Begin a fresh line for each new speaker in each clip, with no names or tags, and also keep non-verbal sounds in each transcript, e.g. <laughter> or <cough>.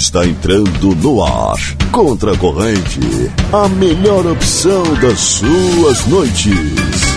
Está entrando no ar. Contra a corrente. A melhor opção das suas noites.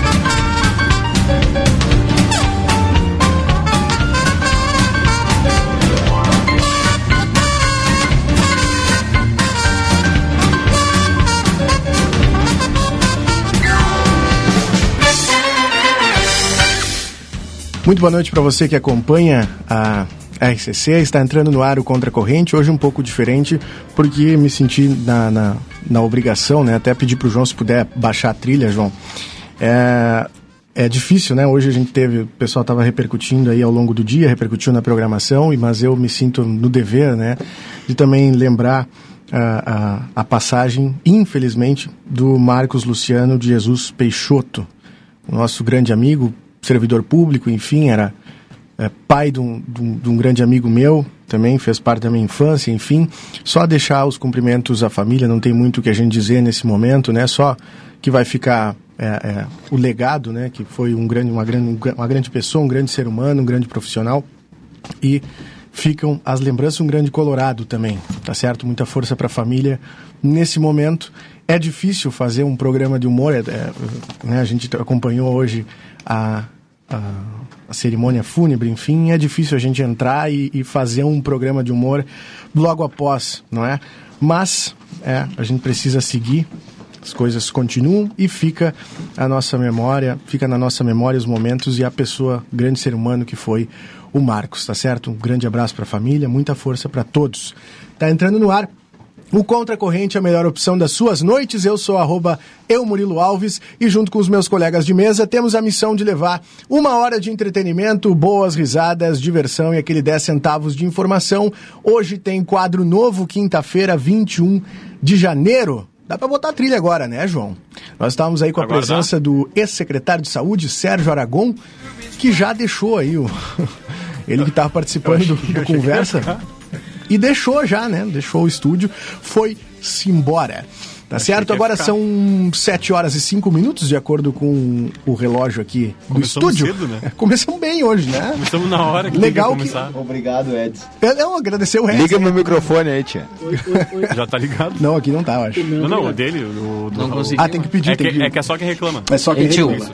Muito boa noite para você que acompanha a RCC. Está entrando no ar o Contra Corrente. Hoje um pouco diferente, porque me senti na, na, na obrigação, né? Até pedir para o João se puder baixar a trilha, João. É, é difícil, né? Hoje a gente teve, o pessoal estava repercutindo aí ao longo do dia, repercutiu na programação, e mas eu me sinto no dever, né? De também lembrar a, a, a passagem, infelizmente, do Marcos Luciano de Jesus Peixoto, o nosso grande amigo, servidor público, enfim, era é, pai de um, de, um, de um, grande amigo meu, também fez parte da minha infância, enfim. Só deixar os cumprimentos à família, não tem muito o que a gente dizer nesse momento, né? Só que vai ficar é, é, o legado, né? Que foi um grande, uma, grande, uma grande pessoa, um grande ser humano, um grande profissional. E ficam as lembranças, um grande colorado também, tá certo? Muita força para a família nesse momento. É difícil fazer um programa de humor, né? A gente acompanhou hoje a, a, a, cerimônia fúnebre, enfim, é difícil a gente entrar e, e, fazer um programa de humor logo após, não é? Mas é, a gente precisa seguir, as coisas continuam e fica a nossa memória, fica na nossa memória os momentos e a pessoa, grande ser humano que foi o Marcos, tá certo? Um grande abraço para a família, muita força para todos. Tá entrando no ar o Contra Corrente é a melhor opção das suas noites. Eu sou arroba eu Murilo Alves e junto com os meus colegas de mesa temos a missão de levar uma hora de entretenimento, boas risadas, diversão e aquele 10 centavos de informação. Hoje tem quadro novo, quinta-feira, 21 de janeiro. Dá para botar a trilha agora, né, João? Nós estávamos aí com a agora presença dá. do ex-secretário de Saúde, Sérgio Aragon, que já deixou aí o... <laughs> Ele que estava participando eu, eu achei, do, do Conversa e deixou já, né? Deixou o estúdio, foi-se embora. Tá Achei certo? Agora ficar. são 7 horas e 5 minutos, de acordo com o relógio aqui do Começamos estúdio. Cedo, né? Começamos bem hoje, né?
Começamos na hora que
Legal
que... que...
Obrigado, Edson.
Eu, eu agradecer o Edson.
Liga meu microfone aí, tia. Oi,
oi, oi. Já tá ligado?
Não, aqui não tá, eu acho.
Não, não, o dele, o do...
Não consegui, ah, tem que pedir,
é
tem que, pedir.
É que é só quem reclama.
É só quem Ele reclama. Isso.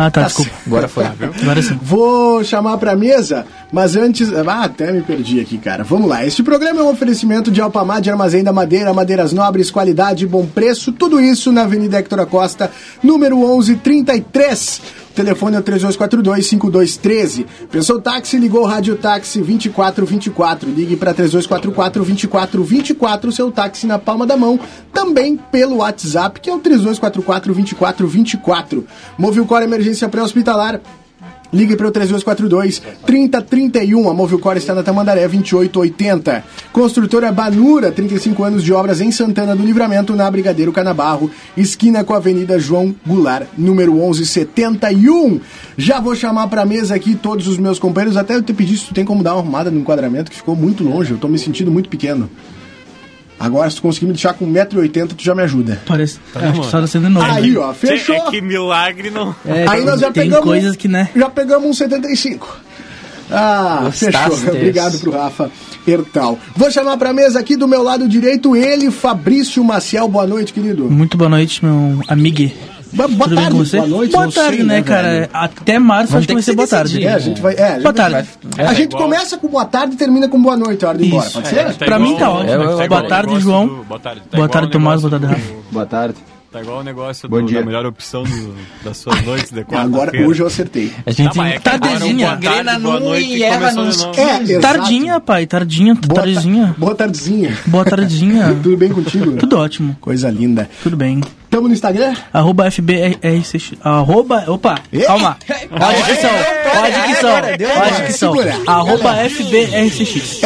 Ah, tá, desculpa.
Agora foi.
Agora sim.
Vou chamar pra mesa, mas antes. Ah, até me perdi aqui, cara. Vamos lá. Este programa é um oferecimento de Alpamar de Armazém da Madeira, madeiras nobres, qualidade e bom preço. Tudo isso na Avenida Hector Costa, número 1133. O telefone é 3242-5213. Pensou táxi? Ligou o Rádio Táxi 2424. Ligue para 3244-2424, seu táxi na palma da mão. Também pelo WhatsApp, que é o 3244-2424. Movilcore Emergência emergência pré-hospitalar. Ligue para o 3242 3031. A Movilcore está na Tamandaré 2880. Construtora Banura, 35 anos de obras em Santana do Livramento, na Brigadeiro Canabarro, esquina com a Avenida João Goulart, número 1171. Já vou chamar para a mesa aqui todos os meus companheiros. Até eu te pedi se tu tem como dar uma arrumada no enquadramento, que ficou muito longe. Eu estou me sentindo muito pequeno. Agora, se tu conseguir me deixar com 1,80m, tu já me ajuda.
Parece. Tá acho que só tá sendo novo.
Aí, ó, fechou.
É que milagre não.
É, Aí nós já pegamos. coisas que, né?
Já pegamos um 75. Ah, Gostaste fechou. Deus. Obrigado pro Rafa Hertal. Vou chamar pra mesa aqui do meu lado direito ele, Fabrício Maciel. Boa noite, querido.
Muito boa noite, meu amigo.
Boa, boa tarde,
boa noite. Boa tarde, né, cara? Velho. Até março acho que vai ser boa tarde.
É, a gente vai. É, a gente
boa tarde.
Vai, a gente é, começa com boa tarde e termina com boa noite, a hora de ir embora, pode ser? É,
tá pra mim tá ótimo. Tá boa tarde, João. Do, boa tarde, tá boa tarde Tomás. Boa tarde, Rafa.
Boa tarde.
Tá igual o negócio do, da melhor opção do, das suas noites
É.
de quarta
Agora, feira. hoje eu acertei.
A gente tá,
um
é tardezinha.
Grena num e erra nos...
É, tardinha, pai, tardinha, boa tardezinha.
boa tardezinha. <laughs>
Boa tardezinha.
Tudo bem contigo?
Tudo ótimo.
Coisa linda.
Tudo bem.
Tamo no Instagram?
Arroba FBRCX. Arroba. Opa, Ei. calma. Olha a dicção. Olha a dicção. Olha a dicção. Arroba FBRCX.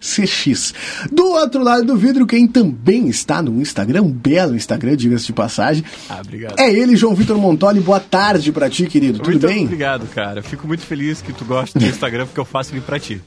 FBRCX. Do outro lado do vidro, quem também está no Instagram, um belo Instagram, diga-se de passagem.
Ah, obrigado.
É ele, João Vitor Montoli. Boa tarde pra ti, querido. Tudo
muito
bem?
Obrigado, cara. Fico muito feliz que tu gosta do Instagram, porque eu faço ele pra ti.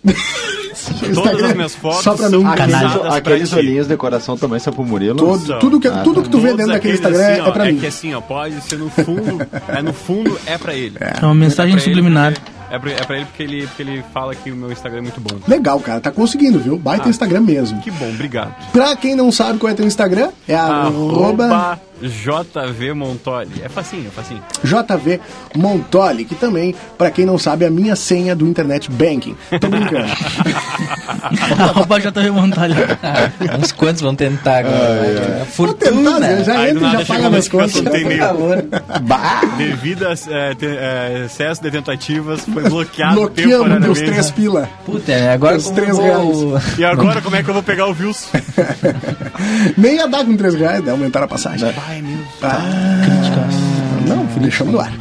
Instagram, Todas as minhas fotos
só pra não
são
canal, Aqueles olhinhos de coração também são pro Murilo.
Todo, tudo que, ah, tudo que tu vê dentro daquele Instagram
assim, ó,
é pra
é
mim.
que assim, ó, pode ser no fundo, é no fundo, é pra ele.
É, é uma Então, mensagem é subliminar.
Ele, É pra, é pra ele porque ele, porque ele fala que o meu Instagram é muito bom.
Legal, cara, tá conseguindo, viu? Baita Instagram mesmo.
Ah. Que bom, obrigado.
Pra quem não sabe qual é teu Instagram, é arroba
Arroba JV Montoli. É facinho, é facinho.
JV Montoli, que também, pra quem não sabe, é a minha senha do Internet Banking. Tô brincando.
<laughs>
<laughs>
Arroba JV Montalha.
<laughs> Uns quantos vão tentar agora? vai, que é uma
Vou tentar, né?
Fortuna.
Já entra, já paga minhas contas.
notificação,
<laughs>
tem
Por
e-mail.
favor.
Devido a é, te- é, excesso de tentativas, foi bloqueado
Bloqueando meus
temporariamente.
três pila.
Puta, né? agora
Os
como
três
eu vou-
E agora, como é que eu vou pegar o Wilson?
Nem ia dar com três reais, né? aumentaram a passagem. Ah, não, deixamos no ar.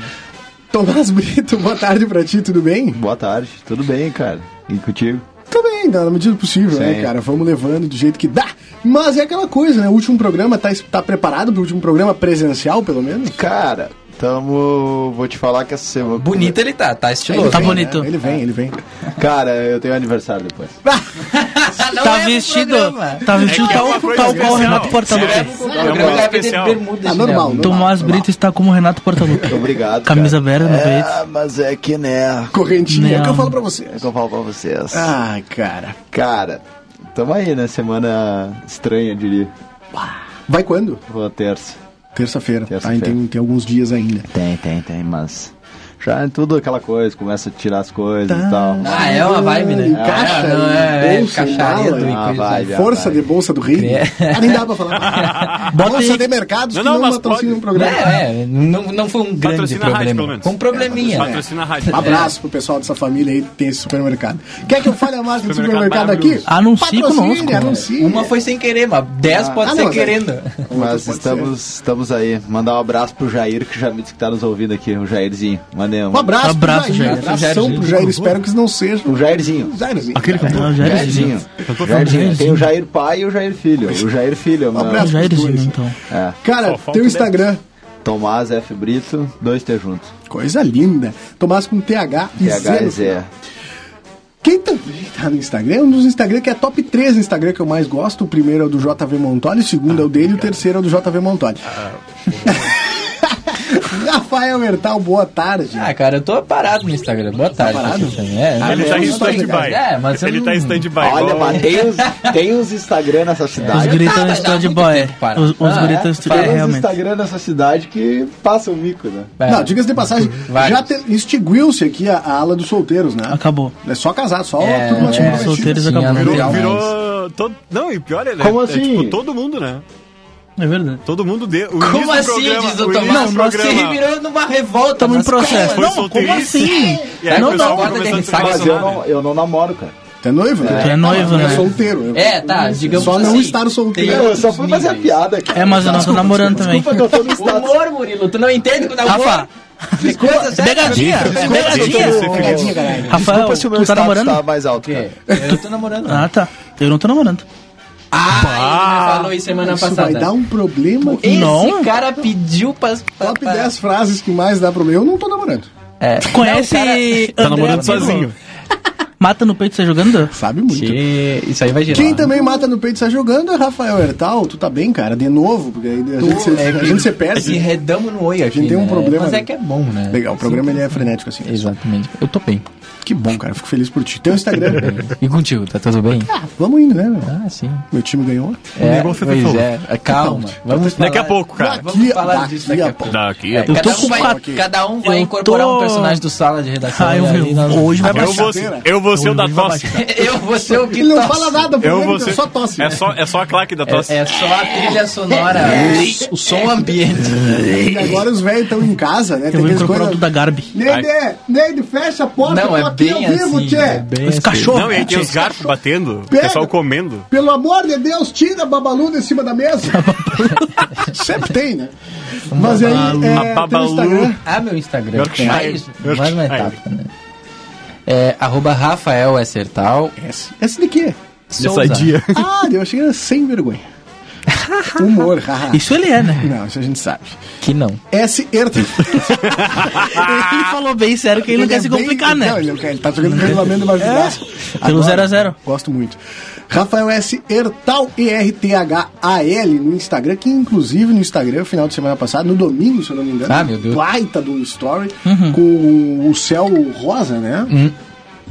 Tomás Brito, <laughs> boa tarde pra ti, tudo bem?
Boa tarde, tudo bem, cara? E contigo?
Também, na medida do possível, né,
Sim.
cara? Vamos levando do jeito que dá. Mas é aquela coisa, né? O último programa, tá, tá preparado pro último programa presencial, pelo menos?
Cara, tamo. Vou te falar que essa semana.
Bonito ele tá, tá estiloso.
Ele
Tá
vem,
bonito.
né? Ele vem, ele vem.
Cara, eu tenho aniversário depois.
Não
Tá
é pro
vestido,
programa.
tá vestido
É que é uma
tal,
coisa
tal qual o
especial.
Renato Portaluppi.
Não,
um
eu
momento
tava de
especial.
bermuda,
Ah, normal,
chinelo.
normal.
Tomás
normal.
Brito está como Renato Portaluppi.
Obrigado.
Camisa
cara.
verde no peito.
É, mas é que né.
Correntinha, é o que eu
Não.
falo pra você.
É o que eu falo pra vocês.
Ah.
Ai, cara.
Cara, tamo aí, né? Semana estranha, diria.
Vai quando?
Vou terça.
Terça-feira. Tá,
Terça-feira.
tem, tem alguns dias ainda.
Tem, tem, tem, mas. Já é tudo aquela coisa, começa a tirar as coisas e
Tá.
tal.
Ah, é uma vibe, né?
Encaixa
Ah, não,
em
é, é,
bolsa,
cacharedo
bala,
e
em
coisa.
vibe. Já
Força
Ah, vai.
de Bolsa do Reino.
É.
Ah, nem dá pra falar.
<laughs>
Bota
Bolsa
aí.
de Mercados
Não,
que
não,
não
mas
patrocina
pode.
um programa.
É, é, não, não foi um grande
Patrocina a rádio, pelo
problema.
menos.
Foi um probleminha, né?
Patrocina a rádio.
Abraço pro pessoal dessa família aí que tem esse supermercado. Quer que eu fale a marca do supermercado
Supermercado
aqui?
maravilhoso.
Anuncie conosco,
Patrocine,
cara.
anuncie.
É. Uma foi sem querer, mas dez pode
Ah,
ser
não, mas-
querendo.
Mas
Pode
estamos, estamos aí. Mandar um abraço pro Jair, que já me disse que tá nos ouvindo aqui, o Jairzinho. Mandei um.
Um abraço,
Abraço,
pro Jair.
Jair.
Abração pro Jair. Espero que isso não seja
Um
o
Jairzinho.
Jairzinho.
Ah, já era
Jairzinho.
tô falando
Jairzinho.
Jairzinho.
Tem o Jair pai e o Jair filho. O Jair filho,
Um
mano.
abraço.
Já era
Os dois.
assim, então.
É.
Cara,
Só falta
teu
o
Instagram.
Tomás F. Brito, dois T juntos.
Coisa linda. Tomás com TH e Z. no final.
THZ.
Quem também tá no Instagram, é um dos Instagram que é top 3 Instagram que eu mais gosto. O primeiro é o do JV Montoli, o segundo é o dele e o terceiro é o do JV Montoli. <laughs> Rafael Mertal, boa tarde.
Ah, cara, eu tô parado no Instagram. Boa tarde.
Tá parado?
Cristiano. É, não,
Ele
eu
tá em
não tô ligado.
stand-by.
É, mas eu
Ele
não-
tá em stand-by.
Olha,
igual-
mas
Tá
tem uns, tem uns Instagram nessa
Os
cidade.
gritos em Stand Boy.
para.
Os, os
Ah,
gritos
é?
em Stand
Tem
é,
uns
realmente.
Instagram nessa cidade que passam mico, né?
É.
Não, diga-se de passagem,
Vários.
já te- extinguiu-se aqui a, a ala dos solteiros, né?
Acabou.
É só casar, só
É,
tudo
é,
mais
solteiros
Sim,
acabou.
é
Virou,
legal,
virou todo, não, e pior é,
Como
é,
assim?
tipo, todo mundo, né?
É verdade.
Todo mundo deu.
Como assim, diz o Tomás?
Não,
Não, se virou numa revolta.
Estamos em
nas
processo.
colas.
Foi
Não, como
solteirice.
assim?
E aí
Não,
o pessoal começou
não, guarda
a
de
Tá
se
Mas
Mas eu
relacionar, né?
não, eu não namoro, cara.
Tu é noivo, né?
Tu é noivo,
É
né?
solteiro. eu-
É, tá, digamos
Só não
assim,
estar solteiro.
tem-
Eu só fui fazer a piada, cara.
É, mas eu não tô namorando também.
Desculpa que eu tô no status.
Humor, Murilo, tu não entende quando é humor?
Rafa,
Que coisa séria,
pegadinha,
cara.
pegadinha.
Pegadinha, caralho.
Rafael,
Desculpa se o meu
tu tá
status
namorando?
tá mais alto, cara.
Eu tô namorando.
Ah, tá. Eu não tô namorando.
Ah, ele me falou isso semana
Isso
passada.
vai dar um problema.
Esse
Não.
cara pediu pra... pra-
Top
pra-
10 frases que mais dá problema. Eu não tô namorando.
É.
Conhece
Não,
André
Tá namorando
Pirlo?
sozinho.
Mata no peito, você jogando?
Sabe muito.
Que- Isso aí vai girar.
Quem também mata no peito e sai jogando é Rafael Hertal. Tu tá bem, cara? De novo, porque aí a gente, se,
é
a
que-
gente se
Se
perde.
redamos no oi aqui,
gente tem um
né?
problema,
Mas
né?
é que é bom, né?
Legal, o programa ele é frenético assim.
Exatamente. Eu tô bem.
Que bom, cara. Fico feliz por ti. Teu
<laughs>
Instagram.
E contigo, tá tudo bem?
ah, vamos indo, né? meu?
Ah, sim.
Meu time ganhou.
É,
negócio é
pois
pessoal.
é, é, calma. Vamos
Daqui a
falar-
pouco, cara.
Vamos falar disso daqui a
pouco.
Daqui
É,
a pouco.
cada,
tô com
um vai,
uma-
cada um vai
eu
incorporar
tô-
um personagem do sala de redação.
Ah, eu
e aí nós-
vou. Hoje vai
é
Eu
baixar.
vou, eu vou ser o da
Hoje vai
tosse.
baixar.
<laughs> eu vou ser o que
Ele não
tosse.
fala nada, porque
Eu vou ser.
só tosse. né?
É só, é só a claque da tosse.
É, é só a trilha sonora,
É.
o, o som ambiente.
E agora os velhos estão em casa, né?
Eu
Tem
um
vou
aquelas
incorporar o
coisas.
Duda Garbi.
Neide, Neide, fecha a porta,
Não,
tô
é
aqui ao
bem
vivo,
assim.
tchê.
É bem
Os
assim.
cachorros.
Não, e aí tem os garfos batendo, o
Pega.
pessoal comendo.
Pelo amor de Deus, tira a babalu de cima da mesa. <laughs> Sempre tem, né? Mas aí, é,
A
teu
Babalu.
Instagram.
Ah, meu Instagram.
Yorkshire.
Mais, mais uma
Yorkshire.
etapa, né? É, arroba Rafael Essertal.
S. S de quê?
Souza.
Ah, eu achei que era sem
<laughs>
vergonha. Humor, haha.
Isso ele é, né?
Não, isso a gente sabe.
Que não.
S. Ertel.
Ele falou bem sério que ele não quer se complicar,
é Não,
né? <laughs> É,
ele, não quer, ele tá jogando regulamento debaixo do braço.
Pelo
Agora,
0 a 0.
Gosto muito. Rafael S. Ertal, E-R-T-H-A-L, no Instagram, que inclusive no Instagram, final de semana passado, no domingo, se eu não me engano,
Ah, meu Deus.
baita do story,
Uhum.
com o céu rosa, né?
Hum.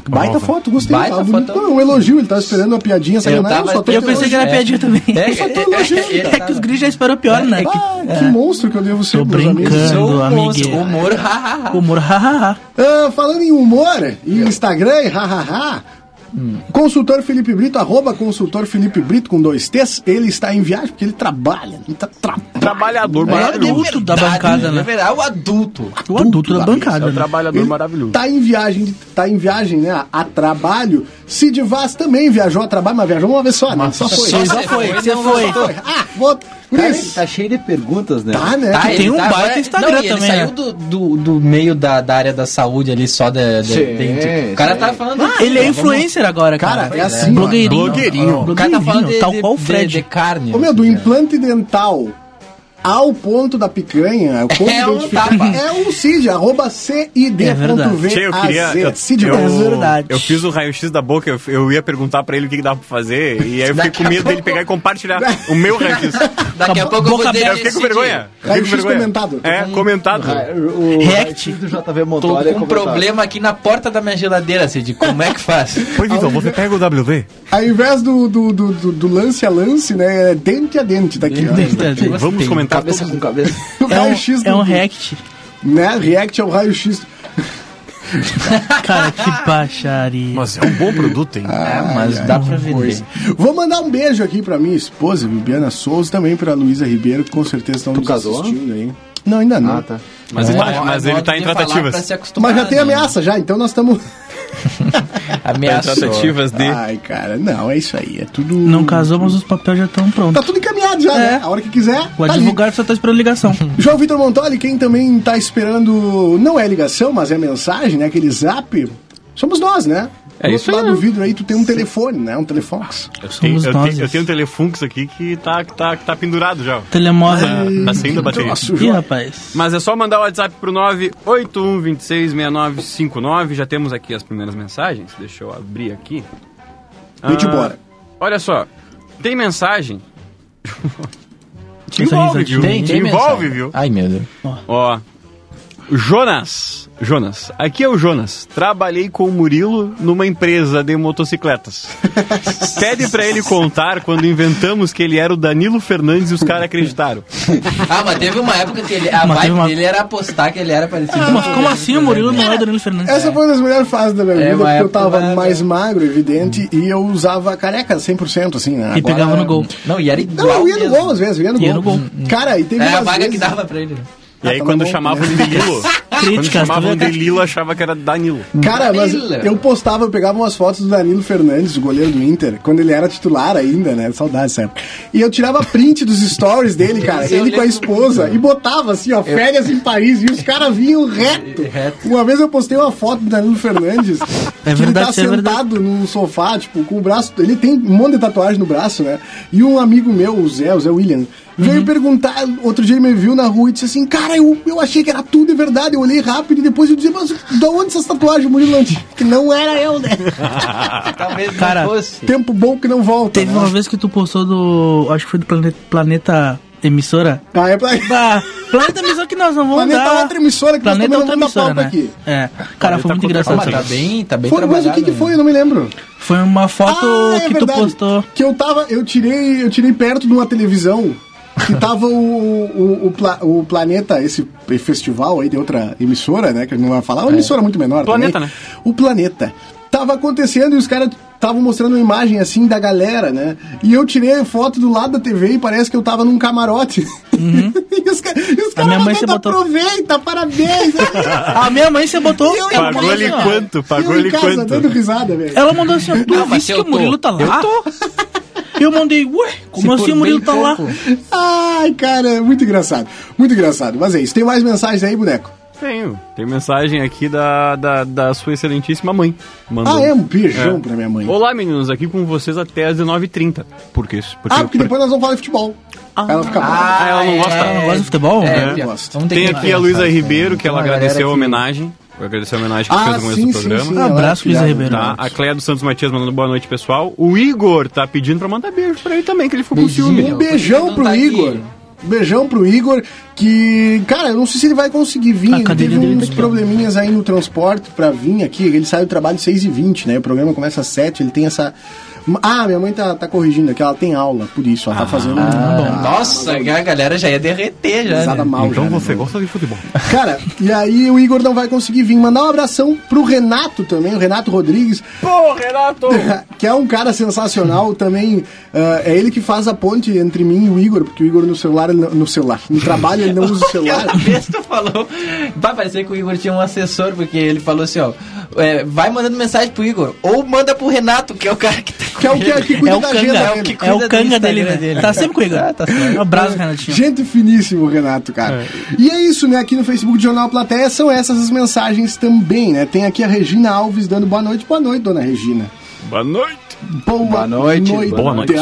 Baita foto, gostei.
Baita
tava bonito.
foto.
Não, um elogio, ele tava esperando uma piadinha, sacanagem,
tava-
só tô
Eu pensei que era
É.
piadinha também.
É, tá
Só tô elogiando.
É que os gringos já esperou pior, né?
Ah, que monstro que eu devo ser,
Tô
meus amigos.
brincando,
humor,
amiguinho.
humor, hahaha.
Humor, hahaha.
Ah, falando em humor e Instagram e hahaha. Consultor Felipe Brito, arroba consultor Felipe Brito com dois T's. Ele está em viagem porque ele trabalha. Ele tá tra-
Trabalhador
O
maravilhoso.
adulto da bancada,
É
né?
verdade, o adulto.
O adulto da
É um
bancada, né?
trabalhador
ele
maravilhoso.
Tá em viagem, de- tá em viagem, né? a- A trabalho. Cid Vaz também viajou a trabalho, mas viajou uma vez só, né? Só foi.
Só
Você
você
foi, você
não
foi. Tá,
gostou.
Ah, vou. Por
Cara,
isso.
tá cheio de perguntas, né?
Tá, né?
Tá,
tem
ele
um baita
agora-
Instagram
não, e
também,
Ele saiu
né?
do, do, do meio da, da área da saúde ali, só da. da-
Sim,
dentro. O cara
sim.
tá falando.
Ah, ele é influencer agora, cara.
Cara, é assim, ó.
Blogueirinho.
Blogueirinho.
O cara tá falando de,
tal
de-
qual o
de-
Fred.
de carne. assim, né?
Ô meu, do implante dental ao ponto da picanha, o ponto
É um
identificado,
tapa.
é um CID, arroba CID.VAZ.
É verdade.
Che, eu queria. Eu,
CID
eu,
É verdade.
eu fiz o raio-x da boca, eu, eu ia perguntar pra ele o que que dava pra fazer, e aí eu fiquei
Daqui
com
a
medo dele
pouco-
pegar e compartilhar o meu
<laughs>
raio-x.
Daqui a
Bo-
pouco eu
boca aberta.
vou
Eu
dele
fiquei com
decidir.
vergonha. Fiquei com
Raio-x
vergonha.
comentado.
É, comentado.
Ah, O
React.
raio-x do JV
Tô
Montoya
com um problema aqui na porta da minha geladeira, Cid. Como é
<laughs>
que faz?
Pois então, você pega o WD?
Ao invés do, do, do, do- do lance a lance, né, é dente a dente daqui. ó.
Vamos comentar
Cabeça
todos-
com cabeça.
O
É um,
raio-x do-
é um react.
Né, react é o raio-x.
Cara, que baixaria.
Mas é um bom produto, hein?
É, mas dá pra vender.
Vou mandar um beijo aqui pra minha esposa, Bibiana Souza, também pra Luísa Ribeiro, que com certeza estão nos
casou?
assistindo aí. Não, ainda não.
Ah, tá.
Mas, ele,
É
tá,
um
mas ele
modo
tá em
de falar
tratativas.
pra se acostumar,
Mas já tem
né?
ameaça já, então nós estamos...
É Tá
Ameaça.
de.
Ai, cara, não, é isso aí, é tudo...
Não casou, mas os papéis já estão
Tá
prontos.
tudo encaminhado já, né? A hora que quiser,
O
tá ali.
advogado só tá esperando ligação.
João Vitor Montoli, quem também tá esperando, não é ligação, mas é mensagem, né? Aquele zap, somos nós, né?
É
Do
isso
outro
aí,
lado do
né? Tá,
vidro aí, tu tem um telefone, né? Um telefox.
Eu tenho,
Somos
eu,
nós.
tenho, eu tenho um telefunx aqui que tá, que tá, que tá pendurado já.
Telemóvel.
Tá, tá saindo a bateria.
Ah, Nossa, o
Ih,
João.
rapaz.
Mas é só mandar o WhatsApp pro 981266959. Já temos aqui as primeiras mensagens. Deixa eu abrir aqui.
Vem-te
Ah,
embora.
Olha só. Tem mensagem. te
Essa
envolve,
risadinha.
viu?
Tem,
te
tem
envolve,
mensagem.
viu?
Ai, meu
<laughs>
Deus.
Ó. Jonas. Jonas. Aqui é o Jonas. Trabalhei com o Murilo numa empresa
<laughs>
de motocicletas. Pede pra ele contar quando inventamos que ele era o Danilo Fernandes e os caras acreditaram.
Ah, mas teve uma época que ele, a
Mas
vibe
teve uma-
dele era apostar que ele era parecido.
Mas
com o
como
Danilo
assim o Murilo não é o Danilo Fernandes?
Ah, Essa foi uma das melhores fases da minha
É,
vida,
uma
porque eu
época
tava
da-
mais magro, evidente, e eu usava careca 100%, assim, né?
E pegava no gol.
Não, e era igual.
Não, eu ia no
mesmo.
gol às vezes, eu ia no gol.
Ia no gol.
Cara, e teve
Era É, a
umas
vaga que
vezes-
dava pra ele. né?
E aí
tá
quando
bom,
chamavam de
<laughs>
Danilo, quando
Ah,
Críticas, tá
chamavam
vendo?
de Lilo, achava que era Danilo.
Cara, mas
Danilo.
eu postava, eu pegava umas fotos do Danilo Fernandes, o goleiro do Inter, quando ele era titular ainda, né? Saudade dessa época. E eu tirava print dos stories dele,
<laughs>
cara,
Esse eu
ele com a
lembro.
esposa, e botava assim, ó, férias em Paris, e os caras vinham reto.
<laughs> Reto.
Uma vez eu postei uma foto do Danilo Fernandes,
É
que ele tá
verdade, isso é
sentado num sofá, tipo, com o braço. Ele tem um monte de tatuagem no braço, né? E um amigo meu, o Zé, o Zé William, veio
Uhum.
perguntar. Outro dia ele me viu na rua e disse assim: Cara, eu, eu achei que era tudo, é verdade. Eu olhei rápido e depois eu disse: Mas da onde essas tatuagens, Murilo? Antes?" Que não era eu,
<laughs>
né?
Talvez
Cara,
não fosse.
Tempo bom que não volta.
Teve
né?
uma vez que tu postou do. Acho que foi do Planeta, Planeta Emissora.
Ah, é pra...
Bah, Planeta Emissora que nós não vamos
Planeta é
dar.
outra emissora que nós também
Planeta
não
outra
vamos dar
emissora,
pauta
né?
aqui.
É. Cara, foi muito
Ah,
engraçado
mas
isso
tá
aí.
bem, tá bem
Foi, mas o
trabalhado.
que, que
né?
foi? Eu não me lembro.
Foi uma foto
Ah, é
que tu
verdade.
postou.
Que eu tava. Eu tirei, eu tirei perto de uma televisão
<laughs>
que tava o, o, o, Pla- o Planeta, esse festival aí de outra emissora, né? Que a gente não vai
É.
falar, uma emissora muito menor.
Planeta,
também.
né?
O Planeta. Tava acontecendo e os caras estavam mostrando uma imagem assim da galera, né? E eu tirei a foto do lado da TV e parece que eu tava num camarote. <laughs> e os caras cara
Uhum. minha mãe se
mandando
botou-
aproveita,
<laughs>
parabéns!
A minha mãe Ah, você botou.
Eu em
Ela
Pagou
mandou
ali
assim, ó.
quanto? Pagou
eu em
ali
casa dando
quanto?
risada, velho.
Ela mandou assim, ó, tu
Não, mas
viste
eu
que o
tô.
Murilo tá lá?
Eu
Eu mandei, ué, como
Se
assim
por
o Murilo
bem
tá lá?
pouco.
Ai, cara, é muito engraçado. Muito engraçado. Mas é isso. Tem mais mensagens aí, boneco?
Tenho. Tem mensagem aqui da, da, da sua excelentíssima mãe. Mandou.
Ah, é um beijão
É.
pra minha mãe.
Olá, meninos. Aqui com vocês até às 19h30. Por quê? Porque,
Ah, porque depois nós vamos falar de futebol. Ela fica brava.
Ah, ela não
é.
gosta.
Ela não gosta de futebol?
É,
não
já-
gosto.
vamos ter
né? Tem
que-
aqui a Luísa Ribeiro, que
Tem
ela
uma galera
agradeceu a
que-
homenagem. Eu agradecer a homenagem
Ah,
que fez no começo do programa.
Um
é
abraço, Luísa Ribeiro.
Tá, a Cléia dos Santos Matias mandando boa noite, pessoal. O Igor tá pedindo pra mandar beijo pra ele também, que ele ficou
Beijinho.
com ciúme.
Um beijão
Não
pro
tá aqui.
Igor. Um beijão pro Igor, que, cara, eu não sei se ele vai conseguir vir.
A
Ele
cadeira
teve
dele tá
uns
aqui, ó.
probleminhas aí no transporte pra vir aqui. Ele sai do trabalho às 6h20, né? O programa começa às 7 ele tem essa. Ah, minha mãe tá, tá corrigindo aqui, ela tem aula, por isso,
Ah.
ela tá fazendo.
Ah, Nossa, a galera já ia derreter
Tá,
já.
Pisada
né?
mal
Então
já, né?
você gosta de futebol.
Cara, e aí o Igor não vai conseguir vir. Mandar um abração pro Renato também, o Renato Rodrigues,
Pô, Renato!
<laughs> que é um cara sensacional também. ah, é ele que faz a ponte entre mim e o Igor, porque o Igor no celular, ele não- no celular, no trabalho ele não usa o
<laughs>
celular.
Aquela vez tu falou. Vai parecer que o Igor tinha um assessor, porque ele falou assim, ó. é, vai mandando mensagem pro Igor. Ou manda pro Renato, que é o cara que tá com
Que é o que, que cuida
É o
da
canga,
agenda
é o
dele.
que
É
cuida
o
do
canga dele,
Instagram
né?
dele.
Tá sempre comigo.
Ah, tá certo.
Um abraço, Renatinho.
Gente finíssimo, Renato, cara. E é isso, né? Aqui no Facebook do Jornal Plateia são essas as mensagens também, né? Tem aqui a Regina Alves dando boa noite, boa noite, dona Regina.
Boa noite!
Boa, Tá.
noite,
boa noite.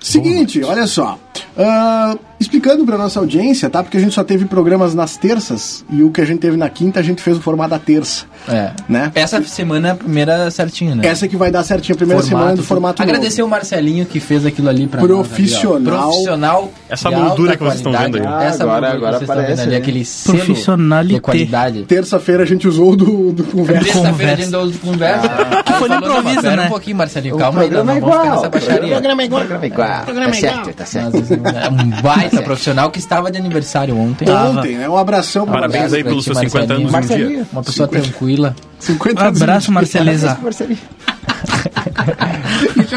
Seguinte, olha só. Ah, explicando pra nossa audiência, tá? Porque a gente só teve programas nas terças e o que a gente teve na quinta a gente fez o formato da terça,
É.
né?
Essa semana é a primeira certinha, né?
Essa que vai dar certinho a primeira semana do
tudo.
formato novo.
Agradecer o Marcelinho que fez aquilo ali pra
Profissional.
nós. ali, ó. Profissional.
Essa
de
moldura
alta
que vocês estão
qualidade.
vendo
aí.
Essa
Ah, agora-
moldura
agora
que vocês estão vendo
parece,
ali,
né?
aquele selo
Profissionalite.
de qualidade.
Terça-feira a gente usou do, do conversa.
Terça-feira tá a
Conversa.
gente deu outra conversa.
Que foi no
Falou, não, mas
improviso,
pera
né?
um pouquinho, Marcelinho.
O
Calma aí, não
programa é
não vamos ficar
igual,
nessa
o programa
baixaria.
é igual. Programa é igual. Tá certo, tá
Mas,
certo.
assim, é
<laughs>
um baita profissional que estava de aniversário ontem.
Ontem, né? Um abração pra
Parabéns aí pelos seus 50 anos um dia.
Uma pessoa tranquila.
50 anos.
Abraço,
<laughs>
Marceleza.
Ai,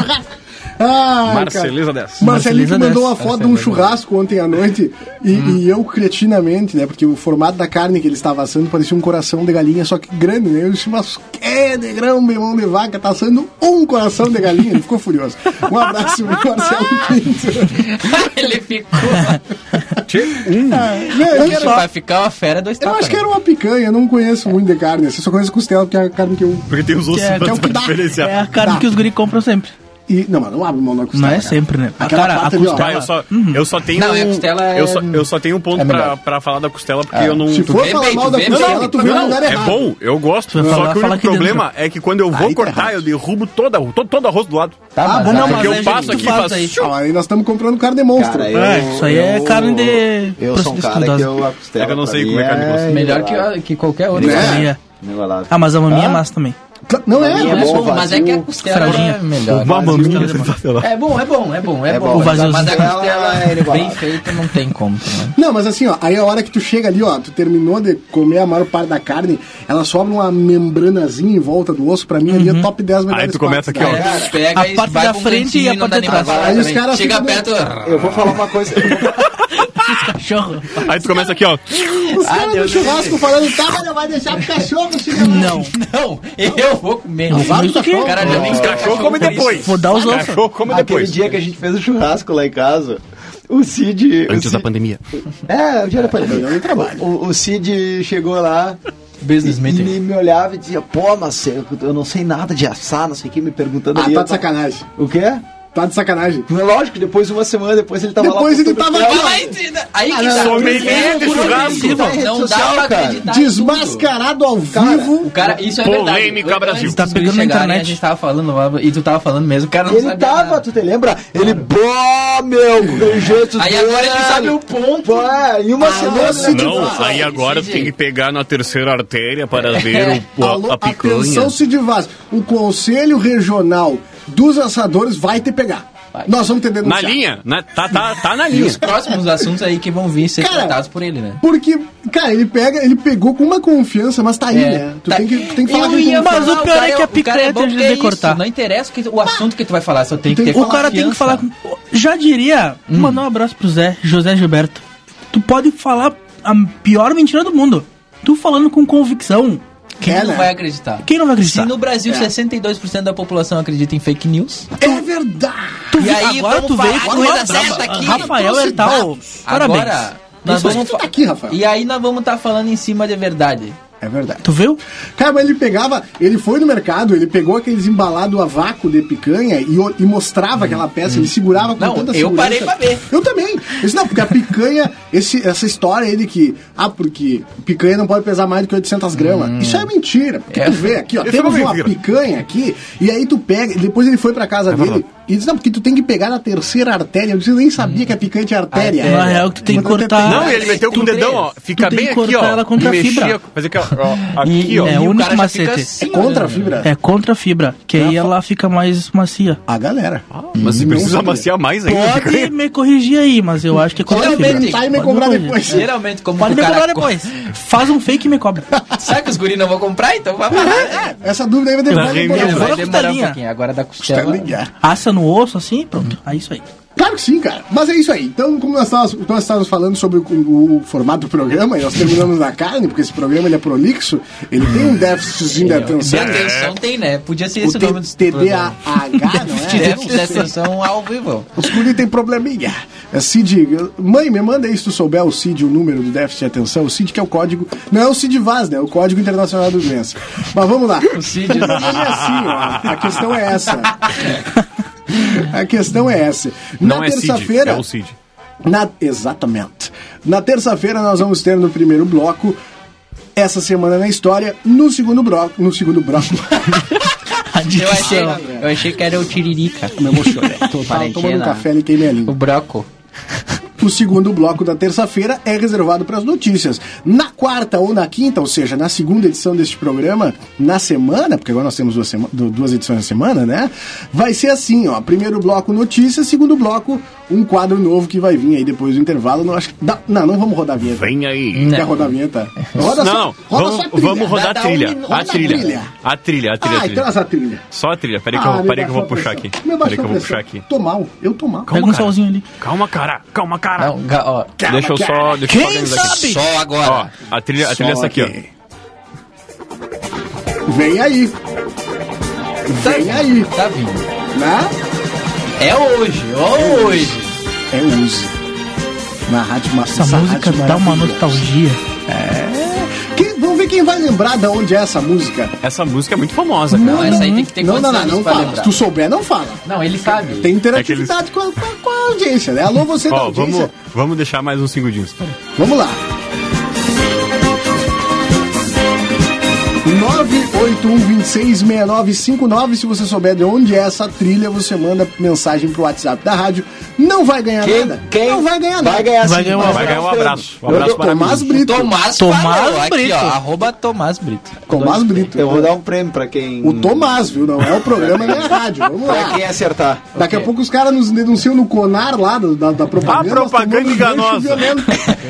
cara.
Marceleza
Marcelinho que
dessa.
Marcelisa
mandou uma
desce.
é
foto de um churrasco ontem à noite e,
Hum.
e eu cretinamente, né? Porque o formato da carne que ele estava assando parecia um coração de galinha, só que grande, né? Eu disse, mas que negrão, meu irmão de vaca, tá assando um coração de galinha. Ele ficou furioso. Um abraço pro Marcelo Pinto.
Ele ficou.
Né, eu,
Ele
quero-
vai ficar uma fera dois
eu
tapas,
acho que é
né?
era uma picanha, eu não conheço muito de carne. assim, Eu só conheço costela, porque é a carne que eu...
Porque tem os ossos
Que é-
pra
que é o que dá.
diferenciar.
É a carne
Tá.
que os guri compram sempre.
E, não, mas não abro mão na costela.
Não é
cara.
sempre, né? A
Aquela
cara, a
pata ali, ó.
costela.
Tá, eu só, eu só tenho.
Não, e a
um-
costela é-
eu, só, eu só tenho um ponto
é
pra,
melhor.
pra falar da costela, porque eu não.
Se for
vê
falar
bem,
mal
tu
da
vê
Não,
bem.
costela, tu vê no lugar
é
errado.
bom, eu gosto.
Vai
Só
falar-
que o
fala
único
aqui
problema é que quando eu vou
Aí tá
cortar,
errado.
eu derrubo toda, todo, todo arroz do lado.
Tá,
Ah, bom,
mas
não,
aí
porque
tu
eu passo
faz
aqui e faço.
assim,
aí.
Ah, aí nós estamos comprando carne monstro.
Cara,
É,
eu-
isso aí é
eu-
carne de-
Eu sou um
processo
cara que
dose.
eu a costela
É que eu não
pra
sei
mim
como é carne de
é
gosto.
Melhor que, a- que qualquer outro.
É.
Né?
né?
Maminha.
Inigualável.
Ah, mas a maminha é
Ah?
massa também.
Não
Pra
é,
mim é
não é
bom,
bom.
Mas é que a costela
Fraldinha.
é melhor.
maminha sensacional.
É bom, é bom, é bom, é,
É
bom.
bom.
O vaziozinho.
Mas a
Ela
costela
é inigualável.
bem feita não tem como. né?
Não, mas assim, ó, aí a hora que tu chega ali, ó, tu terminou de comer a maior parte da carne, ela sobra uma membranazinha em volta do osso, pra mim ali é top 10 melhores
Uhum. Aí tu começa
partes tá?
aqui,
da-
ó.
Aí tu pega
É. A
e
parte
vai
da
pra um
frente
cantinho
e a
não
parte
dá
de
nem
trás.
pra falar
Aí os
também.
caras
Chega
ficam-
perto.
Eu vou falar uma coisa.
<laughs>
Cachorro.
Aí tu começa aqui, ó.
Os
Ah,
caras do churrasco falando, tá, não vai deixar pro cachorro se
Não.
<laughs> Não, eu vou comer.
Não, mas isso aqui-
Cara, já nem
Os cachorros comem depois.
Vou dar os ossos.
Cachorro come
Aquele
depois.
dia que a gente fez o churrasco lá em casa, o Cid. o
Antes da
Cid-
pandemia.
É, o dia da pandemia. Eu trabalho. O, o Cid chegou lá.
Business
e-
meeting.
E me olhava e dizia, pô, mas eu, eu não sei nada de assar, não sei o que, me perguntando
Ah,
ali.
tá
eu
de
tava-
sacanagem.
O quê?
Tá de sacanagem.
Lógico, depois, uma semana depois ele tava
Depois
lá.
ele
postando
tava
tela.
lá.
Fala aí, Tina.
Ah,
Aí que tá. dá.
é
Sommelier
um
de churrasco.
Não dá pra acreditar. em tudo.
Desmascarado ao vivo.
O cara, isso é
Polêmica,
verdade. Eu-
Brasil.
antes dos
Tá pegando na
chegarem,
internet.
A gente tava falando, lá, e tu tava falando mesmo, o cara não
Ele
sabia
tava,
nada.
tu te lembra? Ele, pô, meu, com jeito
Aí agora
dele.
ele sabe o ponto. Ah,
Pô, em uma semana. né?
Cid
ele-
Não, aí agora tu tem que pegar na terceira artéria para ver o,
É, Alô,
a, a picanha.
atenção, Cid Vaz. O Conselho Regional dos Assadores vai te pegar. Nós vamos te
Na
denunciar.
linha, na- tá, tá, tá na
E
linha.
os próximos assuntos aí que vão vir ser
Cara,
tratados por ele, né?
Porque, cara, ele pega, ele pegou com uma confiança, mas tá aí,
É,
né? Tu
tá-
tem que, tu tem um que falar
Eu
com
ia
confiança.
Mas o
falar,
pior é
cara
que a
o cara
picanha
bom
tem
porque
de
é isso,
cortar.
Não interessa o que- o assunto que tu vai falar, Hum. só tem que ter
O cara tem que falar com. Já diria, mandar um abraço pro Zé, José Gilberto. Tu pode falar a pior mentira do mundo. Tu falando com convicção.
Quem
É,
não
né?
vai acreditar?
Quem não vai
Se
acreditar?
no Brasil 62% da população acredita em fake news,
É verdade.
Tu
E
vi-
aí,
agora
vamos
tu veio
falar
com
agora
Rafa-
da Zeta aqui.
é Rafael Hertal. Parabéns.
agora nós
Isso, mas
vamos
tu tá
fa-
aqui, Rafael.
E aí nós vamos estar falando em tá cima de verdade.
É verdade.
Tu viu?
Cara, mas ele pegava, ele foi no mercado, ele pegou aqueles embalados a vácuo de picanha e, o- e mostrava aquela peça, ele segurava com
Não,
tanta
eu
segurança.
parei pra ver.
Eu também. Isso não, porque a picanha, esse, essa história aí de que, ah, porque picanha não pode pesar mais do que 800 gramas. Isso é mentira. Porque tu vê aqui, ó,
Isso é
temos
uma
uma
mentira.
picanha aqui, e aí tu pega, depois ele foi pra casa dele e disse, não, porque tu tem que pegar na terceira artéria. Eu disse, eu nem sabia que a picanha tinha artéria. é
Na real, é que tu tem que
Quando tu
cortar.
Não, e ele meteu com o
Tu tem-
dedão, ó. Fica
tu tem
bem
que
aqui,
cortar
ó.
ela contra a
mexia,
fibra.
Fazer aqui, ó. ó, Aqui,
E-
ó.
é, o único
já fica
macete.
É
assim,
contra a
né?
fibra?
É contra a fibra, que aí ela fica mais macia.
A galera.
Ah,
Mas você
Não
precisa
sabia.
amaciar mais ainda.
Pode me corrigir aí, mas eu acho que é contra a fibra.
Geralmente-
Tentar e me
Pode
cobrar
é
corrigir.
depois.
Geralmente, como
Pode
o
me
cara
cobrar
co- <laughs>
depois. Faz um fake e me cobra.
Sabe que os guris não vão comprar, então vai lá. né?
É, Essa dúvida aí vai demorar.
Não,
vai
rende
demorar.
Vai
É, vou na
demorar
costelinha.
um pouquinho. Agora da
Tá
costela.
ligado?
Assa no osso, assim, pronto. É isso aí.
Claro que sim, cara. Mas é isso aí. Então, como nós estávamos, nós estávamos falando sobre o, o formato do programa, e nós terminamos na carne, porque esse programa ele é prolixo, ele tem um déficitzinho de
De
atenção.
atenção tem, né? Podia ser É, esse
O
o nome
T- TDAH,
do
não é? Eu não
Déficit de
sei.
atenção ao vivo.
Os guri tem probleminha. É, Cid, mãe, me manda aí se tu souber o Cid, o número do déficit de atenção. O Cid que é o código. Não é o Cid Vaz, né? É o Código Internacional do Doença. Mas vamos lá.
O Cid.
né?
Não é assim, ó. A questão é essa. A questão é essa.
Não
Na
é Cid,
terça-feira.
é o Cid.
Na- exatamente. Na terça-feira nós vamos ter no primeiro bloco essa semana na história, no segundo bloco, no segundo bloco.
Eu achei, eu achei que era o Tiririca.
Me emocionei. Tô, tava
Quarentena. né?
tomando um café e queimei a língua.
O Broco.
O segundo bloco da terça-feira é reservado para as notícias. Na quarta ou na quinta, ou seja, na segunda edição deste programa, na semana, porque agora nós temos duas, sema- du- duas edições na semana, né? Vai ser assim, ó. Primeiro bloco notícias, segundo bloco um quadro novo que vai vir aí depois do intervalo. Não, acho que dá- não, não vamos rodar a vinheta.
Vem aí.
Quer rodar a vinheta? Roda só,
Não, não.
roda só a
Vamos,
trilha.
vamos rodar
Dá-
a
dá um
trilha.
minuto.
A
Roda
trilha. A trilha, a trilha. a
Ah, então
trilha.
essa trilha.
Só a trilha. Peraí que
Ah,
eu,
me
peraí que eu vou
baixou
puxar
a
aqui.
pressão. Me
Peraí que eu vou
baixou
puxar
a
aqui.
pressão. Tô mal, eu tô mal.
Pega um solzinho ali.
Calma, cara. Calma, cara.
Não, ga- ó. Tá
Deixa eu só, deixa eu só
Quem
organizar aqui.
sabe?
Só
Ó,
agora.
a trilha, a trilha é essa aqui, ó.
ó. Vem aí. Vem aí,
Tá vindo.
né?
É hoje, ó hoje.
É use. Na rádio Massa.
Essa música dá uma nostalgia.
Quem, vamos ver quem vai lembrar de onde é essa música.
Essa música é muito famosa, cara.
Não, essa aí tem que ter
não, não,
quantos
não, não
anos pra
fala. Se
lembrar.
tu souber, não fala.
Não, ele sabe.
Tem
É
interatividade com, a, com a- com a audiência, né? Alô, você da
Ó,
audiência.
vamos, vamos deixar mais uns segundinhos.
Vamos lá. 981266959. Se você souber de onde é essa trilha, você manda mensagem pro WhatsApp da rádio. Não vai ganhar
Quem-
nada.
quem
não vai ganhar nada.
vai ganhar
Vai
sim,
ganhar um
mas
Vai ganhar um abraço. Um
Eu
abraço
dou
para mim.
Tomás Brito.
Tomás,
Tomás
falou
Brito.
Aqui, ó, arroba Tomás Brito.
Tomás Brito.
Eu vou dar um prêmio pra quem.
O Tomás, viu? Não é o programa, nem a rádio. Vamos
Pra
lá.
quem acertar.
Daqui a
Ok.
pouco os caras nos denunciam no Conar lá do- da, da propaganda.
A propaganda
nós tomamos um
enganosa.
gancho violento.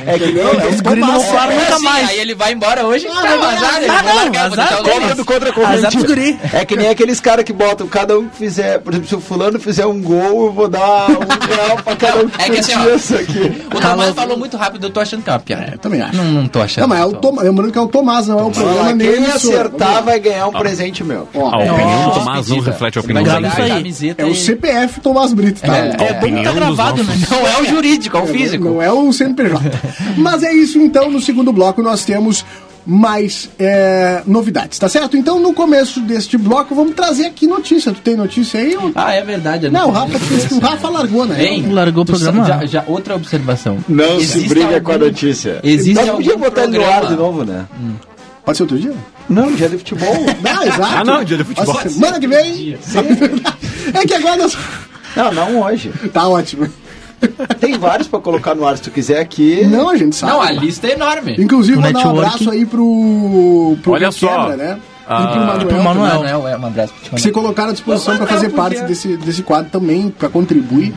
É que
É
não,
o
Os guri não
Tomás.
param nunca
assim,
mais.
Aí ele vai embora hoje.
Ah,
Ah,
vai
azar,
largar,
ele vai largar, vou
azar
botar o
deles.
Lênis.
do contra
Azar pros guri.
É que nem aqueles caras que botam, cada um que fizer, por exemplo, se o fulano fizer um gol, eu vou dar um real pra cada um que
É que assim, ó.
curtir isso aqui.
O Tomás falou muito rápido, eu tô achando que é uma
Eu
piada.
também acho.
Não, não tô achando.
tá. Não, mas é o Tomás. Lembrando que é o Tomás, não é o
Olha
programa
lá,
nem a
Quem
emissora.
acertar vai ganhar
Tá.
um presente meu.
Ó,
A
é,
opinião do
Nossa,
Tomás não
despedida.
reflete a
Vai
opinião
grava
dos
isso
amigos.
aí.
camiseta
é o
e-
CPF Tomás Brito, tá?
É.
Tá
A opinião dos
gravado,
nossos.
Não é o jurídico, é o físico.
Não é o CNPJ. Mas é isso, então, no segundo bloco nós temos mais é, novidades, tá certo? Então, no começo deste bloco, vamos trazer aqui notícia. Tu tem notícia aí? ô?
Ah, é verdade. eu
Não, o
sabia
Rafa,
disso.
o Rafa largou, né?
Hein?
Largou o
Tu
programa.
sabe- Já, já outra observação.
Não se
Existe
briga
algum-
com a notícia.
Existe
Nós podíamos
algum
botar ele no ar
programa?
de novo, né?
Pode ser outro dia?
Não, dia de
<laughs>
futebol.
Ah, exato.
Ah, não, dia do futebol.
Mas Semana que vem. <laughs> É que agora nós...
Não, não hoje.
Tá ótimo.
Tem vários pra colocar no ar se tu quiser aqui.
Não, a gente sabe.
Não, a lista é enorme.
Inclusive,
O
mandar um
network.
abraço aí pro. pro
Olha
Quem
só.
Quebra, né?
Ah,
e pro Manuel. né?
pro Manuel.
Não, não, é um abraço pra te
Que se
mandar.
colocaram à disposição
Ô,
pra
Manuel,
fazer
podia.
parte desse, desse quadro também, pra contribuir.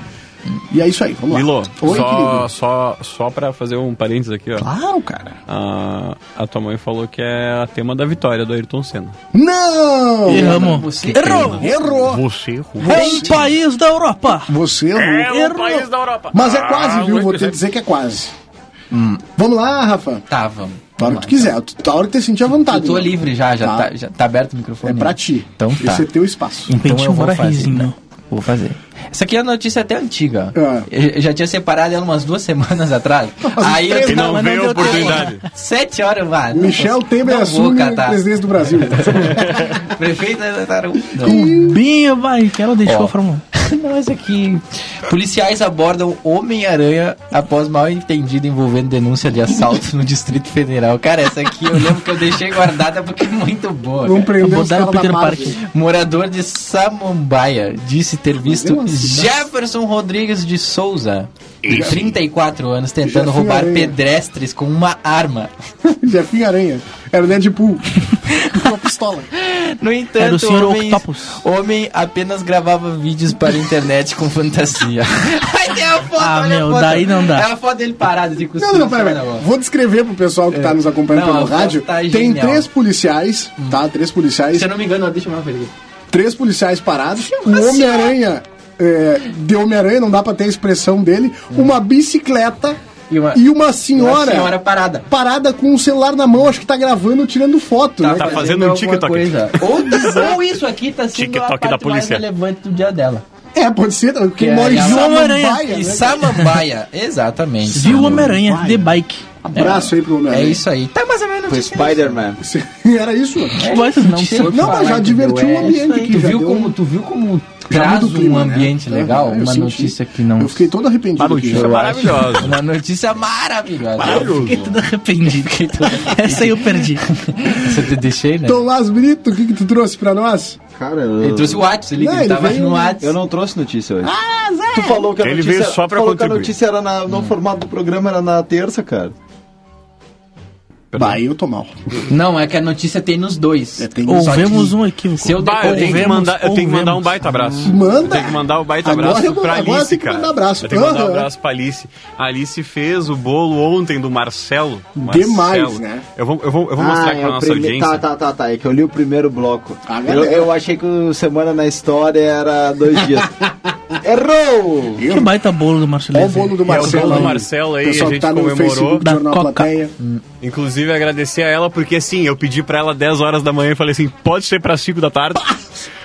E é isso aí, vamos lá.
Lilo,
Oi,
só,
querido.
só, só pra fazer um parênteses aqui, ó.
Claro, cara.
A, a tua mãe falou que é a tema da vitória do Ayrton Senna.
Não!
Erramos.
Você
Errou.
Errou!
Você É um
É um país da Europa.
Você errou.
Errou. país
da Europa. Ah,
Mas é quase, viu? Vou te dizer que é quase. Vamos lá, Rafa.
Tá, Hum. vamos. então.
Na hora que tu quiser, Tá a hora que tu sentir à
Eu
vontade.
tô
né?
livre já, já
Tá.
tá, já tá aberto o
É
microfone.
pra ti.
Então tá.
Esse é teu espaço.
Então
Pente
eu vou
embora
fazer.
risinho.
Vou fazer. Essa aqui é uma notícia até antiga.
Ah.
Eu eu já tinha separado ela umas duas <laughs> semanas atrás. Aí eu
E não
mas
veio a
deu tempo.
oportunidade.
Sete horas, vai.
Michel Temer
não vou
assume a
catar.
presidência do
<laughs>
Brasil.
Prefeito da Tarumba.
Um
Binha, vai, que ela deixou um-
Ó.
a Fórmula
<laughs> Não, essa aqui. é Policiais abordam Homem-Aranha após mal entendido envolvendo denúncia de assalto no Distrito Federal. Cara, essa aqui eu lembro que eu deixei guardada porque é muito boa.
Vamos
1.
cara.
prender os
Botaram o
caras da
Peter
Marvel.
Parker.
Morador de Samambaia disse ter
Mas é
visto
uma cidade.
Jefferson Rodrigues de Souza, de 34 anos, tentando
Jefinho
roubar
Aranha.
pedestres com uma arma.
Jefinho Aranha. Era o Deadpool. Com <laughs> uma pistola.
No entanto,
Era o É senhor
homem,
Octopus.
homem apenas gravava vídeos para a internet com fantasia.
<laughs>
Aí tem a foto,
Ah,
olha a
meu,
foto.
daí não dá.
É a foto dele parado, de
Não,
costura.
não, não, peraí, peraí. Vou descrever pro pessoal que tá nos acompanhando
É. Não, a
pelo
foto
rádio.
tá
Tem
genial.
três policiais, tá? Três policiais.
Se eu não me engano, deixa eu ver ele.
três policiais parados, o Homem-Aranha. é, de Homem-Aranha, não dá pra ter a expressão dele, uma bicicleta
Hum. E
e
uma-
uma,
Senhora,
senhora
senhora parada.
parada com o celular na mão, acho que tá gravando, tirando foto, né?
tá
cara?
fazendo um
alguma
TikTok.
coisa. Ou, tá- ou isso aqui tá sendo a
TikTok
parte
da
mais
polícia.
relevante do dia dela.
É, pode ser, quem
É,
mora em
e a-
Samambaia,
E
né?
Samambaia, exatamente.
Viu o Homem-Aranha, The Bike.
Abraço aí pro
É
Homem-Aranha. <laughs>
isso aí. Tá mais ou menos
Foi
isso.
Spider-Man.
Era isso?
Que baita
Não
notícia.
sei o que
Não, mas
falar,
já
entendeu?
divertiu
É
o ambiente
isso aí.
aqui,
Tu
já
viu
deu
como
um-
tu viu como
Já
traz
muda o clima,
um
né?
ambiente
É,
legal,
eu
uma
senti.
notícia que não
Eu fiquei todo arrependido.
A notícia é
aqui.
maravilhosa.
Uma notícia maravilhosa.
Fiquei todo arrependido. Essa aí eu perdi.
Você te deixei, né?
Tomás Brito, o que, que tu trouxe pra nós?
Cara, eu...
Ele trouxe o Whats, ele,
Não,
ele
ele
tava
veio-
no Whats.
Eu não trouxe notícia hoje. Ah, Zé! Tu falou que a
Ele
notícia,
veio só pra
tu falou que a
contribuir.
notícia era na- no formato do programa, era na terça, cara.
Bah, eu tô mal.
Não, é que a notícia tem nos dois.
É, tem
Só
Ouvemos
que
um equívoco.
Se eu
Bah, eu tenho que
Ouvemos,
mandar, eu tenho que mandar um
ouvemos.
baita abraço.
Manda.
Eu tenho que mandar um baita
Agora
abraço
eu vou-
pra
agora
Alice,
tem que
cara.
mandar abraço.
Eu tenho que mandar um
Aham.
abraço pra Alice. A Alice fez o bolo ontem do Marcelo. Marcelo.
Demais, né?
Eu vou, eu vou, eu vou mostrar aqui
é
pra
o
nossa
prime-
audiência.
Tá, tá, tá, tá. É que eu li o primeiro bloco.
Ah,
eu,
galera.
eu achei que o Semana na História era dois dias. <laughs> Errou!
Que baita bolo do Marcelo.
Olha o bolo do
É o
Marcelo.
bolo do
aí.
Marcelo aí, a
Pessoal que
gente
tá no
comemorou.
Facebook do
Da
Jornal
Coca.
Plateia.
Inclusive, agradecer a ela, porque assim, eu pedi pra ela 10 horas da manhã e falei assim: pode ser pra 5 da tarde.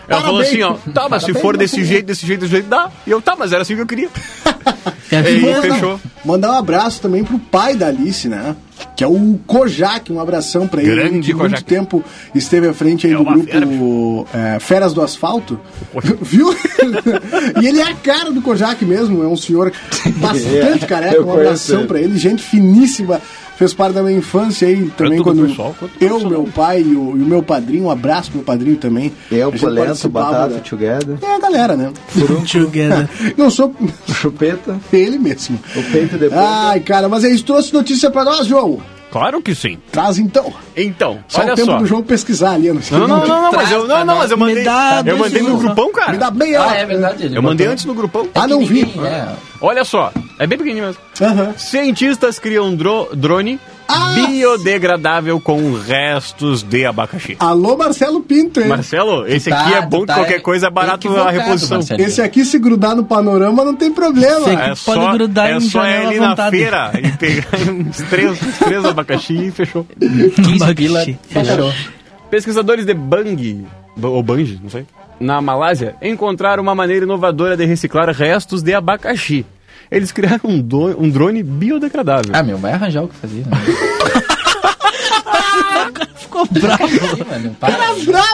Ela falou assim,
Parabéns.
ó, tá, mas se
Parabéns, né?
for desse
parabéns.
jeito, desse jeito, desse jeito, dá. E eu, tá, mas era assim que
<laughs>
eu queria.
É a
E aí,
vida-
Não, não.
fechou.
Mandar um abraço também pro pai da Alice, né? Que é o Kojak, um abração pra ele.
Grande
ele que
Kojak.
muito tempo esteve à frente aí
É
do
uma fera,
grupo é, Feras do Asfalto.
Kojak.
<laughs> Viu? e ele é a cara do Kojak mesmo, é um senhor bastante
<laughs> É,
careca,
eu
um
conheço
abração
ele.
pra ele, gente finíssima. Fez parte da minha infância aí também
do
quando
pessoal, quanto do
eu, meu pai e o, e o meu padrinho, um abraço pro meu padrinho também. A
Eu,
gente
Polento,
participava
Batata,
da-
Together,
É a galera, né? <laughs>
Together.
Não sou
Chupeta, Ah,
ele mesmo.
o peito de pomba.
Ai, cara, mas eles trouxe notícia pra nós, João.
Claro que sim.
Traz então.
Então,
Só
olha
o tempo
só.
do João pesquisar ali. no-
Não, não, não, não, não, mas eu, não,
Traz pra
não, mas eu
nós.
mandei.
Me dá
Eu
dois
mandei no
minutos.
grupão, cara.
Me dá bem
Ah,
ela.
é verdade. ele
Eu mandei
botou-
antes no grupão.
Ah, não vi.
É.
Olha só, é bem pequenininho mesmo.
Aham.
Cientistas criam dro- drone
Ah!
biodegradável com restos de abacaxi.
Alô, Marcelo Pinto, hein?
Marcelo, esse
Tá,
aqui é bom
tá
que qualquer coisa é barato a
equivocado,
reposição.
Marcelinho.
Esse aqui se grudar no panorama não tem
Esse
problema.
aqui-
É
Pode
só,
grudar
é
em
só
janela
ir
à
ali na
vontade.
feira e <laughs> pegar uns três, uns três abacaxi e fechou.
15
Abacaxi.
pila, fechou.
Pesquisadores de Bang, B- ou Banji, não sei, na Malásia, encontraram uma maneira inovadora de reciclar restos de abacaxi. Eles criaram um, do- um drone biodegradável.
Ah, meu, vai arranjar o que fazer, né?
Ficou
<laughs>
bravo.
Ih, mano, para.
Ah,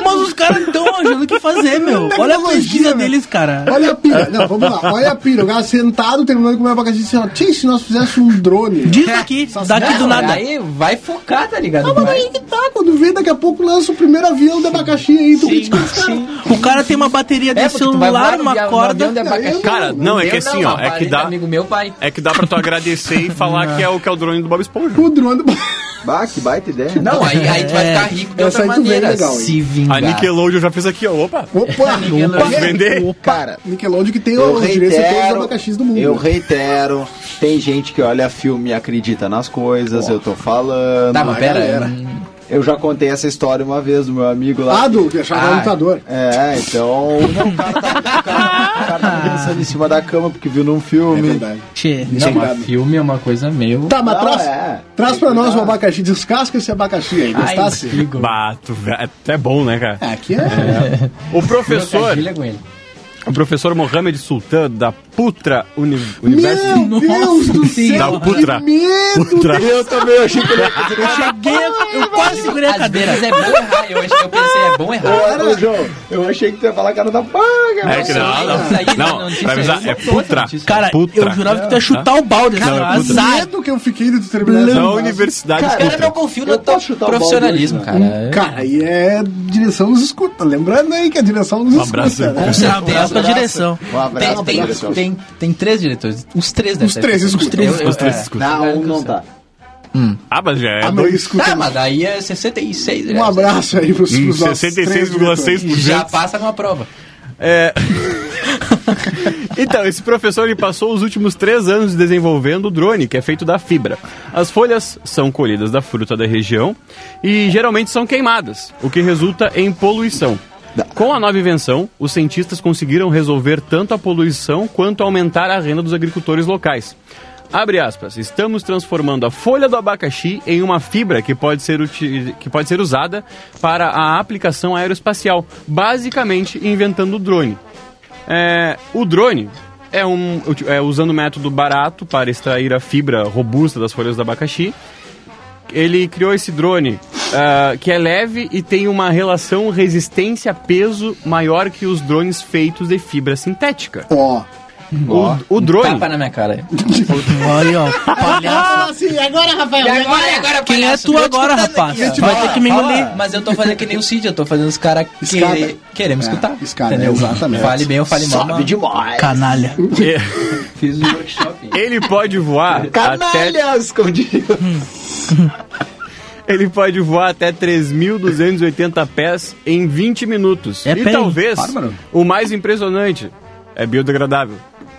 Mas os caras estão achando o que fazer, meu. Olha a
Tecnologia,
pesquisa
né?
deles, cara.
Olha a pira. Não, vamos lá. Olha a pira. O cara sentado terminando de comer abacaxi e disse: assim, ó, "Tchê, se nós fizéssemos um drone.
Diz Tá aqui, daqui do
Não,
nada.
Aí vai focar, tá ligado?
Mas
Vai.
aí que tá, quando vê, daqui a pouco lança o primeiro avião de abacaxi aí. Tu
Sim,
critica os caras.
sim.
O cara tem uma bateria de
É, porque tu vai
celular,
voar no
uma
avião- no
corda.
avião de abacaxi.
Cara, não, é
Eu
que assim, ó, é
rapaz,
que
ele
dá...
Amigo meu pai.
É que dá pra tu agradecer e falar que é o que é o drone do Bob Esponja.
O drone
<laughs>
do.
Bah, que baita ideia.
Não, aí, aí tu vai
É,
ficar rico de
Essa
outra
aí tu vem
maneira. Tá,
legal, hein?
se vingar.
A Nickelodeon já fez aqui, ó. Opa!
Opa,
Nickelodeon.
é, opa.
Vender?
Cara,
Nickelodeon que tem
eu
os direitos de todos os
reitero,
abacaxis do mundo.
eu reitero, tem gente que olha filme e acredita nas coisas, eu tô falando.
Tá, mas pera.
Era, era.
Eu já contei essa história uma vez do meu amigo lá.
Ah, do que achava
Ah.
lutador.
É, então. Não, o, cara tá, o, cara, o cara tá pensando em cima da cama porque viu num
É
filme.
verdade.
Tchê.
Não,
Sim.
mas filme é uma coisa meio...
Tá, mas
Não,
traz,
é.
traz pra nós o abacaxi, descasca esse abacaxi aí,
Ai,
gostasse?
Igor.
Bato, velho. É até bom, né, cara?
É, Aqui é.
O
Meu
professor,
trocadilho é com ele.
O professor Mohamed Sultan, da Putra Uni University.
Meu Deus do céu!
Da Putra.
Que medo!
Putra.
Eu também achei que ele ia fazer.
Eu cheguei, eu quase segurei a
Às
cadeira.
vezes é bom errar, eu acho que eu pensei, é bom errar.
Ô, ô, João, eu achei que tu ia falar cara da paga.
É que não, não.
Isso aí não,
Não,
não, isso
pra
aí
avisar,
não
é
pode,
Putra.
notícia.
Cara,
Putra.
eu jurava que tu ia chutar o balde assim.
Não, é
ó,
putra.
azar.
medo que eu fiquei de determinar
Da Universidade
Os caras
Putra.
não confiam no
Eu
teu
posso chutar o balde
profissionalismo,
hoje, né?
cara. É.
Cara, aí é direção nos escuta. Lembrando aí que a direção nos
Um
escuta.
abraço aí,
né?
Com
Um abraço pra
certeza.
direção.
Um abraço,
Tem, tem,
abraço.
tem, tem três diretores. Os três, né?
Os três escutam.
Eu- eu-
Os três
é.
escutam.
Não, um não tá.
Ah, mas já é
Ah, mas
dois.
escuta.
Ah, mas aí é 66.
Um abraço aí pros,
Hum,
pros nossos três diretores.
66,6%.
Já passa numa prova.
É. então, esse professor ele passou os últimos três anos desenvolvendo o drone, que é feito da fibra. As folhas são colhidas da fruta da região e geralmente são queimadas, o que resulta em poluição. Com a nova invenção, os cientistas conseguiram resolver tanto a poluição quanto aumentar a renda dos agricultores locais. Abre aspas, estamos transformando a folha do abacaxi em uma fibra que pode ser, uti- que pode ser usada para a aplicação aeroespacial, basicamente inventando o drone. É, o drone é um é, usando um método barato para extrair a fibra robusta das folhas do abacaxi. Ele criou esse drone ah, que é leve e tem uma relação resistência-peso maior que os drones feitos de fibra sintética.
Ó.
o, o drone.
Tapa na minha cara.
Aí, ó, palhaço.
Ah, sim, agora, Rafael.
agora, agora,
Quem é tu agora, rapaz? Vai ter que me engolir.
Mas eu tô fazendo que nem o Cid, eu tô fazendo os caras
Escada.
querer, querer me
É,
escutar.
escada,
entendeu?
exatamente.
Fale bem ou fale mal.
Sobe
mas
demais.
Canalha.
Fiz um workshop.
<laughs> Ele
<laughs>
pode voar até
Canalhas, como diria.
Ele pode voar até 3.280 pés em 20 minutos.
É
e
bem.
talvez
Bárbaro.
o mais impressionante é biodegradável.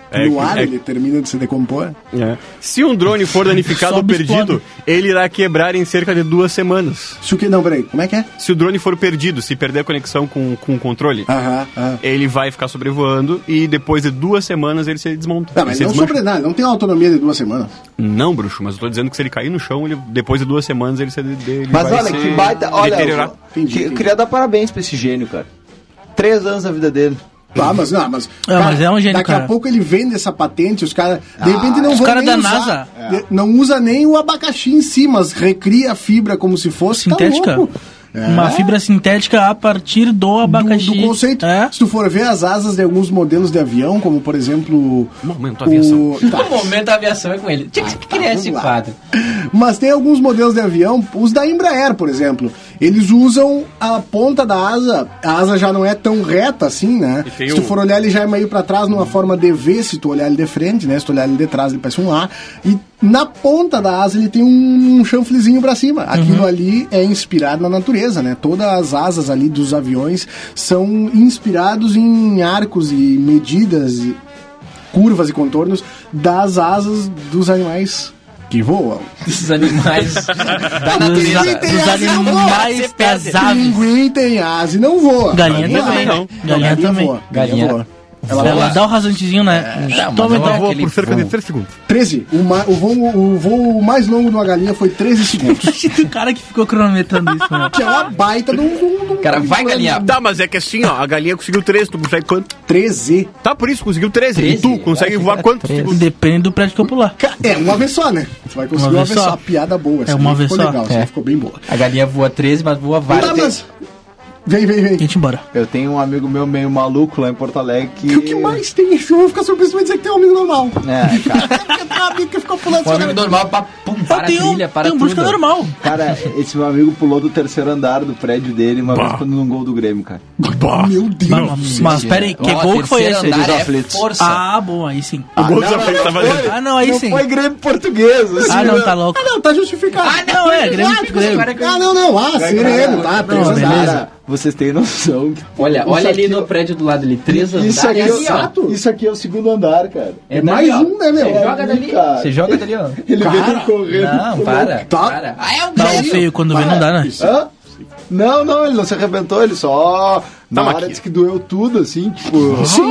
É,
no ar
é-
ele termina de se decompor.
é. Se um drone for danificado ou
Sobe e
perdido, ele irá quebrar em cerca de duas semanas.
Se o que não, peraí, como é que é?
Se o drone for perdido, se perder a conexão com, com o controle,
Aham, aham.
ele vai ficar sobrevoando e depois de duas semanas ele se desmonta.
Não,
Ele
mas
se
não
desmancha.
sobre nada, não tem autonomia de duas semanas.
Não, bruxo, mas eu tô dizendo que se ele cair no chão, ele, depois de duas semanas ele se de- de- ele
Mas
vai
olha,
se
que baita. Olha,
deteriorar.
eu,
Entendi,
que- eu
entendi.
queria dar parabéns pra esse gênio, cara. Três anos da vida dele.
Ah, mas não, mas.
mas é um gênio,
Daqui a
cara. Ah,
pouco ele vende essa patente, os caras. De repente não
os
vão
cara
nem
da
usar.
NASA.
É. Não usa nem o abacaxi em si, mas recria a fibra como se fosse. Tá
Sintética.
louco. É.
Uma fibra sintética a partir do abacaxi.
Do, do conceito.
É.
Se tu for ver as asas de alguns modelos de avião, como por exemplo.
Momento aviação.
O... Tá.
No momento a aviação é com ele. Tinha que criar esse
Ah, vamos lá.
quadro.
Mas tem alguns modelos de avião, os da Embraer, por exemplo. Eles usam a ponta da asa, a asa já não é tão reta assim, né?
E tem
Se tu
um-
for olhar, ele já é meio pra trás, numa forma de V, se tu olhar ele de frente, né? Se tu olhar ele de trás, ele parece um A. E na ponta da asa ele tem um, um chanflezinho pra cima. Aquilo
Uhum.
ali é inspirado na natureza, né? Todas as asas ali dos aviões são inspirados em arcos e medidas e curvas e contornos das asas dos animais que voam.
Esses animais da
Dos, a-
natureza.
dos animais das aves.
Pinguim tem asa e não voa.
Galinha
Galinha
também.
não.
Galinha também.
Voa.
Galinha.
Galinha voa.
Ela,
Voa.
dá o rasantezinho, né?
Não, mas
Toma
não
então. <laughs>
voa por cerca de
3 segundos.
13. O, ma- o voo, o voo mais longo de uma galinha foi 13
<laughs>
segundos.
Imagina o cara que ficou cronometrando isso, né?
que é uma baita de um... de um- de um-
Cara, vai galinhar.
Tá, mas é que assim, ó, a galinha conseguiu 13, tu consegue quanto?
13.
Tá, por isso conseguiu 13. e
13?
tu consegue
Vai
voar
ficar
quanto?
13.
Depende do prédio que eu pular.
Ca- É, uma vez só, né? Você vai conseguir
Uma
uma,
vez
vez só.
só. É,
Piada boa. essa
uma
aí
vez
ficou
só.
legal, essa aí
É.
ficou bem boa.
A galinha voa 13, mas voa várias.
Tá, mas... Vem, vem, vem.
Gente, embora.
Eu tenho um amigo meu meio maluco lá em Porto Alegre que.
E o que mais tem? Eu vou ficar surpreso se vai dizer que tem um amigo normal.
É, cara.
Tem um amigo que ficou pulando...
Um amigo normal pra, pum, para a
tem um,
trilha, para
tem um
tudo.
brusca normal.
Cara, esse meu amigo pulou do terceiro andar do prédio dele uma vez quando num gol do Grêmio, cara.
Ah,
Meu Deus.
Mas, mas peraí, que
Ó,
gol que foi
terceiro
esse?
andar é
aflitos.
força.
Ah, bom, aí sim.
O gol do Zampelli tava dentro.
Ah, não, aí
Não
sim.
foi Grêmio português. assim,
Ah,
né?
não, tá louco.
Ah, não, tá justificado.
Ah, não, é, Grêmio
Ah,
Grêmio.
Ah, não, não. Ah, sereno, tá.
Não,
Três
beleza.
andares.
Cara, vocês têm noção que.
Olha,
Isso
olha ali
aqui, ó.
no prédio do lado ali, três andares.
Isso
assim,
aqui, é o-
exato.
isso aqui é o segundo andar, cara.
É
mais
dali, ó.
um, né, meu?
Você joga
É,
dali,
cara.
Você joga dali, ó.
Ele veio correndo.
Não, para.
Tá.
para. Ah, é um
Tá um feio quando vê, não dá, né?
Isso.
Hã? Não, não, ele não se arrebentou, ele só. Na
mas
hora
que-
disse que doeu tudo, assim, tipo.
Sim.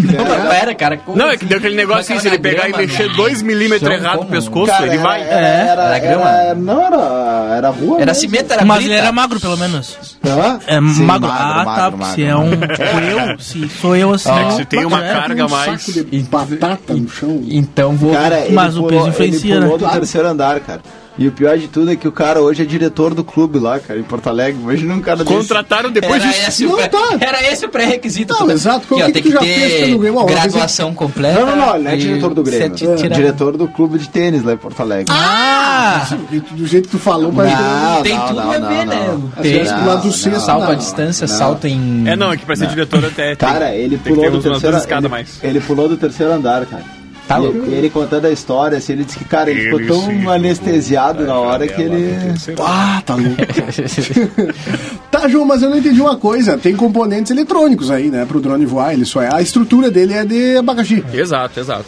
Não, mas não era, cara. Como
Não, é
assim?
que deu aquele negócio assim,
Mas
se
era
ele pegar
grama,
e mexer
né?
2 milímetros
Chão
um
errado no
como?
pescoço,
Cara,
é,
ele
era-
vai. né,
Era,
É,
era,
Era grama?
era- não, era, era rua.
Era
mesmo.
cimento, era
Mas
brita.
ele era magro, pelo menos.
Hã?
É
Sim,
magro. Ah, tá. porque se é um. <laughs> eu, se sou eu assim.
É que se tem uma
é,
carga a
Um
mais.
saco de batata no chão.
Então vou.
Cara, ele
Mas o
pulou-
peso influencia,
ele pulou
né?
do terceiro andar, cara. E o pior de tudo é que o cara hoje é diretor do clube lá, cara, em Porto Alegre. Imagina um cara desse.
Contrataram depois
era,
disso.
esse o
Não,
pré-
tá.
era esse o pré-requisito.
Não,
Tu-
exato. Qual
Aqui, ó,
que
tem
tu
que
já fez pelo
ter
Grêmio? Ó,
graduação completa.
Não, não, não, ele não é
e
diretor do Grêmio.
Ah.
sete-
É.
tira-
Diretor do clube de tênis lá em Porto Alegre.
Ah!
Do jeito- Do jeito que é um tu falou, mas.
Não,
Tem
não,
tudo
não,
a
não, não.
ver, né?
As
Tem-
crianças do lado do
Não,
cesto,
Salto à
não.
distância,
não.
salto em. <laughs>
É, não, é que pra ser diretor até. tem-
Cara, ele
tem que
pulou
ter
do
umas duas
terceiro
escadas
ele,
a mais.
ele pulou do terceiro andar, cara.
Tá
e,
louco.
e ele contando a história, assim, ele disse que, cara, ele,
Ele
ficou tão
se
anestesiado na hora que ele.
Ah, tá louco. Tá, João, mas eu não entendi uma coisa. Tem componentes eletrônicos aí, né? Pro drone voar, ele só é. A estrutura dele é de abacaxi.
Exato, exato.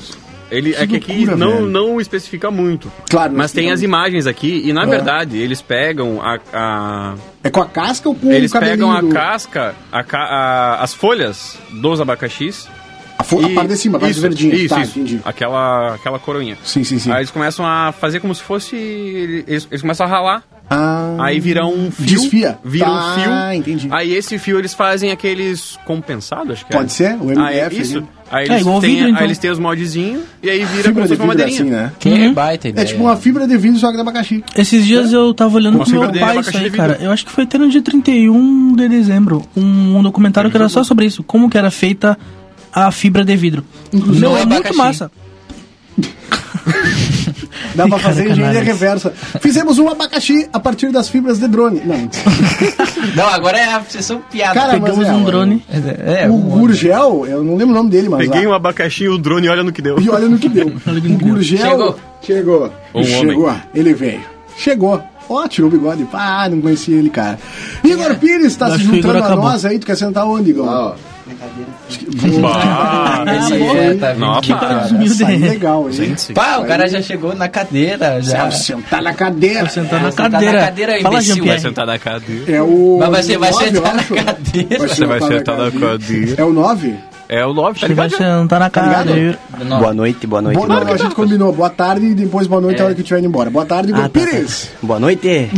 Ele, é que aqui
loucura,
não,
velho.
não especifica muito.
Claro, não É.
Mas tem
especifica
as imagens aqui, e na verdade eles pegam a. a-
É com a casca ou com
eles
o cabelinho?
pegam a
do-
casca, a ca- a- as folhas dos abacaxis.
A, fo- a
e-
parte de cima, a parte
isso,
verdinha.
Isso,
tá,
isso.
entendi.
Aquela, aquela coroinha.
Sim, sim, sim.
Aí eles começam a fazer como se fosse. Eles, eles começam a ralar.
Ah,
Aí vira um fio.
Desfia.
Vira
Tá,
um fio.
entendi.
Aí esse fio eles fazem aqueles compensados, acho que
Pode
é.
ser, o MDF,
Ah, é isso.
né?
Aí
É,
eles,
igual
têm,
vidro, então.
aí eles têm os moldezinhos e aí vira como
fibra
se
de
fosse uma
vidro é assim,
madeirinha.
né?
Que
É
baita ideia.
tipo uma fibra de vidro, só que de abacaxi.
Esses dias eu tava olhando
Nossa,
pro
eu
meu
dei
pai
abacaxi
isso aí,
de vidro.
cara. Eu acho que foi até no dia 31 de dezembro. Um, um documentário que era só sobre isso. Como que era feita a fibra de vidro. Inclusive,
Não
é muito
abacaxi.
massa.
Dá pra
Cara,
fazer engenharia
canalhas.
reversa. Fizemos um abacaxi a partir das fibras de drone. Não,
Não, agora é a sessão piada.
Cara, mas
Pegamos
é,
um
olha,
drone.
é, é,
o
um-
Gurgel, eu não lembro o nome dele, mas.
Peguei
ah,
um abacaxi e o drone olha
<laughs>
no que deu.
E olha no que deu. O Gurgel.
Chegou.
Chegou.
Um
Chegou. Ele veio. Chegou. Ó, tirou o bigode. Pá, não conhecia ele, cara. Igor Pires tá
Acho
se
que o Igor
juntando a
acabou.
nós aí. Tu quer sentar onde, Igor?
Ó,
<laughs>
Bah,
Esse
Ah,
já tá
Não,
vindo.
pá.
Cara,
Essa aí é
Humilde.
legal, hein?
Gente,
Pá, o cara já chegou na cadeira. Já.
Vou sentar na cadeira.
Sentar na
sentar na
cadeira.
cadeira,
Fala,
imbecil,
vai
Jean-Pierre.
sentar na cadeira.
É o.
Mas vai ser- vai
nove,
sentar
eu
na
acho.
cadeira.
Vai tá
Você vai sentar na cadeira.
É o 9?
É o Love, tá
Ele vai
ligado?
sentar na cadeira.
Boa noite, boa noite.
Boa, não, a gente combinou. Boa tarde e depois boa noite, a hora que eu estiver indo embora. Boa tarde, Igor
Ah, tá,
Pires.
Boa noite.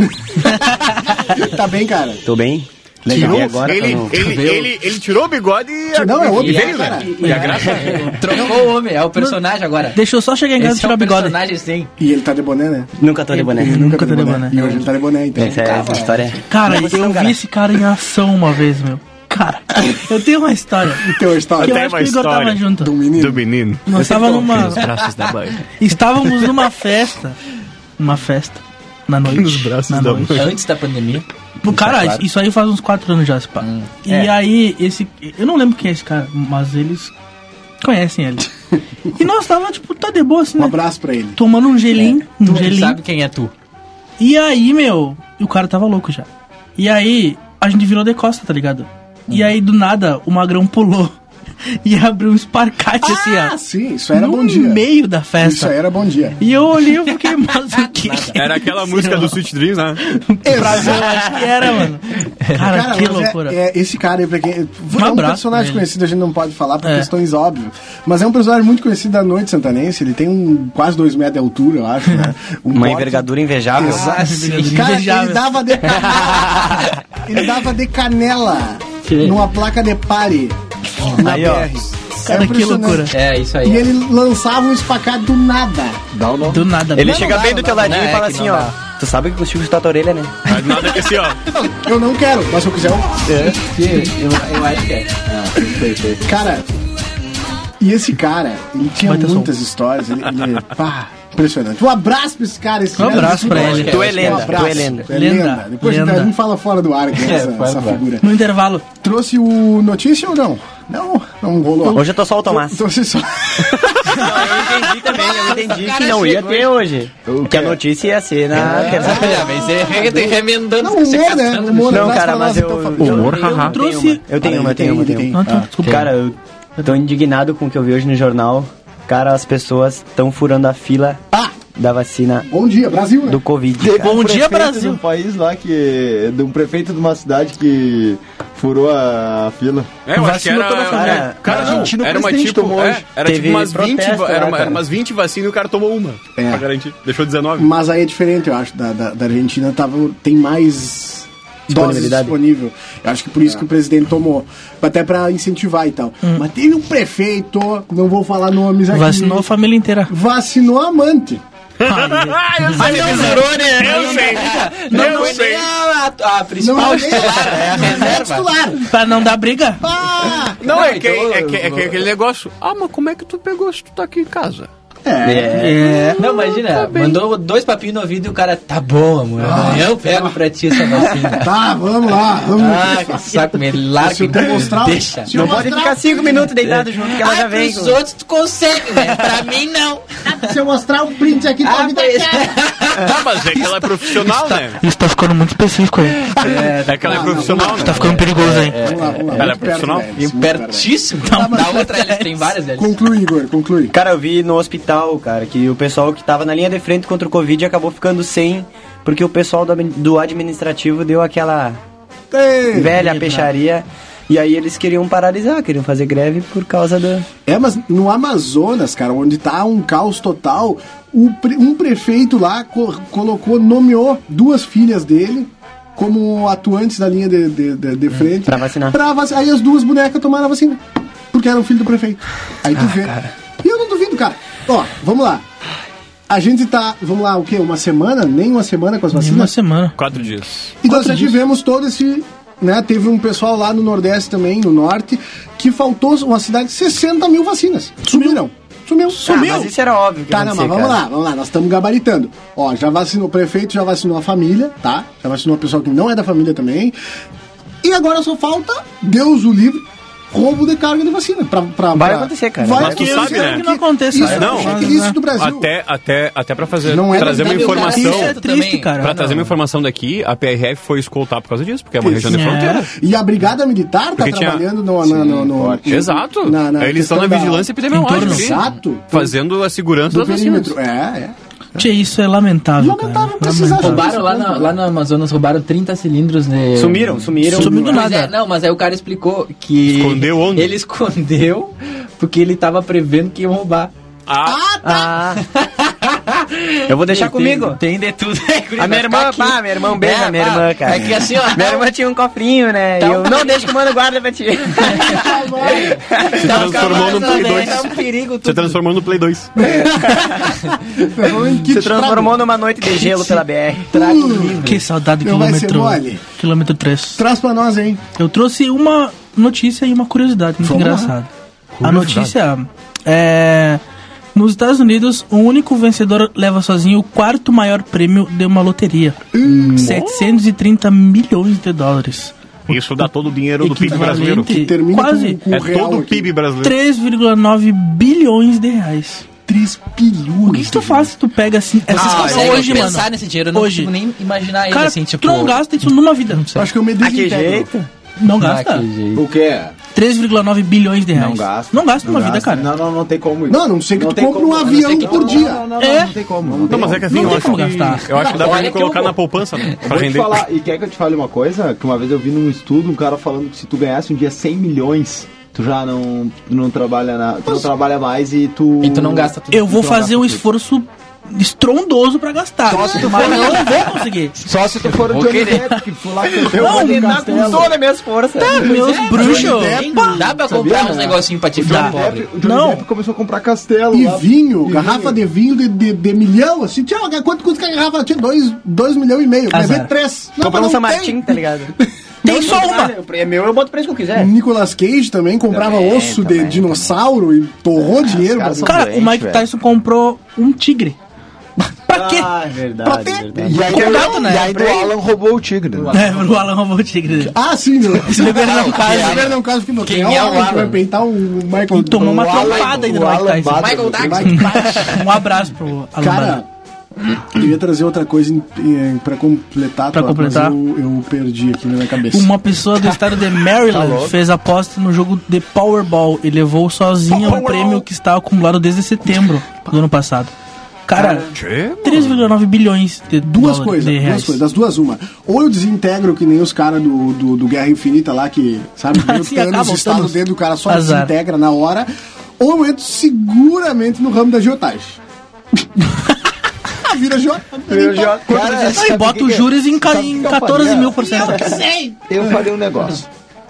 Tá bem, cara?
Tô bem? Legal.
Tirou,
E agora
tá
ele,
pra não-
ele, ele, ele tirou o bigode e...
Não, é outro.
E veio,
cara.
né? E a graça...
<laughs> Trocou o homem, é o personagem agora.
Deixa eu só chegar em casa e
Esse é
tirar
o
o bigode.
personagem, sim.
E ele tá de boné, né?
Nunca tô de boné.
Nunca tá de boné.
E hoje ele tá de boné, então.
Essa, essa história é...
Cara,
Não, você
eu
não,
vi
cara.
esse cara em ação uma vez, meu. Cara, eu tenho uma história.
E teu
Que
história?
eu
Tem
acho
uma
que o Igor
história.
tava
Do
junto.
menino.
Do menino.
Nós estávamos numa.
braços da mãe.
Estávamos numa festa. Uma festa. Na noite.
Nos braços
na
da
noite.
Antes da pandemia.
Pô,
Tá
Cara, isso aí faz uns 4 anos já, se pá.
Hum.
e
é.
aí, esse. Eu não lembro quem é esse cara, mas eles
<laughs>
conhecem ele. e nós tava, tipo, tá de boa assim,
Um
né?
abraço pra ele.
Tomando um gelinho. Um
Tu
gelinho.
sabe quem é tu.
E aí, meu, o cara tava louco já. E aí, a gente virou de costa, tá ligado?
Hum.
E aí, do nada, o magrão pulou <laughs> e abriu um esparcate assim, ó.
Ah, sim, isso era
no
bom dia.
meio da
Isso
festa.
aí era bom dia.
E eu olhei
<laughs>
e fiquei, mas o que que é
Era aquela
isso,
música do
mano?
Sweet Dreams, né?
Prazer, eu acho que era, mano. Cara,
mas
que
é-
loucura.
É, esse cara aí, pra quem.
Um
é um
abraço
personagem
pra ele.
conhecido, a gente não pode falar por
É.
questões óbvias. Mas é um personagem muito conhecido da noite santanense. Ele tem um quase dois metros de altura, eu acho,
<laughs>
né? Um
Uma
porte-
envergadura invejável.
Ah,
Ah,
Exato.
envergadura
Cara, ele
invejável.
dava de canela.
<laughs>
ele dava de canela numa placa de pare. Na
Aí, ó.
BR.
Cara, que
impressionante.
loucura.
É, isso aí.
E ele lançava um espacate do nada.
dá o nome.
Do nada,
Ele
mano.
chega bem do teu ladinho
não,
e fala
é que
assim,
não
ó...
dá.
Tu sabe que o Chico está a orelha, né?
Mas Nada que assim, ó.
Eu não quero, mas se eu quiser, eu
Eu, eu acho que é.
Cara, e esse cara, ele tinha
Baita som.
muitas histórias. Ele, ele- pá, impressionante. Um abraço pra esse cara. Esse
Um
cara
abraço
é
pra
muito
ele.
bom.
Tu é lenda,
Um abraço.
tu é lenda.
Tu é lenda.
Lenda,
Depois
lenda.
a gente um fala fora do ar, que
<laughs>
é essa,
É, fora
essa
do ar.
figura.
No intervalo.
Trouxe o notícia ou não? Não, não rolou.
Hoje eu tô só o Tomás.
Trouxe só.
Eu entendi também, eu entendi
cara
que não ia
chegou,
ter hoje.
é
Que a notícia ia ser né? na quebrada.
Ah, um. mas é re- remendando.
Não, humor, né? Humor,
Não,
abraço
cara,
pra nós,
mas eu...
então, Fabiano.
eu-
Humor,
eu- eu
haha.
tenho
Trouxe-
uma. Eu tenho uma, eu tenho uma, eu tenho uma.
Não, tá, desculpa.
Cara, eu tô indignado com o que eu vi hoje no jornal. Cara, as pessoas estão furando a fila da vacina
Bom dia, Brasil, né?
do Covid.
Teve
cara.
Bom dia,
prefeito
Brasil.
De um país lá que. De um prefeito de uma cidade que furou a, a fila.
É, eu acho que
Vacina
era.
toda a família.
era- Cara, não,
Argentina, o
era uma
presidente
tipo.
tomou
é,
hoje.
era tipo
Teve
umas 20,
protesto
va- era,
lá,
uma-
cara.
eram umas 20 vacinas e o cara tomou uma.
É.
Pra garantir. Deixou 19. <laughs>
Mas aí é diferente, eu acho, da, da, da Argentina tava, tem mais doses
Disponibilidade.
disponível. Eu acho que por isso que o presidente tomou. Até pra incentivar e tal. Mas teve um prefeito, não vou falar nomes aqui.
Vacinou a família inteira.
Vacinou a amante.
Ah, eu sei. Eu sei.
Não,
Eu
foi
sei.
nem a, um Ah, a, a
Não
principal
é
titular, é a reserva.
Pra não dar briga?
Ah!
Não, é, que, é, que, é que- é aquele negócio. Ah, mas como é que tu pegou se tu tá aqui em casa?
É. Não, imagina, mandou dois papinhos no ouvido e o cara, tá bom, amor, eu pego pra ti essa vacina.
<laughs> Tá, vamos lá, vamos
Ah, que saco, me larga,
Se eu demonstrar,
deixa.
se eu
Não pode
mostrar-
ficar cinco minutos deitado junto, que ela já
Ah,
vem.
pros
com-
outros tu consegue, né? Pra mim <laughs> não.
Se eu mostrar um print aqui, tá
Ah,
me
pois-
Tá, mas é que ela é profissional, né?
Isso tá ficando muito específico aí.
É que ela é
não,
profissional, né?
Tá ficando perigoso, hein?
Vamos lá, vamos lá.
Ela é
muito perto,
profissional?
velho,
E
muito perto.
pertíssimo. Não, da outra eles têm várias,
<laughs>
velho.
Conclui, Igor, conclui.
Cara, eu vi no hospital, cara, que o pessoal que tava na linha de frente contra o Covid acabou ficando sem, porque o pessoal do, admi- do administrativo deu aquela velha peixaria. E aí eles queriam paralisar, queriam fazer greve por causa do.
É, mas no Amazonas, cara, onde tá um caos total, o pre- um prefeito lá co- colocou, nomeou duas filhas dele como atuantes da linha de, de, de- de frente.
pra vacinar.
Pra vaci- Aí as duas bonecas tomaram a vacina. Porque eram filho do prefeito. Aí tu vê. E eu não duvido, cara. Ó, vamos lá. A gente tá, vamos lá, o quê? Uma semana? Nem uma semana com as
Em é. uma
vacinas?
semana.
Quatro dias.
E nós já Então, assim, tivemos todo esse. Né, teve um pessoal lá no Nordeste também, no Norte, que faltou uma cidade de 60 mil vacinas. Sumiram. Sumiu. Sumiu.
Ah, mas isso era óbvio que
Tá,
ia
não, mas
acontecer,
vamos
cara.
lá, vamos lá, nós estamos gabaritando. Ó, já vacinou o prefeito, já vacinou a família, tá? Já vacinou o pessoal que não é da família também. E agora só falta, Deus o livre, roubo de carga de vacina. Pra, pra,
Vai
pra-
acontecer, cara.
Vai
Mas tu
acontecer.
sabe, né?
porque
Que não aconteça.
Isso,
Não.
é isso do Brasil.
Até, até, até pra fazer,
Não é
trazer uma
verdade, cara.
informação.
Isso é triste,
Também.
cara.
Pra trazer uma informação daqui, a PRF foi escoltar por causa disso, porque é uma região de
É.
fronteira.
E a Brigada Militar tá
Porque tinha-
trabalhando no, na- no, no, no-
Exato.
na- na
Eles estão na
questão da-
vigilância epidemiológica.
Entorno.
ali,
Exato.
Fazendo a segurança
do
das vacinas.
perímetro. É, é.
Tchê, isso é lamentável, cara.
Lamentável precisar
Roubaram lá, na, lá no Amazonas, roubaram 30 cilindros de...
Sumiram, sumiram.
Sumiu do
Pois
nada.
é, não, mas aí o cara explicou que.
Escondeu onde?
Ele escondeu porque ele tava prevendo que iam roubar.
Ah,
Ah. Eu vou deixar
Tem-
comigo.
Tem de tudo.
<laughs> A minha irmã, pá, minha irmã, um beijo
É,
na minha
pá.
irmã, cara.
É que assim, ó.
Minha irmã tinha um cofrinho, né?
Tá
E eu,
um-
não, deixa que o mano guarda pra ti.
Então,
se transformou no Play 2.
É um perigo
Se
tudo.
transformou no Play 2.
um
Se transformou numa noite de gelo pela Hum. BR.
é-
Que saudade do
Não vai ser
quilômetro.
mole.
Quilômetro 3.
Traz pra nós, hein?
Eu trouxe uma notícia e uma curiosidade muito
Vamos lá.
engraçada. A notícia é. Nos Estados Unidos, um único vencedor leva sozinho o quarto maior prêmio de uma loteria:
Hum.
730 milhões de dólares.
Isso dá todo o dinheiro do PIB brasileiro.
Equivalente
Termina
quase
com, com
É
o real
todo o
aqui.
PIB brasileiro.
3,9 bilhões de reais.
3 bilhões.
O que, que tu faz se tu pega assim? Essas
Vocês
coisas
conseguem
hoje,
pensar
mano?
nesse dinheiro? Eu não
Hoje.
consigo nem imaginar ele
Cara,
assim, tipo.
tu não gasta isso numa vida.
Eu Acho que eu me
Ah, que
desintegro.
jeito.
Não
Ah,
gasta.
que jeito.
O quê?
3,9 bilhões de reais.
É, Não gasta.
Não gasta numa vida,
gasta.
cara.
Não, não, não tem como.
Não, a não ser que
Não
tu
tem
compre
como,
um
a não
avião
ser que-
por
não,
dia.
Não, não, não,
É.
não tem como.
Não, mas é que assim,
Não
eu
tem
acho,
como
que,
gastar.
eu acho que dá pra
Olha
ele
que
colocar
eu-
na poupança, né? Pra
Vou te
render.
falar, e quer que eu te fale uma coisa? Que uma vez eu vi num estudo um cara falando que se tu ganhasse um dia 100 milhões, tu já não, não trabalha na, tu não trabalha mais e tu.
E tu não gasta tudo.
Eu vou
Então,
fazer um
gasta
esforço estrondoso pra gastar.
Só se tu
Mas
for-
eu não vou conseguir.
Só se tu for o
Vou
Johnny
querer.
Depp, que foi lá que
Eu vou
Ele
no
tá com
Então,
castelo.
todas as minhas forças.
Tá
Meus bruxos.
Tem- Tá Dá pra comprar uns negocinhos pra te ficar pobre.
Depp, o Johnny
Não.
Depp começou a comprar castelo.
E
lá.
vinho, garrafa de vinho de, de, de milhão, assim, tchau, quanto custa a garrafa? Tinha 2 milhões e meio, quer
Azar.
dizer, 3.
Comprou um São Martin, tá ligado?
Tem só uma.
É meu, eu boto pra isso que eu
<laughs>
quiser.
Nicolas Cage também comprava
Também,
osso de
também,
dinossauro e torrou dinheiro.
caras
pra-
Cara,
doente,
o Mike
velho.
Tyson comprou um tigre. <laughs> pra quê?
Ah,
Pra
verdade.
ter-
E aí,
Que é gato, né?
e aí o Alan roubou o tigre. né?
É, o Alan roubou o tigre dele.
Ah, sim, meu. Se
ele perdeu um caso-
perdeu um caso que não tem.
Quem
Olha
é o
lá, que vai
Alan?
peitar o Michael.
E tomou uma
O Alan-
trompada ainda
o
do Mike
Alan
Tyson.
Bada-
Michael Douglas.
Vai-
Um abraço pro Alan
Cara,
Bada.
eu ia trazer outra coisa em- em- pra completar,
Pra
Tota,
completar.
mas eu, eu perdi aqui na minha cabeça.
Uma pessoa do estado de Maryland fez aposta no jogo de Powerball e levou sozinha um prêmio que estava acumulado desde setembro do ano passado. Cara, 3,9 bilhões de
Duas
dólares,
coisas,
de
duas
reais.
coisas, das duas uma. Ou eu desintegro que nem os caras do, do, do Guerra Infinita lá, que,
<laughs>
sabe, vem o
Sim,
Thanos,
acaba o
estala o
Thanos.
dedo, o cara só
Azar.
desintegra na hora. Ou eu entro seguramente no ramo da
<laughs>
geotagem. Vira J.
Aí bota
é?
os juros em, ca- em 14 mil por cento.
Eu falei um negócio.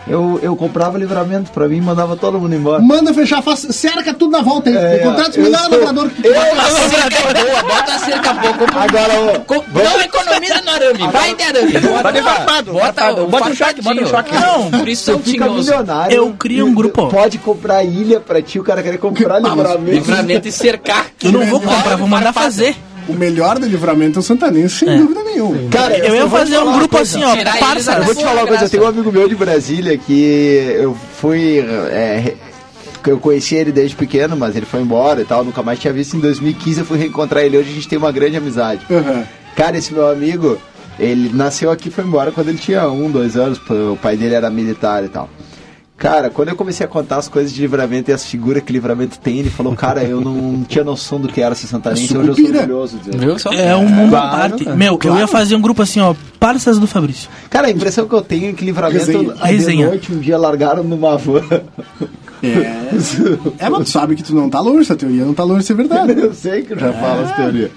Eu, eu comprava livramento pra mim e mandava todo mundo embora.
Manda fechar, faça, cerca tudo na volta, hein?
É,
Contrata os
eu
melhores
sou- assim,
lavradores que
Bota a cerca boa, compra
Agora,
Com- Não economiza no arame, vai de arame. Ah, tá. Bota,
Bota farpado,
bota,
farpado, bota um choque, bota um choque.
Não, por isso
você
são
fica
tinhoso.
milionário.
Eu crio um grupo.
Pode comprar ilha pra ti, o cara querer comprar livramento.
Livramento e cercar.
Eu não vou comprar, vou mandar fazer.
O melhor do livramento é o Santanense, sem dúvida nenhuma.
Cara,
Eu ia
vou te
fazer
falar
um
uma
grupo
coisa.
assim, ó,
Tirar eles
parça.
da-
Eu vou te falar uma coisa, eu tenho um amigo meu de Brasília que eu fui. é, que eu conheci ele desde pequeno, mas ele foi embora e tal, nunca mais tinha visto. Em 2015 eu fui reencontrar ele, hoje a gente tem uma grande amizade.
Aham.
Cara, esse meu amigo, ele nasceu aqui e foi embora quando ele tinha um, dois anos, pô, o pai dele era militar e tal. Cara, quando eu comecei a contar as coisas de livramento e as figuras que livramento tem, ele falou, cara, eu não tinha noção do que era ser santanense, hoje eu sou
sucupira.
orgulhoso. disso."
Viu só?
É um mundo à
Claro,
parte.
cara.
Meu, eu ia fazer um grupo assim, ó, parças do Fabrício.
Cara, a impressão que eu tenho é que livramento
Resenha.
aí de
Resenha.
noite um dia largaram numa van.
É. é, mas tu sabe que tu não tá longe, essa teoria não tá longe de ser verdade.
<laughs> Eu sei que eu já falo assim. as teorias.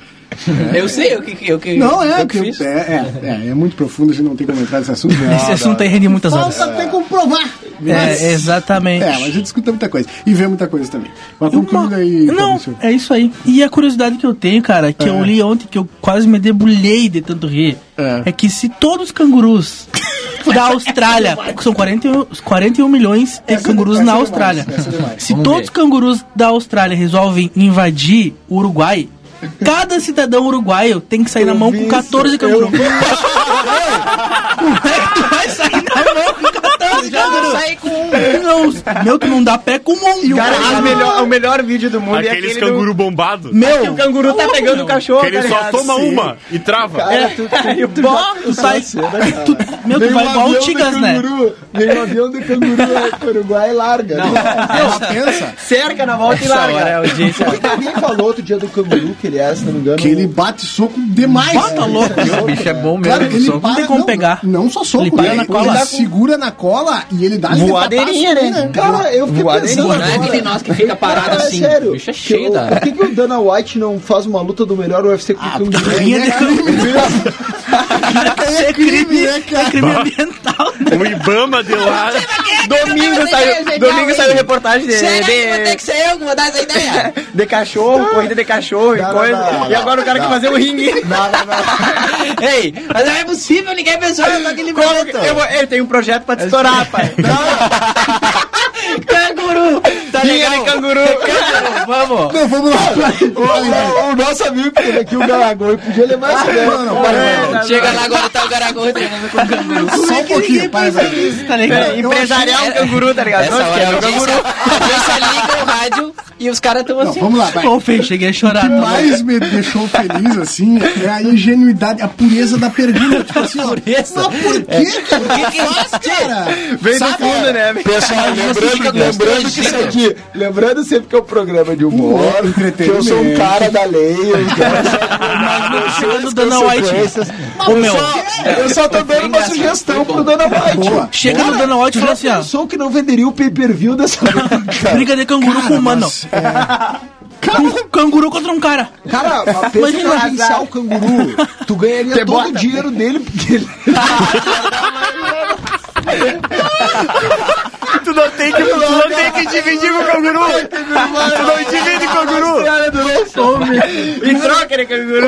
Eu sei, eu que. Eu que
Não, é,
eu que
que eu-
fiz.
é, é, é, é muito profundo, a gente não tem como entrar nesse
<laughs>
assunto.
Esse assunto aí rende muitas horas.
Falta até comprovar. Mas-
É, exatamente.
É, mas a gente escuta muita coisa. E vê muita coisa também. Mas concluindo
Uma-
aí,
Não,
Fabrício.
é isso aí. E a curiosidade que eu tenho, cara, que eu li ontem, que eu quase me debulhei de tanto rir,
É.
é, que se todos
<laughs>
os cangurus da Austrália, são 41, 41 milhões de
Essa-
cangurus
essa
na
é demais,
Austrália.
essa é demais.
se
Vamos
todos
ver.
os cangurus da Austrália resolvem invadir o Uruguai, cada cidadão uruguaio tem que sair na mão com 14 cangurus. Como é que tu vai sair na mão com 14
né?
cangurus?
Sai com um.
Não, Tá, meu, tu não dá pé com um. E
Cara, as melhor- o melhor vídeo do mundo é
Aqueles
aquele
canguru bombado.
Meu,
do... que o canguru tá pegando o cachorro,
Que ele
tá
só
ligado?
toma uma e trava.
<laughs>
Bom, tu sai. tu- meu, É. tu vai igual o Tigas, né?
Vem um avião do canguru pro Uruguai e larga.
é
Pensa
Cerca na volta e
Essa hora é
larga.
a audiência.
Porque alguém falou outro dia do canguru que ele é, se não me engano.
que ele bate soco demais.
Tá
Bota louco.
O bicho é bom mesmo.
Cara, ele
só-
para-
tem como
não,
pegar.
Não só soco,
Ele para
né?
na
Depois
cola.
ele segura na cola e ele dá ali
Voadeirinha,
de
né?
Cara, eu fiquei pensando
Não é
agora.
aquele nosso que fica parado
Cara, é
assim.
sério.
O bicho é cheio
que,
da.
Por que, que o Dana White não faz uma luta do melhor UFC
Ah,
com o
é
canguru?
Rinha de crime. É crime,
né,
é crime ambiental. né?
O Ibama de lá.
Domingo saiu, domingo saiu reportagem de, de,
ser eu que vou dar essa ideia?
<laughs> de cachorro, corrida de cachorro
Não,
e
não,
coisa.
não,
e agora o cara quer fazer o
<laughs>
ringue.
Não, não, não.
Ei,
Mas não é possível, ninguém pensou em aquele
como que- eu vou- ele tem um projeto pra te estourar, pai.
Canguru! Tá
Rinha de
legal?
canguru.
Vamos!
Não, vamos lá.
O, o nosso amigo que teve aqui, o Galagoi, podia levar
Ah,
essa ideia.
Não, não, para,
Chega lá agora, tá o Garagorro treinando com o canguru.
Só um pouquinho, para, velho.
Tá
É,
ligado?
empresarial canguru, tá ligado?
Essa
Não, esquece,
hora a
é o
audiência,
canguru.
a audiência liga o rádio e os caras estão
Não,
assim.
vamos lá, vai.
Ô, Fê, cheguei a chorar. tá louco?
mais me deixou feliz, assim, é a ingenuidade, a pureza da pergunta. Tipo assim, ó,
Pureza.
mas por que, cara? Por que faz, cara?
Vem do
Sabe,
fundo, né?
Pessoal, lembrando, lembrando que isso aqui, lembrando sempre que é um programa de humor,
Humor,
que eu sou um
entretenimento.
cara da lei, eu quero saber
Chegando
as
o <laughs> Dana White.
consequências.
Ô, meu,
Eu só tô dando uma sugestão pro Dana
Boa.
White.
chega no Dana White e fala assim, ó.
Pensou que não venderia o pay-per-view <laughs> dessa cara. é.
Briga de canguru com humano. <laughs> Com- Canguru contra um cara.
Cara, mas pensa em
Imagina.
agenciar o canguru. Tu ganharia todo o
bota.
dinheiro dele, porque ele
Tu não tem que, tu não tem que dividir com o canguru. Tu não divide com o canguru.
E troca de canguru.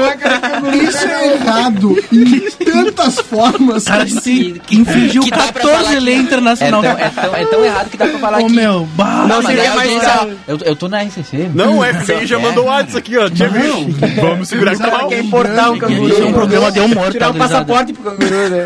Isso é errado em tantas formas.
Cara, se infringiu
que tá- dá pra
14
falar
leis
que- É
internacional.
tão, é, tão, é tão errado que dá pra falar
Ô,
que.
meu, bah.
Não
mas
seria
a
mais
audiência-
legal.
eu, eu tô na RCC.
Não, o FBI já mandou o WhatsApp aqui, ó. Tinha visto. tá Vamos segurar com a
Ela
mão.
quer
um
importar o
Porque
canguru.
Isso é um problema de humor,
Tirar
tá,
um
gurizada?
passaporte pro canguru, né?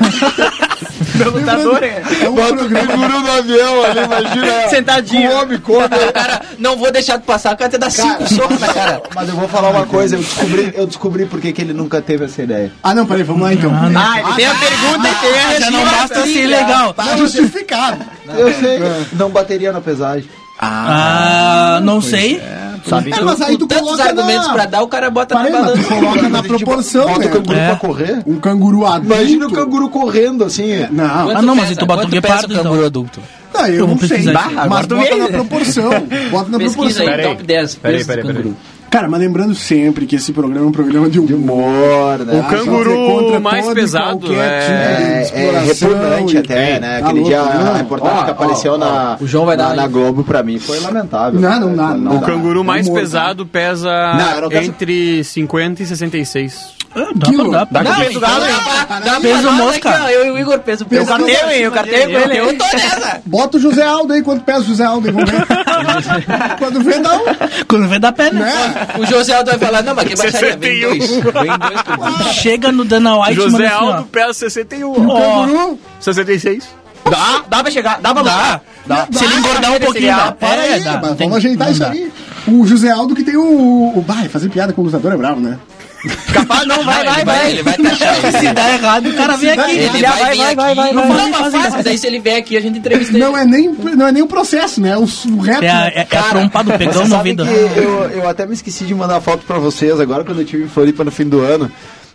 Meu lutador, né?
É um programa.
canguru no avião ali, imagina.
Sentadinho.
Come, come.
<laughs> O cara, não vou deixar de passar, o cara te dá cinco socos na <laughs> cara.
Mas eu vou falar uma coisa, eu descobri, eu descobri por que que ele nunca teve essa ideia.
Ah, não, peraí, vamos lá então.
Ah, ele tem a pergunta e tem a
Já não
resposta.
basta ser legal.
Tá
é.
justificado.
Eu sei, não bateria na pesagem.
Ah, não sei.
Sabe?
É, mas aí tu
tantos
coloca na-
argumentos pra tá dar, o cara bota
Parei,
na
mas
balança.
tu coloca na proporção,
Tipo, Bota o
né?
canguru
É.
pra correr.
Um canguru adulto.
Imagina o canguru correndo assim.
Não,
Ah, não, mas aí tu bota um
quanto pesa
guepardo,
o
então,
canguru adulto?
não, eu
Vamos
não sei.
pesquisar isso.
Barra, Mas
Agora tu
bota
vê,
na
né?
proporção. Bota na
Pesquisa
proporção.
aí,
Peraí.
top 10
Peraí,
pesos do
peraí, peraí.
canguru.
Cara, mas lembrando sempre que esse programa é um programa de humor.
Humor, né?
O canguru
é
mais pesado
tipo
É, é repugnante até,
é,
né?
tá
Aquele dia a reportagem
Ó,
que
ó,
apareceu na,
O João vai
na,
dar-
na Globo pra mim foi lamentável.
Não, não dá, não
O
dá.
canguru mais
Humor,
pesado pesa
Não, eu não quero-
entre 50 e 66.
Ah, dá pra
Dá
dar, pá. Dá
pra
pra
pesquisar,
dar.
Dá
Peso
pra nós
mosca.
aqui, ó, Eu e o Igor peso
Eu carteio, hein? Eu carteio com ele.
Eu tô nessa.
Bota o José Aldo aí, quanto pesa o José Aldo aí,
<laughs>
vamos ver. Quando vê, né? dá um.
Quando vem da perna.
Né?
O José Aldo vai falar, não, mas quem baixaria? Vem
61.
<laughs> dois. Vem dois cangurus.
Chega no Dana White, mano,
José
assim, ó.
Aldo pesa 61.
Canguru.
66.
Dá, dá pra chegar, dá pra dá.
Se ele engordar um pouquinho, dá.
Para
É,
aí,
dá.
mas vamos
Tem-
ajeitar
não
isso
dá.
aí. O José Aldo que tem o. o... Bah, fazer piada com o lutador é bravo, né?
Capaz, não, vai, vai, vai.
Ele vai taxar isso.
Se dá errado, o cara vem
dá
aqui.
errado.
Ele
Já
vai
vai,
vir
vai, vai, vai,
aqui. Não,
vai,
vai,
não, mas
fazer
faz, mas daí se ele vier aqui, a gente entrevista ele.
Não é nem, não é nem o processo, né? O, o reto.
É a, é, é a trompa do
Vocês
pegão na
sabem
vida.
que eu, eu até me esqueci de mandar foto pra vocês agora quando eu tive em Floripa no fim do ano.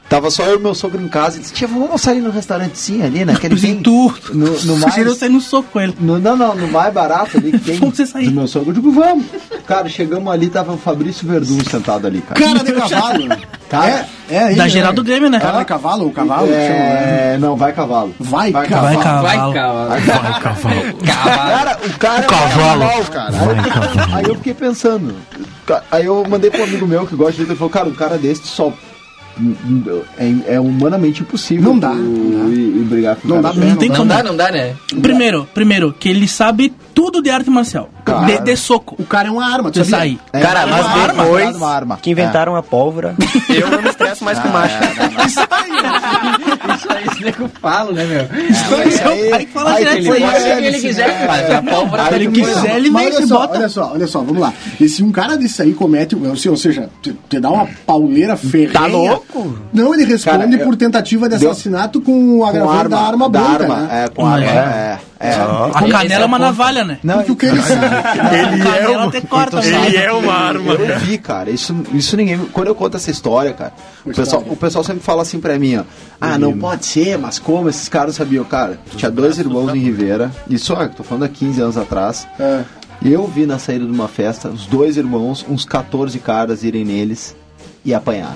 Tava só eu e meu sogro em casa. Ele disse: Tia, vamos almoçar ali no restaurante, sim, ali, naquele.
Mas e
bem-
tu?
No, no mais.
Sugeriu sair no soco com ele.
No, não, não, no mais barato ali que tem.
Vamos você sair.
Do meu sogro. Eu digo, vamos. Cara, chegamos ali, tava o Fabrício Verdun sentado ali, cara.
Cara
<laughs>
de cavalo.
Cara,
É, é ele,
Tá. Da
né?
geral do Grêmio, né?
Cara de cavalo, o cavalo que chama, né?
é, não, vai cavalo.
Vai,
Vai,
cavalo.
Vai,
cavalo.
cavalo.
Cara, o cara é animal, cara. Aí eu, fiquei, aí eu fiquei pensando. Ca- Aí eu mandei pro amigo meu que gosta de ele falou, cara, um cara desse só. É, é humanamente impossível.
Não dá,
tu-
não dá.
E, e brigar com o
Não
cara
dá
desse.
Não tem
Não
como.
dá, não dá, né?
Primeiro, primeiro, que ele sabe tudo de arte marcial.
Cara.
De, de soco.
O cara é uma arma, tu
Você
sabia?
sai.
É,
Cara,
uma
mas
arma, é
depois
uma arma.
Que inventaram a pólvora.
Eu não me estresso mais com macho.
Isso aí, isso é que eu falo, né, meu?
É. Aí,
Aí fala
aí
direto
ele
isso aí,
vai-
Se ele quiser, faz. A pólvora
Aí
tá
ele
de
quis-
boa.
quiser, é, ele
Mas
vem,
olha
se
só,
bota.
Olha só, olha só, vamos lá. E se um cara desse aí comete, ou se- ou seja, te, te dá uma pauleira ferrenha...
Tá louco?
Não, ele responde
Cara, eu-
por tentativa de
Deu-
assassinato com o
Com
agravante
arma,
da arma
da
branca,
arma,
né?
é, com arma, é. é.
A
Esse
canela é
é
uma
o ponto.
navalha, né?
Não,
Porque o que ele sabe...
a canela até corta,
Ele
sabe?
é uma arma.
Eu vi, cara. Isso, isso ninguém. Quando eu conto essa história, cara, o pessoal, o pessoal sempre fala assim pra mim, ó. Ah, não pode ser, mas como esses caras sabiam? Cara, tinha dois irmãos em Rivera. Isso, ó, tô falando há 15 anos atrás.
É.
Eu vi na saída de uma festa os dois irmãos, uns 14 caras irem neles e apanhar.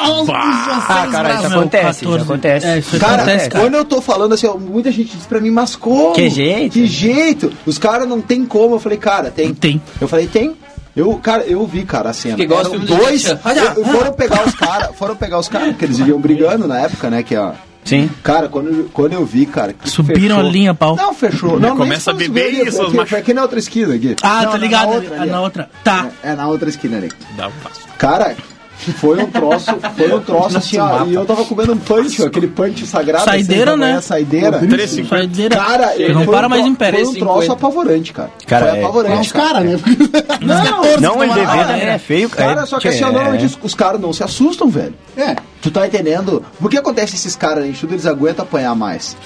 Ah, cara, isso
Meu,
acontece, isso
14.
acontece.
É, isso
Cara,
acontece, cara.
quando eu tô falando assim, ó, muita gente diz pra mim, mas como?
Que jeito?
Que jeito? Os caras não tem como. Eu falei, cara, tem.
Tem.
Eu falei, tem. Eu, cara, eu vi, cara, a cena.
Que igual os
Eram
filmes do
dois.
Jackie Chan. Olha,
eu- eu- foram pegar os caras, foram pegar os caras, porque eles viviam brigando na época, né? Que, ó.
Sim.
Cara, quando, eu- quando eu vi, cara. que
Subiram
fechou-
a linha, pau.
Não, fechou. Não,
Começa
nem
a beber
foi-
isso,
foi
os
aqui-
machos.
Foi aqui é na outra esquina aqui.
Ah,
Não,
tá
não,
ligado?
Na
ali,
outra,
ah,
ali,
Na
ó.
outra. Tá.
É, é na outra esquina ali.
um
Dá um fácil.
Cara, foi um troço, foi um troço assim, ó, e eu tava comendo um punch, aquele punch sagrado.
Saideira,
assim, da manhã,
né?
Saideira.
Saideira.
Cara,
Ele não
foi
para
um
mais
tro-
em pé.
Foi um troço apavorante, cara.
Cara, é-
foi
É um
apavorante,
os
cara.
caras, né?
Não, ele
tomara-
dever também é feio, cara.
Cara, só que assim, eu não disse, os caras não se assustam, velho.
É.
Tu tá entendendo? Por que acontece esses caras em tudo, eles aguentam apanhar mais.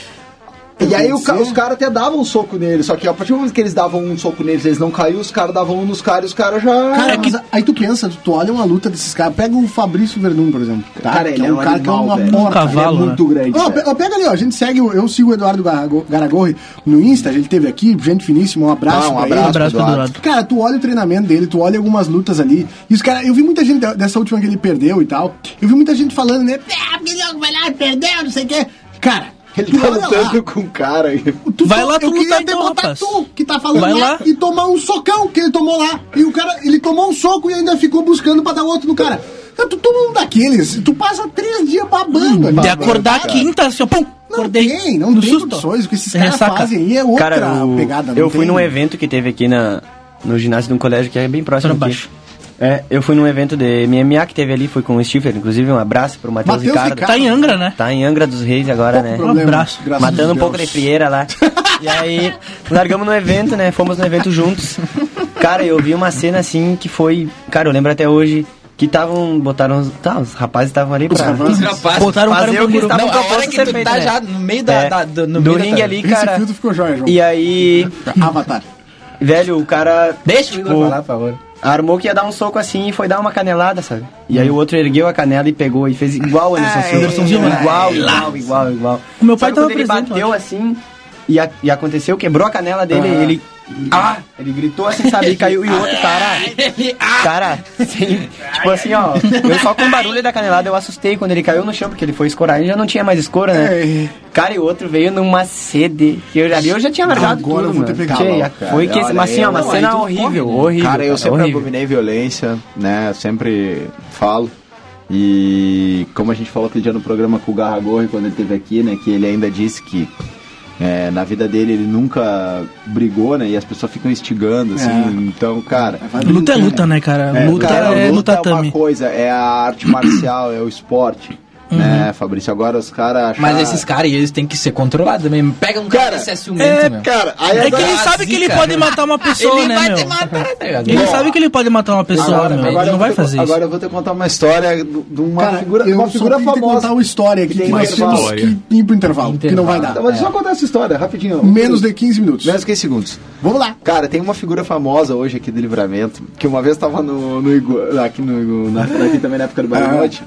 E aí o ca- os caras até davam um soco neles, só que a partir do momento que eles davam um soco neles, eles não caíam, os caras davam um nos caras e os caras já...
É
Cara, mas aí tu pensa, tu olha uma luta desses caras. Pega o Fabrício Verdun, por exemplo. Tá?
Cara,
que
ele
é um
é um
cara que é
animal,
uma
velho.
porta.
Um cavalo,
ele é
muito grande,
Ó,
velho.
pe- ó, pega ali, ó. A gente segue, o- eu sigo o Eduardo Garago- Garagorri no Insta, ele teve aqui, gente finíssima, um abraço.
Ah, um
pra
Um
abraço.
ele.
abraço pro
Eduardo.
Eduardo.
Cara, tu olha o treinamento dele, tu olha algumas lutas ali. E os caras, eu vi muita gente de- dessa última que ele perdeu e tal. Eu vi muita gente falando, né? Ah, milhão, vai lá, perdeu, não sei o quê. Cara,
Ele tá
olha lá.
lutando com o cara aí.
Tu
Vai
só-
lá tu
eu queria
lutar
até
então,
botar
rapaz.
tu que tá falando
Vai
lá,
lá.
e tomar um socão que ele tomou lá. E o cara, ele tomou um soco e ainda ficou buscando pra dar outro no cara. Então, tu toma um daqueles, tu passa três dias babando. ali.
Hum, De acordar quinta, assim, ó, pum,
Não
acordei.
tem, não
do
tem
susto.
condições. O que esses
Você
caras
ressaca.
fazem aí é outra
Cara, eu,
pegada. não
eu fui
tem-
num evento que teve aqui na, no ginásio de um colégio que é bem próximo
Pra
aqui.
baixo.
É, eu fui num evento de MMA que teve ali, foi com o Stifler, inclusive um abraço pro Matheus
Matheus
Ricardo.
Ricardo.
Tá em Angra, né?
Tá em Angra dos Reis agora, né?
problema,
abraço.
graças a
Matando um
Deus.
pouco de frieira
<laughs>
lá. E aí, largamos no evento, né? Fomos no evento juntos. Cara, eu vi uma cena assim que foi. Cara, eu lembro até hoje que estavam. Botaram. os- Tá, os rapazes estavam ali pra.
Os rapazes.
Botaram um cara
fazer
pro
o que
muro.
estavam
Não, a
proposto
hora que
ser
tu
feito,
tá
né?
já no meio da...
É.
da- do no
do
meio da
ringue
tabela.
ali,
Esse
cara.
filtro ficou jóia, João. Ah,
E aí,
Avatar.
velho, o cara
Deixa o Igor
Tipo,
falar, por favor.
Armou que ia dar um soco assim e foi dar uma canelada, sabe? E aí o outro ergueu a canela e pegou e fez
Ah,
igual o Anderson Silva.
Anderson Silva.
Igual, igual, igual, igual.
O meu pai
Sabe
tava
quando ele
presente, eu
bateu assim e, a- e aconteceu, quebrou a canela dele e ele... Ah! Ele gritou assim, sabe? E caiu. E o outro cara...
Ah."
Cara, sim, tipo assim, ó. Eu só com o barulho da canelada eu assustei quando ele caiu no chão, porque ele foi escorar. Ele já não tinha mais escora, né? Cara, e o outro veio numa sede que eu já vi. Eu já tinha largado
Agora
tudo,
eu vou ter
né?
mano.
pegado,
Tinha-
cara.
Foi que... Mas assim, ó, uma
Não, aí
cena
tu
horrível, horrível. é
Cara, eu sempre
horrível.
abominei violência, né? Eu sempre falo. E como a gente falou aquele dia no programa com o Garra Gorri, quando ele esteve aqui, né? Que ele ainda disse que é, na vida dele ele nunca brigou, né? E as pessoas ficam instigando, assim. Então, cara.
Luta é luta, né, cara?
É,
luta
cara,
é no
luta é uma
tatame.
coisa, é a <clears throat> arte marcial, é o esporte. Né, Fabrício? Agora os caras.
Mas
acharam-
esses caras, eles têm que ser controlados também. Pega um cara, desse é ciumento, meu.
Cara, aí
É que
agora-
ele sabe que ele pode matar uma pessoa,
Ele
né,
vai
meu?
te matar, tá ligado?
Ele sabe que ele pode matar uma pessoa,
Agora,
meu.
agora
ele
eu
não
vou
vai
te-
fazer isso.
Agora eu vou te contar uma história do- de uma
Cara,
figura,
eu
uma
só
figura
tenho que
famosa.
contar uma história aqui
que
que,
tem
nós temos
intervalo.
que ir pro intervalo, que não vai dar.
Não, mas só contar essa história, rapidinho.
É. Menos de 15 minutos.
Menos 15 segundos.
Vamos lá.
Cara, tem uma figura famosa hoje aqui do Livramento, que uma vez tava no, no Igu- aqui no Igu- na, aqui também na época do
Ah.
Baranote.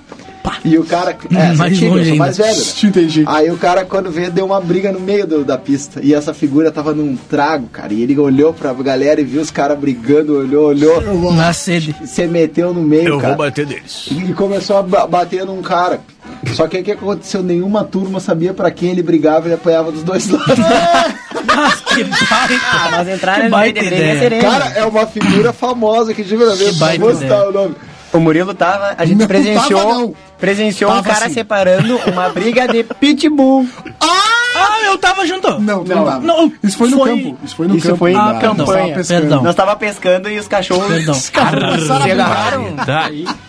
E o cara. É,
Mais
mais,
longe ainda.
mais velho. né?
Te entendi.
Aí o cara, quando veio, deu uma briga no meio do- da pista. E essa figura tava num trago, cara. E ele olhou pra galera e viu os caras brigando, olhou, olhou.
Na sede.
Se meteu no meio, cara.
bater deles.
E começou a ba- bater num cara. Só que o que aconteceu? Nenhuma turma sabia pra quem ele brigava e ele apanhava dos dois <laughs> lados.
que
Ah,
baita.
mas entrar
Que
no meio
baita
de briga
ideia.
é sereno.
cara, é uma figura famosa que de verdade,
Que
eu
baita
vou citar
ideia.
o nome.
O Murilo tava, a gente
Não
presenciou,
tava, não.
presenciou um
Tava
cara
sim.
separando uma briga de pitbull.
Ah, eu tava junto.
Não, não,
Não,
dava.
não,
Isso foi no
foi-
campo. Isso foi no
isso
campo.
foi em
Ah,
perdão,
tava pescando.
perdão.
Nós tava pescando e os cachorros
Perdão.
se agarraram.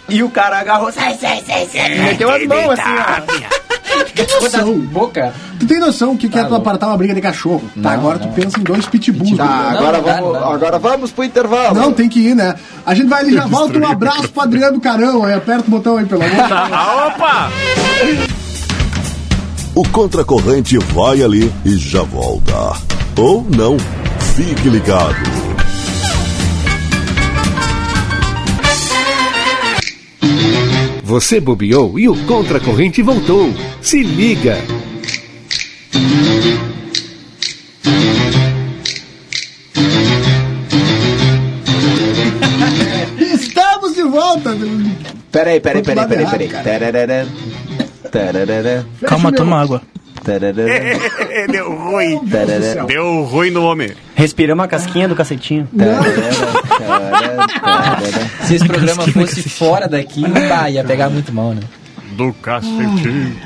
E o cara agarrou, sai, sai, sai, sai. e Meteu as mãos assim, ó.
Noção.
Boca.
Tu tem noção o que, que é tu apartar uma briga de cachorro? tá, agora tu pensa em dois pitbulls.
Tá,
né?
agora,
não dá,
vamos,
não dá.
agora vamos pro intervalo.
Não, tem que ir, né? A gente vai ali, já volta. Um abraço pro Adriano Carão. Aí aperta o botão aí, pelo amor de <laughs> Deus.
Ah, opa!
O contracorrente vai ali e já volta. Ou não. Fique ligado.
Você bobeou e o contracorrente voltou. Se liga!
Estamos de volta.
Peraí, peraí,
Foi
peraí,
tudo
peraí,
errado,
peraí.
cara.
Tararara, tararara,
Calma, toma água.
tararara,
<laughs> Deu ruim.
tararara,
Deu ruim no homem.
Respiramos a casquinha do cacetinho.
tararara, tararara.
Se esse programa fosse fora daqui, bah, ia pegar muito mal, né?
Do cacetinho.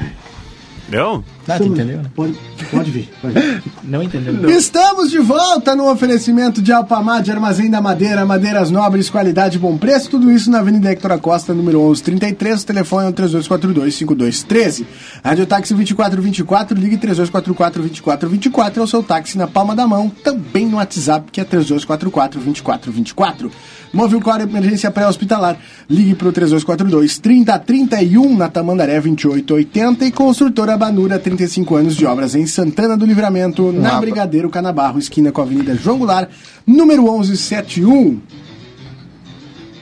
Não?
Ah, tu entendeu, né?
Pode, pode vir. Pode vir.
Não entendeu.
Estamos de volta no oferecimento de Alpamad, Armazém da Madeira, madeiras nobres, qualidade e bom preço. Tudo isso na Avenida Hector Acosta, número 1133. O telefone é o 3242-5213. Rádio Táxi 2424, ligue 3244-2424. É o seu táxi na palma da mão. Também no WhatsApp, que é 3244-2424. Movilcore Emergência Pré-Hospitalar. Ligue para o 3242-3031 na Tamandaré 2880 e Construtora Banura, 35 anos de obras em Santana do Livramento, na Brigadeiro Canabarro, esquina com a Avenida João Goulart, número 1171.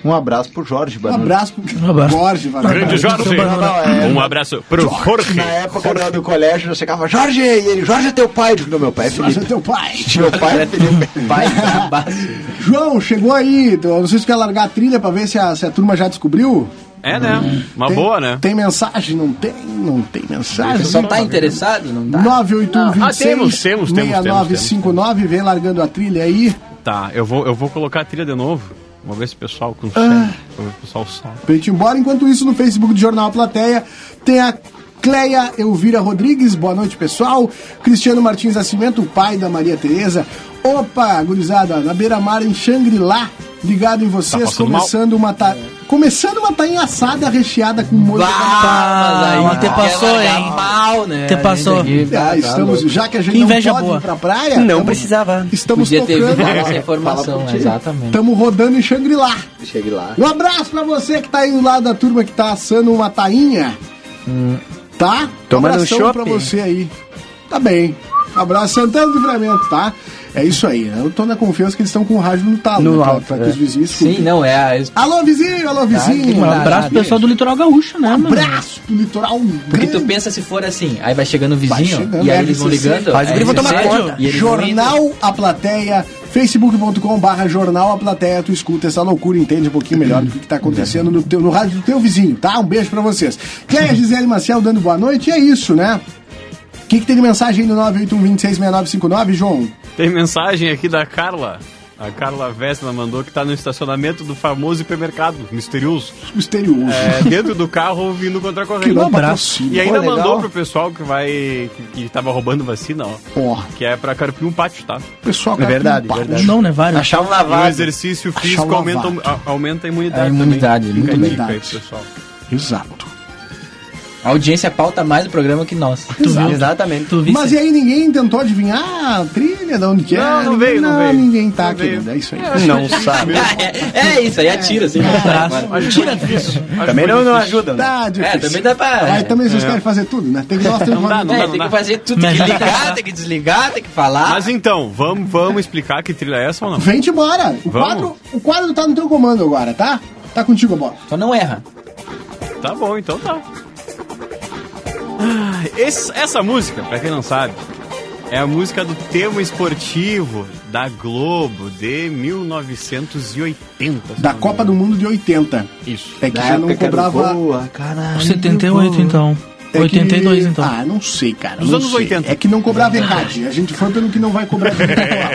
Um abraço pro Jorge
Um
Banu.
abraço pro
Um abraço.
Jorge, valeu.
Grande Jorge.
é.
Um abraço pro Jorge.
Na época né, do colégio, eu chegava, Jorge, e ele, Jorge é teu pai. Eu digo, não, meu pai é
Jorge é
Felipe.
teu pai.
Meu pai é <laughs> Felipe.
João, chegou aí. tu- Não sei se tu quer largar a trilha pra ver se a, se a turma já descobriu.
É, né? Uma
Tem-
boa, né?
Tem mensagem? Não tem, não tem mensagem.
Só tá interessado? Não tá?
981
Ah, temos, temos, temos, temos,
6959 vem largando a trilha aí.
Tá, eu vou, eu vou colocar a trilha de novo. Vamos ver se o pessoal consegue.
Ah.
Vamos ver se o pessoal sabe.
Pra gente ir embora. Enquanto isso, no Facebook do Jornal A Plateia, tem a Cleia Elvira Rodrigues, boa noite pessoal. Cristiano Martins Nascimento, o pai da Maria Tereza. Opa, gurizada, na beira-mar em Xangri-Lá, ligado em vocês,
passando
começando uma, ta... começando uma tainha assada recheada com molho de
Ah, mas te passou, hein?
Mal, né?
Te passou.
Ah, estamos, já que a gente
Que inveja
não pode
boa.
ir pra praia,
Não
tamo-
precisava.
estamos
Podia ter vindo
tocando,
essa informação, né? exatamente.
estamos rodando em Xangri-Lá.
Cheguei lá.
Um abraço pra você que tá aí do lado da turma que tá assando uma tainha. Tá?
Tomando um
abração
chopp.
pra você aí. Tá bem. Abraço Santana do Livramento, tá? É isso aí. né? Eu tô na confiança que eles estão com o rádio no talo,
No
né, pra-
alto,
pra
é. Ah,
que os vizinhos
Sim,
escutem.
não, é a. es-
Alô, vizinho! Alô, vizinho!
tem
Um
nada,
abraço pro pessoal do litoral gaúcho, né, mano?
abraço pro litoral
Porque
grande.
tu pensa se for assim, aí vai chegando o
Vai
vizinho,
chegando,
e aí
é,
eles vão
RCC.
ligando.
Mas o
aí
guri vão tomar
recebe,
conta.
e eles vão indo.
Jornal A Plateia, facebook.com barra jornal a plateia, tu escuta essa loucura, entende um pouquinho melhor do que, que tá acontecendo no, teu, no rádio do teu vizinho, tá? Um beijo pra vocês.
<laughs>
Cléia Gisele Marcel dando boa noite, e é isso, né? O que, que tem de mensagem aí no 981266959, João?
Tem mensagem aqui da Carla. A Carla Vesna mandou que tá no estacionamento do famoso hipermercado, misterioso.
Misterioso.
É, dentro do carro ouvindo contra a corrente.
um abraço.
E ainda
Pô, legal.
mandou pro pessoal que vai. que, que tava roubando vacina, ó.
Ó,
Que é pra carpir um pátio, tá?
o pessoal...
É verdade,
cara,
verdade.
Não, né? Vários.
Achar um
E o
lavado.
exercício
Achar
físico
uma
aumenta,
vaca. É
a- aumenta a imunidade.
A imunidade,
também. Fica
muito
a dica
bem.
aí pro pessoal.
Exato.
A audiência pauta mais o programa que nós.
Exatamente.
Tu viu?
Mas e aí, ninguém tentou adivinhar a trilha de onde que é?
Não, não veio, não veio.
ninguém tá,
Não veio.
querido, é isso aí.
Não sabe.
<laughs> é, é isso, aí atira, assim.
Tira disso.
Também não, não ajuda, né?
Tá difícil.
É, também dá pra.
Mas também vocês querem fazer tudo, né? Tem que
<laughs>
nós temos
É. Não dá,
uma-
não dá,
É, tem
não
que
dá.
fazer tudo, tem que ligar, tem que desligar, tem que falar.
Mas então, vamos, vamos explicar que trilha é essa ou não?
Vem de embora. O
Vamos.
quadro, o quadro tá no teu comando agora, tá? Tá contigo, bola.
Só não erra.
Tá bom, então tá. Ah, esse- essa música, pra quem não sabe, é a música do tema esportivo da Globo de 1980. se
Da
não me
Copa do
engano.
Mundo de 80.
Isso.
É que já não cobrava.
O 78, então.
É que-
82, então.
Ah, não sei, cara.
Dos
não
anos
sei.
80.
É que não cobrava ECAD. A gente foi pelo que não vai
<laughs>
cobrar de temporal.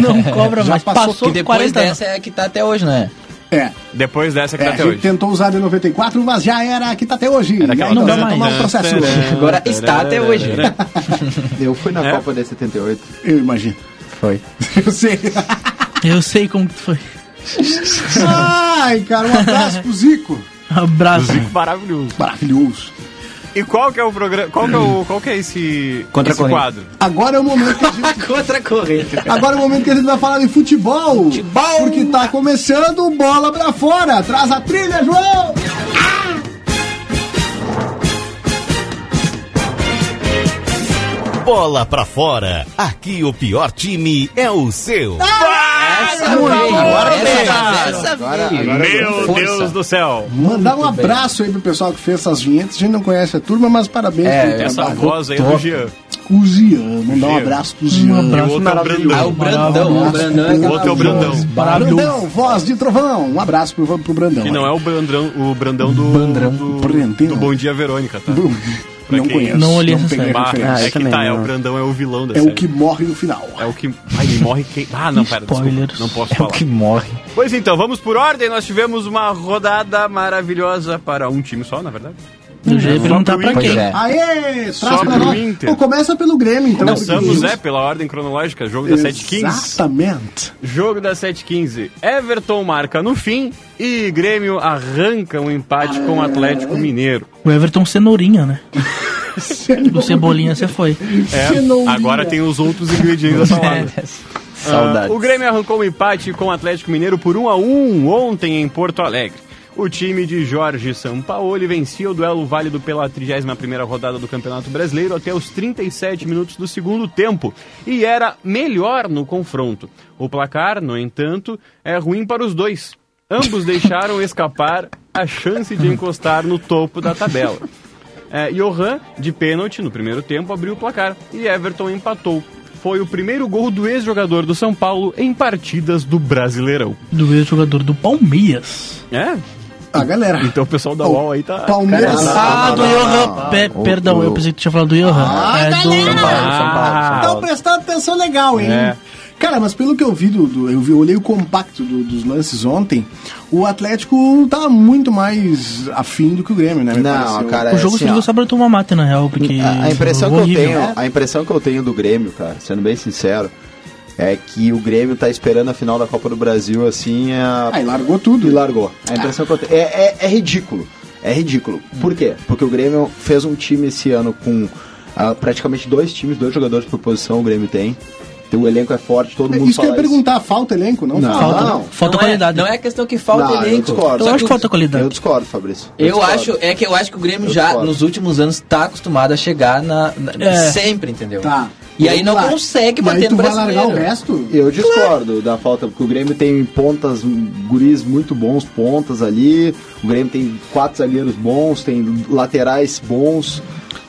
Não cobra
Já
mais.
passou
Passou
E depois
40 anos.
dessa é a que tá até hoje, né?
É.
Depois dessa que
é
tá
a
até
gente
hoje.
tentou usar de 94, mas já era aqui tá até hoje. E aí
aquela
nós
que-
vamos
Não,
tomar
mas-
um processo.
Agora está até hoje.
né?
Eu fui na
É.
Copa de 78.
Eu imagino.
Foi.
<laughs> Eu
<laughs>
sei.
Eu sei como que foi.
Ai, cara, um abraço pro Zico.
Abraço.
Zico <laughs> maravilhoso.
Maravilhoso.
E qual que é o programa? Qual que é,
Hum.
o, qual que é esse,
Contra a
esse
corrente.
quadro?
Agora é o momento que a gente
Contra a corrente.
Agora é o momento que a gente vai falar de futebol. Futebol! Porque tá começando o bola pra fora. Traz a trilha, João!
Bola pra fora. Aqui o pior time é o seu.
Tá
Agora Ah,
Meu
Força.
Deus do céu.
Mandar um abraço aí pro pessoal que fez essas vinhetas. A gente não conhece a turma, mas parabéns
É,
pelo
Essa
trabalho.
voz aí é do
Top.
Jean.
O Zian. Mandar um abraço pro Zian.
E o
abraço
outro é o
Ah, o
Brandão.
Brandão. O Brandão é
O outro é o Brandão.
Brandão, voz de trovão. Um abraço pro, pro Brandão.
Que não é o Brandão, o Brandão do, do,
Brandão.
do Bom Dia Verônica, tá?
<laughs>
Pra
Não
quem-
conheço.
Não olhei essa
peguei a
série.
Bah,
referência.
é
eu
que
também
tá, é
não.
o Brandão, é o vilão da
É
série.
o que morre no final.
É o que. Ai, ele morre quem. Ah, não, pera, desculpa.
Spoilers.
Não posso falar.
Que morre.
Pois então, vamos por ordem. Nós tivemos uma rodada maravilhosa para um time só, na verdade.
Eu já ia perguntar pra
Pois
quem.
é.
Aê! Traz
Só
pra
pro
nós.
Inter.
Pô, começa pelo Grêmio, então.
Começamos, é, pela ordem cronológica, jogo da 7h15.
Exatamente.
Jogo da 7h15. Everton marca no fim e Grêmio arranca um empate com o Atlético Mineiro.
O Everton Cenourinha, né? O Cebolinha você foi.
É,
Cenourinha.
agora tem os outros ingredientes da salada. Ah, o Grêmio arrancou um empate com o Atlético Mineiro por 1 a 1 ontem em Porto Alegre. O time de Jorge Sampaoli vencia o duelo válido pela 31ª rodada do Campeonato Brasileiro até os 37 minutos do segundo tempo e era melhor no confronto. O placar, no entanto, é ruim para os dois. Ambos deixaram escapar a chance de encostar no topo da tabela. É, Johan, de pênalti no primeiro tempo, abriu o placar e Everton empatou. Foi o primeiro gol do ex-jogador do São Paulo em partidas do Brasileirão.
Do ex-jogador do Palmeiras.
É?
Ah, galera.
Então o pessoal da
Pal-
UOL aí tá.
Palmeiras.
Ah, do
é,
Johan. Pe- Perdão, eu pensei que tu tinha falado do Johan. É do.
Ah,
Então prestando atenção legal, hein?
É.
Cara, mas pelo que eu vi, do, do- eu, vi- eu olhei o compacto do- dos lances ontem, o Atlético tava muito mais afim do que o Grêmio, né? me
Não,
pareceu.
cara,
O jogo
assim,
se ligou
ó,
só pra tomar mate, na real, porque.
a, a impressão que
jogou
eu
horrível. né?
tenho, a impressão que eu tenho do Grêmio, cara, sendo bem sincero, é que o Grêmio tá esperando a final da Copa do Brasil assim, a
Aí largou Ah, é tudo.
e largou. A impressão que eu tenho. É, é- é ridículo. É ridículo. Por quê? Porque o Grêmio fez um time esse ano com ah, praticamente dois times, dois jogadores por posição o Grêmio tem. Então, o elenco é forte, todo mundo
Isso que eu ia
fala isso.
perguntar, falta elenco? Não,
Não.
falta.
Falta,
não.
falta
não
qualidade.
É, não é questão que falta
Não, eu
elenco.
discordo.
Eu
Só
acho que falta
Eu
qualidade.
discordo, Fabrício.
Eu
discordo.
acho, é que eu acho que o Grêmio
Eu
já
discordo.
nos últimos anos tá acostumado a chegar na, na-
É.
sempre, entendeu?
Tá.
E aí não
Claro.
consegue
Mas
bater
tu
no
vai largar o
brasileiro.
resto?
Eu discordo da falta, porque o Grêmio tem pontas, guris muito bons, pontas ali. O Grêmio tem quatro zagueiros bons, tem laterais bons.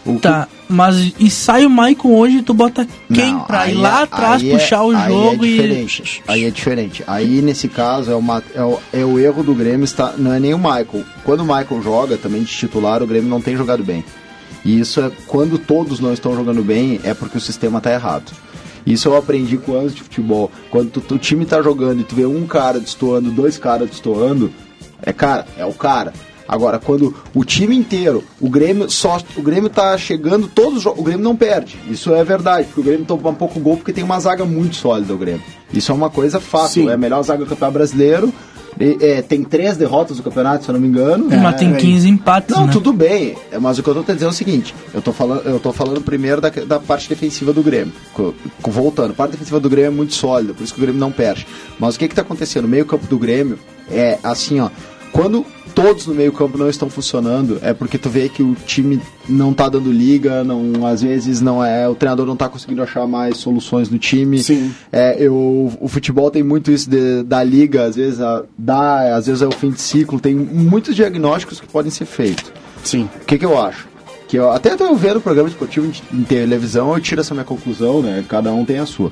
O
Tá, mas e sai o Maicon hoje e tu bota
que-
quem
Não,
pra ir
aí
lá
é-
atrás,
aí é-
puxar o
aí
jogo
é
e.
diferente. Aí é diferente. Aí, nesse caso, é, uma, é, o, é o erro do Grêmio, está, não é nem o Michael. Quando o Michael joga, também de titular, o Grêmio não tem jogado bem. E isso é quando todos não estão jogando bem, é porque o sistema tá errado. Isso eu aprendi com anos de futebol. Quando tu- tu- o time tá jogando e tu vê um cara destoando, dois caras destoando, é cara, é o cara. Agora, quando o time inteiro, o Grêmio só, o Grêmio tá chegando, todos os jo- o Grêmio não perde. Isso é verdade, porque o Grêmio toma um pouco gol porque tem uma zaga muito sólida o Grêmio. Isso é uma coisa fácil,
Sim.
é a melhor zaga do Campeonato Brasileiro. E, é, tem três derrotas do campeonato, se eu não me engano.
mas tem
velho.
15 empates,
Não,
né?
tudo bem, é, mas o que eu tô te dizendo é o seguinte: eu tô falando, eu tô falando primeiro da, da parte defensiva do Grêmio. Co- co- Voltando, a parte defensiva do Grêmio é muito sólida, por isso que o Grêmio não perde. Mas o que que tá acontecendo? O meio-campo do Grêmio é assim, ó. Quando todos no meio-campo não estão funcionando, é porque tu vê que o time não tá dando liga, não, às vezes não é, o treinador não tá conseguindo achar mais soluções no time.
Sim.
É, eu, o futebol tem muito isso de- da liga, às vezes a, dá, às vezes é o fim de ciclo, tem muitos diagnósticos que podem ser feitos.
Sim.
O que, que eu acho? Que eu, até eu vendo o programa esportivo em, em televisão, eu tiro essa minha conclusão, né? Cada um tem a sua.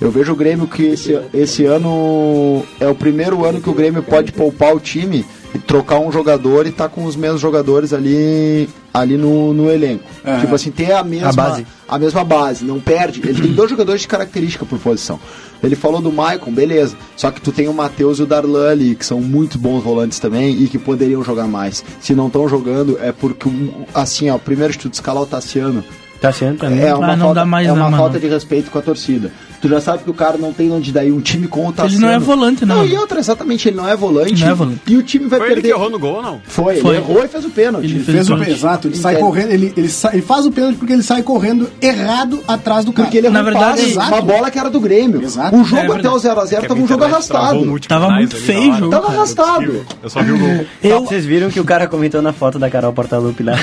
Eu vejo o Grêmio que esse, esse ano é o primeiro ano que o Grêmio pode poupar o time e trocar um jogador e tá com os mesmos jogadores ali, ali no, no elenco. Tipo assim, ter a mesma, a,
base.
mesma base, não perde. Ele tem dois jogadores de característica por posição. Ele falou do Maicon, beleza. Só que tu tem o Matheus e o Darlan ali, que são muito bons volantes também e que poderiam jogar mais. Se não estão jogando, é porque, o- assim, ó, primeiro de tudo, escalar o Tassiano.
Tá sendo também.
É uma,
Ah, não
falta,
dá mais
é
não,
uma
mano.
falta de respeito com a torcida. Tu já sabe que o cara não tem onde dar e um time com o Tassiano.
Ele não é volante, não.
Não, e outra, exatamente, ele não é volante.
Não é volante.
E o time vai
Foi ele
perder.
que errou no gol ou não?
Foi, ele
Foi.
errou e fez o pênalti.
Ele fez
Fez o
Entendi.
exato, ele sai
Entendi.
correndo, ele, ele, sai, ele faz o pênalti porque ele sai correndo errado atrás do cara.
Porque ele errou
Na
um
verdade,
passe,
exato.
uma bola que era do Grêmio.
Exato.
O
É
jogo até
verdade.
o 0x0
né?
tava um jogo arrastado.
Tava muito feio o jogo,
Tava arrastado.
Eu só vi o gol.
Eu... Vocês viram que o cara comentou na foto da Carol Portalupe lá.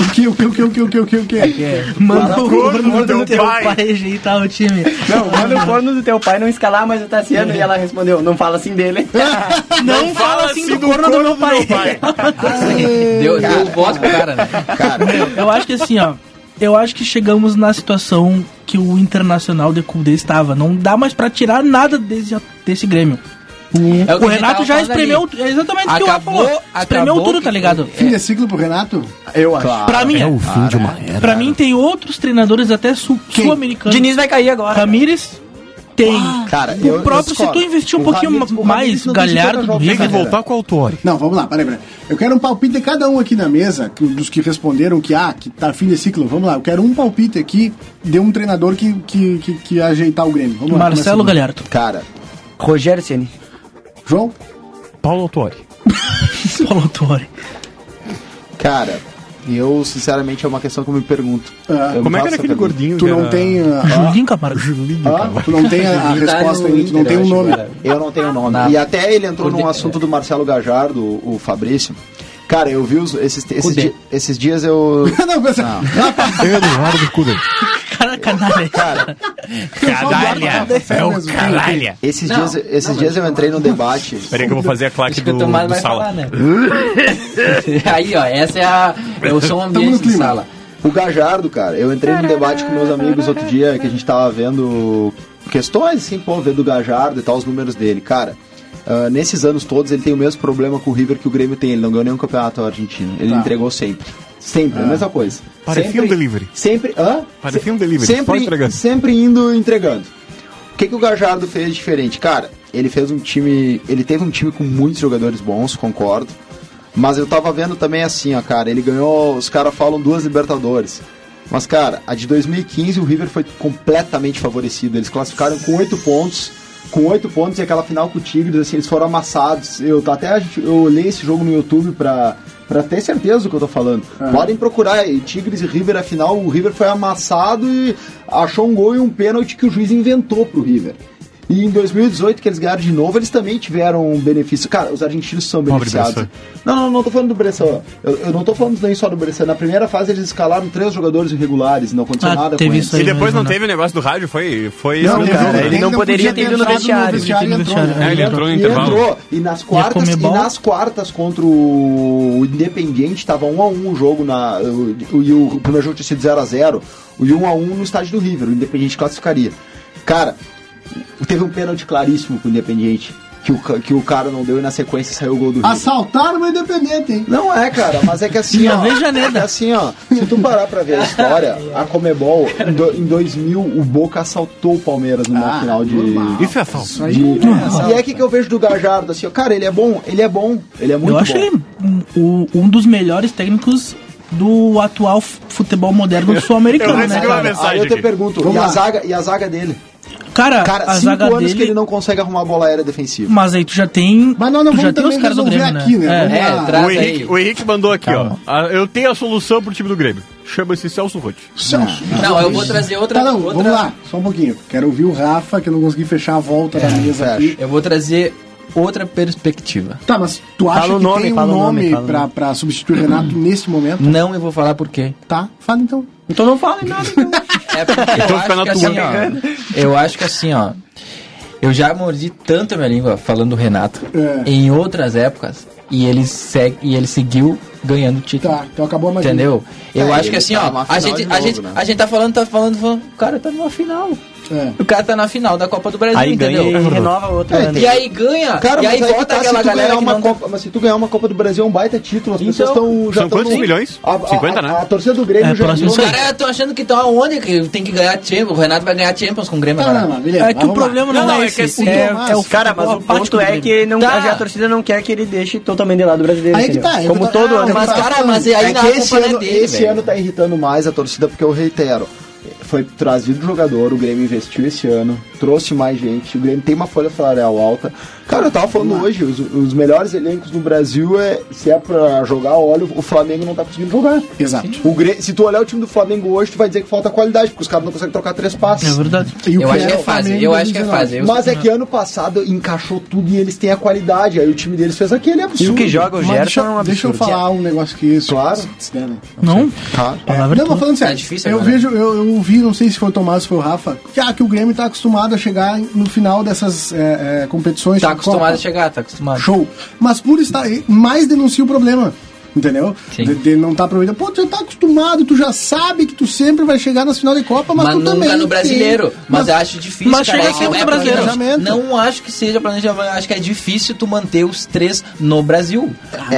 O que, o que, o que, o que, o que, o que, o que?
Manda o
corno
corno
do
do teu
pai.
pai rejeitar o time.
Não, manda o forno do teu pai não escalar mais o Tassiano. E ela respondeu, não fala assim dele.
Não, fala assim do corno do meu pai.
Deu, deu o voto
<laughs>
pro cara, né?
Eu acho que assim, ó. Eu acho que chegamos na situação que o Internacional de Cudê estava. Não dá mais pra tirar nada desse, desse Grêmio.
É que
O
a
Renato
gente tava
já
falando ali.
espremeu. É exatamente o que o Rafa
Acabou-
falou. Espremeu
acabou
tudo,
que- é.
tá ligado?
Fim de ciclo pro Renato?
Eu acho. Claro.
Pra mim,
fim de uma era.
pra mim tem outros treinadores até sul- sul-americanos.
Diniz vai cair agora.
Ramírez tem.
Ah.
Cara,
o
eu- eu
próprio, se
discordo.
tu investir um
O
pouquinho
Ramires- o Ramires
mais,
não tem
Galhardo
tanta
do
jogada.
Tem que
River.
voltar com o Autori.
Não, vamos lá, peraí, peraí. Eu quero um palpite de cada um aqui na mesa, que- dos que responderam que, ah, que tá fim de ciclo. Vamos lá, eu quero um palpite aqui de um treinador que, que, que, que ajeitar o Grêmio. Vamos lá,
Marcelo
começa
Galhardo. <laughs>
Cara,
Rogério Ceni.
aqui. João?
Paulo Autori.
Paulo Autori.
cara, eu sinceramente é uma questão que eu me pergunto.
Ah,
Eu
Como é que
faço
era aquele
essa
gordinho?
Tu
que
não
era-
tem.
<laughs>
ah,
Julinho Camargo.
ah, tu não tem a, a
Ele tá
resposta
no
ainda, tu não tem
Inter, eu
um
acho,
nome.
cara.
Eu não tenho nome.
Nada.
E até ele entrou
Cudê,
num assunto do Marcelo Gajardo, o, o Fabrício. Cara, eu vi os- esses, esses,
Cudê.
di- esses dias eu.
<laughs> não, pensa.
Eduardo Cudê.
Cara, canalha.
Caralho! É o caralho!
Esses dias, esses dias eu entrei num debate.
Peraí que eu vou fazer a claque
Acho que
do,
o Tomás
do
vai falar,
sala.
né? <laughs> Aí, ó, essa é a. É o
Tamo
som
no
ambiente de
clima.
sala.
O Gajardo, cara, eu entrei num debate com meus amigos outro dia que a gente tava vendo questões, assim, pô, vendo o Gajardo e tal, os números dele. Cara, ah, nesses anos todos ele tem o mesmo problema com o River que o Grêmio tem. Ele não ganhou nenhum campeonato argentino. Ele entregou sempre. Sempre, a mesma coisa.
Tá. Ah. Parecia
sempre,
um delivery.
Sempre. Hã?
Parecia um delivery, só
Sempre,
entregando.
sempre indo entregando. O que, que o Gajardo fez diferente? Cara, ele fez um time. Ele teve um time com muitos jogadores bons, concordo. Mas eu tava vendo também assim, ó, cara. Ele ganhou. Os caras falam duas Libertadores. Mas, cara, a de 2015 o River foi completamente favorecido. Eles classificaram com oito pontos. Com oito pontos e aquela final com o Tigres, assim, eles foram amassados. Eu tá- até a gente- eu olhei esse jogo no YouTube pra, pra ter certeza do que eu tô falando. Podem procurar aí, Tigres e River, afinal, o River foi amassado e achou um gol e um pênalti que o juiz inventou pro River. E em 2018, que eles ganharam de novo, eles também tiveram um benefício. Cara, os argentinos são beneficiados. Não, não, não tô falando do Bressan. Eu, eu não tô falando nem só do Bressan. Na primeira fase, eles escalaram três jogadores irregulares, não aconteceu
Ah,
nada
teve
com eles.
isso aí.
E depois não
né?
teve o negócio do rádio, foi. foi
Não,
esse
cara,
jogo,
ele
né?
não poderia
ter ido no vestiário.
Ele entrou no
né?
É, ele entrou no
E
intervalo.
entrou. E nas quartas, e
Comebol?
nas quartas contra o Independiente, tava 1 a 1 o jogo na o- o- e o primeiro jogo tinha sido 0 a 0, e 1 a 1 no estádio do River, o Independiente classificaria. Cara, teve um pênalti claríssimo pro Independiente que o ca- que o cara não deu e na sequência saiu o gol do River.
Assaltaram uma independente, hein?
Não é, cara, mas é que assim,
Já
ó.
vejo a Neda.
É assim, ó. Se tu parar pra ver a história, a Comebol, em do- em 2000, o Boca assaltou o Palmeiras numa
Ah,
final de.
normal.
Isso é falso.
de- E é que, que eu vejo do Gajardo assim, ó. Cara, ele é bom, ele é bom, ele é muito
Eu
bom.
acho ele um, o- um dos melhores técnicos do atual f- futebol moderno
eu
sul-americano, né?
recebi uma
Cara,
Aí
mensagem.
eu te
aqui.
pergunto,
Vamos
e a,
lá.
zaga, e a zaga dele?
cara,
Cara,
a
cinco
zaga
anos que
dele.
ele não consegue arrumar a bola aérea defensiva.
Mas aí tu já tem.
Mas nós não
tu já
vamos
tem os
também
caras do
resolver
Grêmio,
aqui, né?
É.
Vamos
É,
lá.
traz
O Henrique,
aí.
o Henrique mandou aqui, ó. Ah, Eu tenho a solução pro time do Grêmio. Chama-se Celso Rotti.
Celso.
Não, eu vou trazer outra.
Tá, não,
outra-
vamos lá, só um pouquinho. Quero ouvir o Rafa, que eu não consegui fechar a volta
É,
da mesa aqui.
Eu vou trazer outra perspectiva.
Tá, mas tu acha
Fala o
que
nome,
tem um
fala o nome,
nome,
fala o
pra,
nome.
pra substituir o
<clears throat>
Renato nesse momento?
Não, eu vou falar por quê.
Tá, fala então.
Então não fala nada.
É
<laughs>
porque
Então
eu
fica
acho
na
que
tua.
assim, ó. Eu acho que assim, ó. Eu já mordi tanto a minha língua falando do Renato
É.
em outras épocas e ele, segue, e ele seguiu ganhando título.
Tá, então acabou a magia.
Entendeu? Eu
É,
acho que
ele
assim,
tá
ó,
numa
a
final
gente,
de
a,
novo,
gente,
né?
a gente tá falando, tá falando, falando, o cara tá numa final.
É.
O cara tá na final da Copa do Brasil,
Aí ganha
entendeu?
e renova outro
É,
ano.
E aí ganha,
Cara,
e aí
mas aí que
volta
tá,
aquela
se tu
galera
ganhar
que
uma
não tá-
Copa, mas se tu ganhar uma Copa do Brasil é um baita título, as
Então,
pessoas estão já
São quantos
tão-
milhões?
A, a,
50,
a-
né?
A, torcida do Grêmio
É,
já
próximo
Os
entrou-
Isso aí.
caras estão achando que tá onde que tem que ganhar Champions. O Renato vai ganhar Champions com o Grêmio
Tá,
agora.
não, mas beleza.
É que
mas
o
vamos lá.
problema não,
Não, não,
é
é
esse.
que
o
assim,
problema é o
Cara, mas o
futebol apático
ponto
do
é
Grêmio.
que ele não,
Tá.
a torcida não quer que ele deixe totalmente de lado o brasileiro.
Aí que
entendeu?
tá, é que
Como
eu tô-
todo
ah,
ano.
mas-
Mas, cara, mas aí
É
na
que
culpa
esse
não é
ano,
dele,
esse
velho.
ano tá irritando mais a torcida, porque eu reitero. Foi trazido jogador, o Grêmio investiu esse ano, trouxe mais gente, o Grêmio tem uma folha salarial alta. Cara, eu tava falando hoje, os, os melhores elencos no Brasil é se é pra jogar óleo, o Flamengo não tá conseguindo jogar.
Exato.
O Grê- se tu olhar o time do Flamengo hoje, tu vai dizer que falta qualidade, porque os caras não conseguem trocar três
É
passes.
verdade.
E o
Eu acho que é
era o
fase,
Flamengo
eu
em
acho que é
2019?
fase. Eu-
Mas é que ano passado encaixou tudo e eles têm a qualidade. Aí o time deles fez aquele absurdo.
E o que joga o
Mas
Gerson
deixa,
é um
deixa eu
absurdo.
falar um negócio que isso.
Claro.
Se der, né?
Não?
É,
Palavra
não,
tua.
mas falando sério,
É
Tá
difícil
eu
né?
agora.
vejo, eu, eu ouvi, não sei se foi o Tomás ou foi o Rafa, que, ah, que o Grêmio tá acostumado a chegar no final dessas é, é, competições.
Tá
de
acostumado
Copa.
a chegar, tá acostumado.
Show. Mas por estar aí, mais denuncia o problema. Entendeu?
Sim.
De, de não tá aproveitando. Pô, tu já tá acostumado, tu já sabe que tu sempre vai chegar nas final de Copa, mas,
Mas,
tu também.
nunca no
tem-
brasileiro. Mas, eu acho difícil.
Mas chega
é
sempre
que
no brasileiro.
planejamento. Não acho que seja planejamento. Acho que é difícil tu manter os três no Brasil.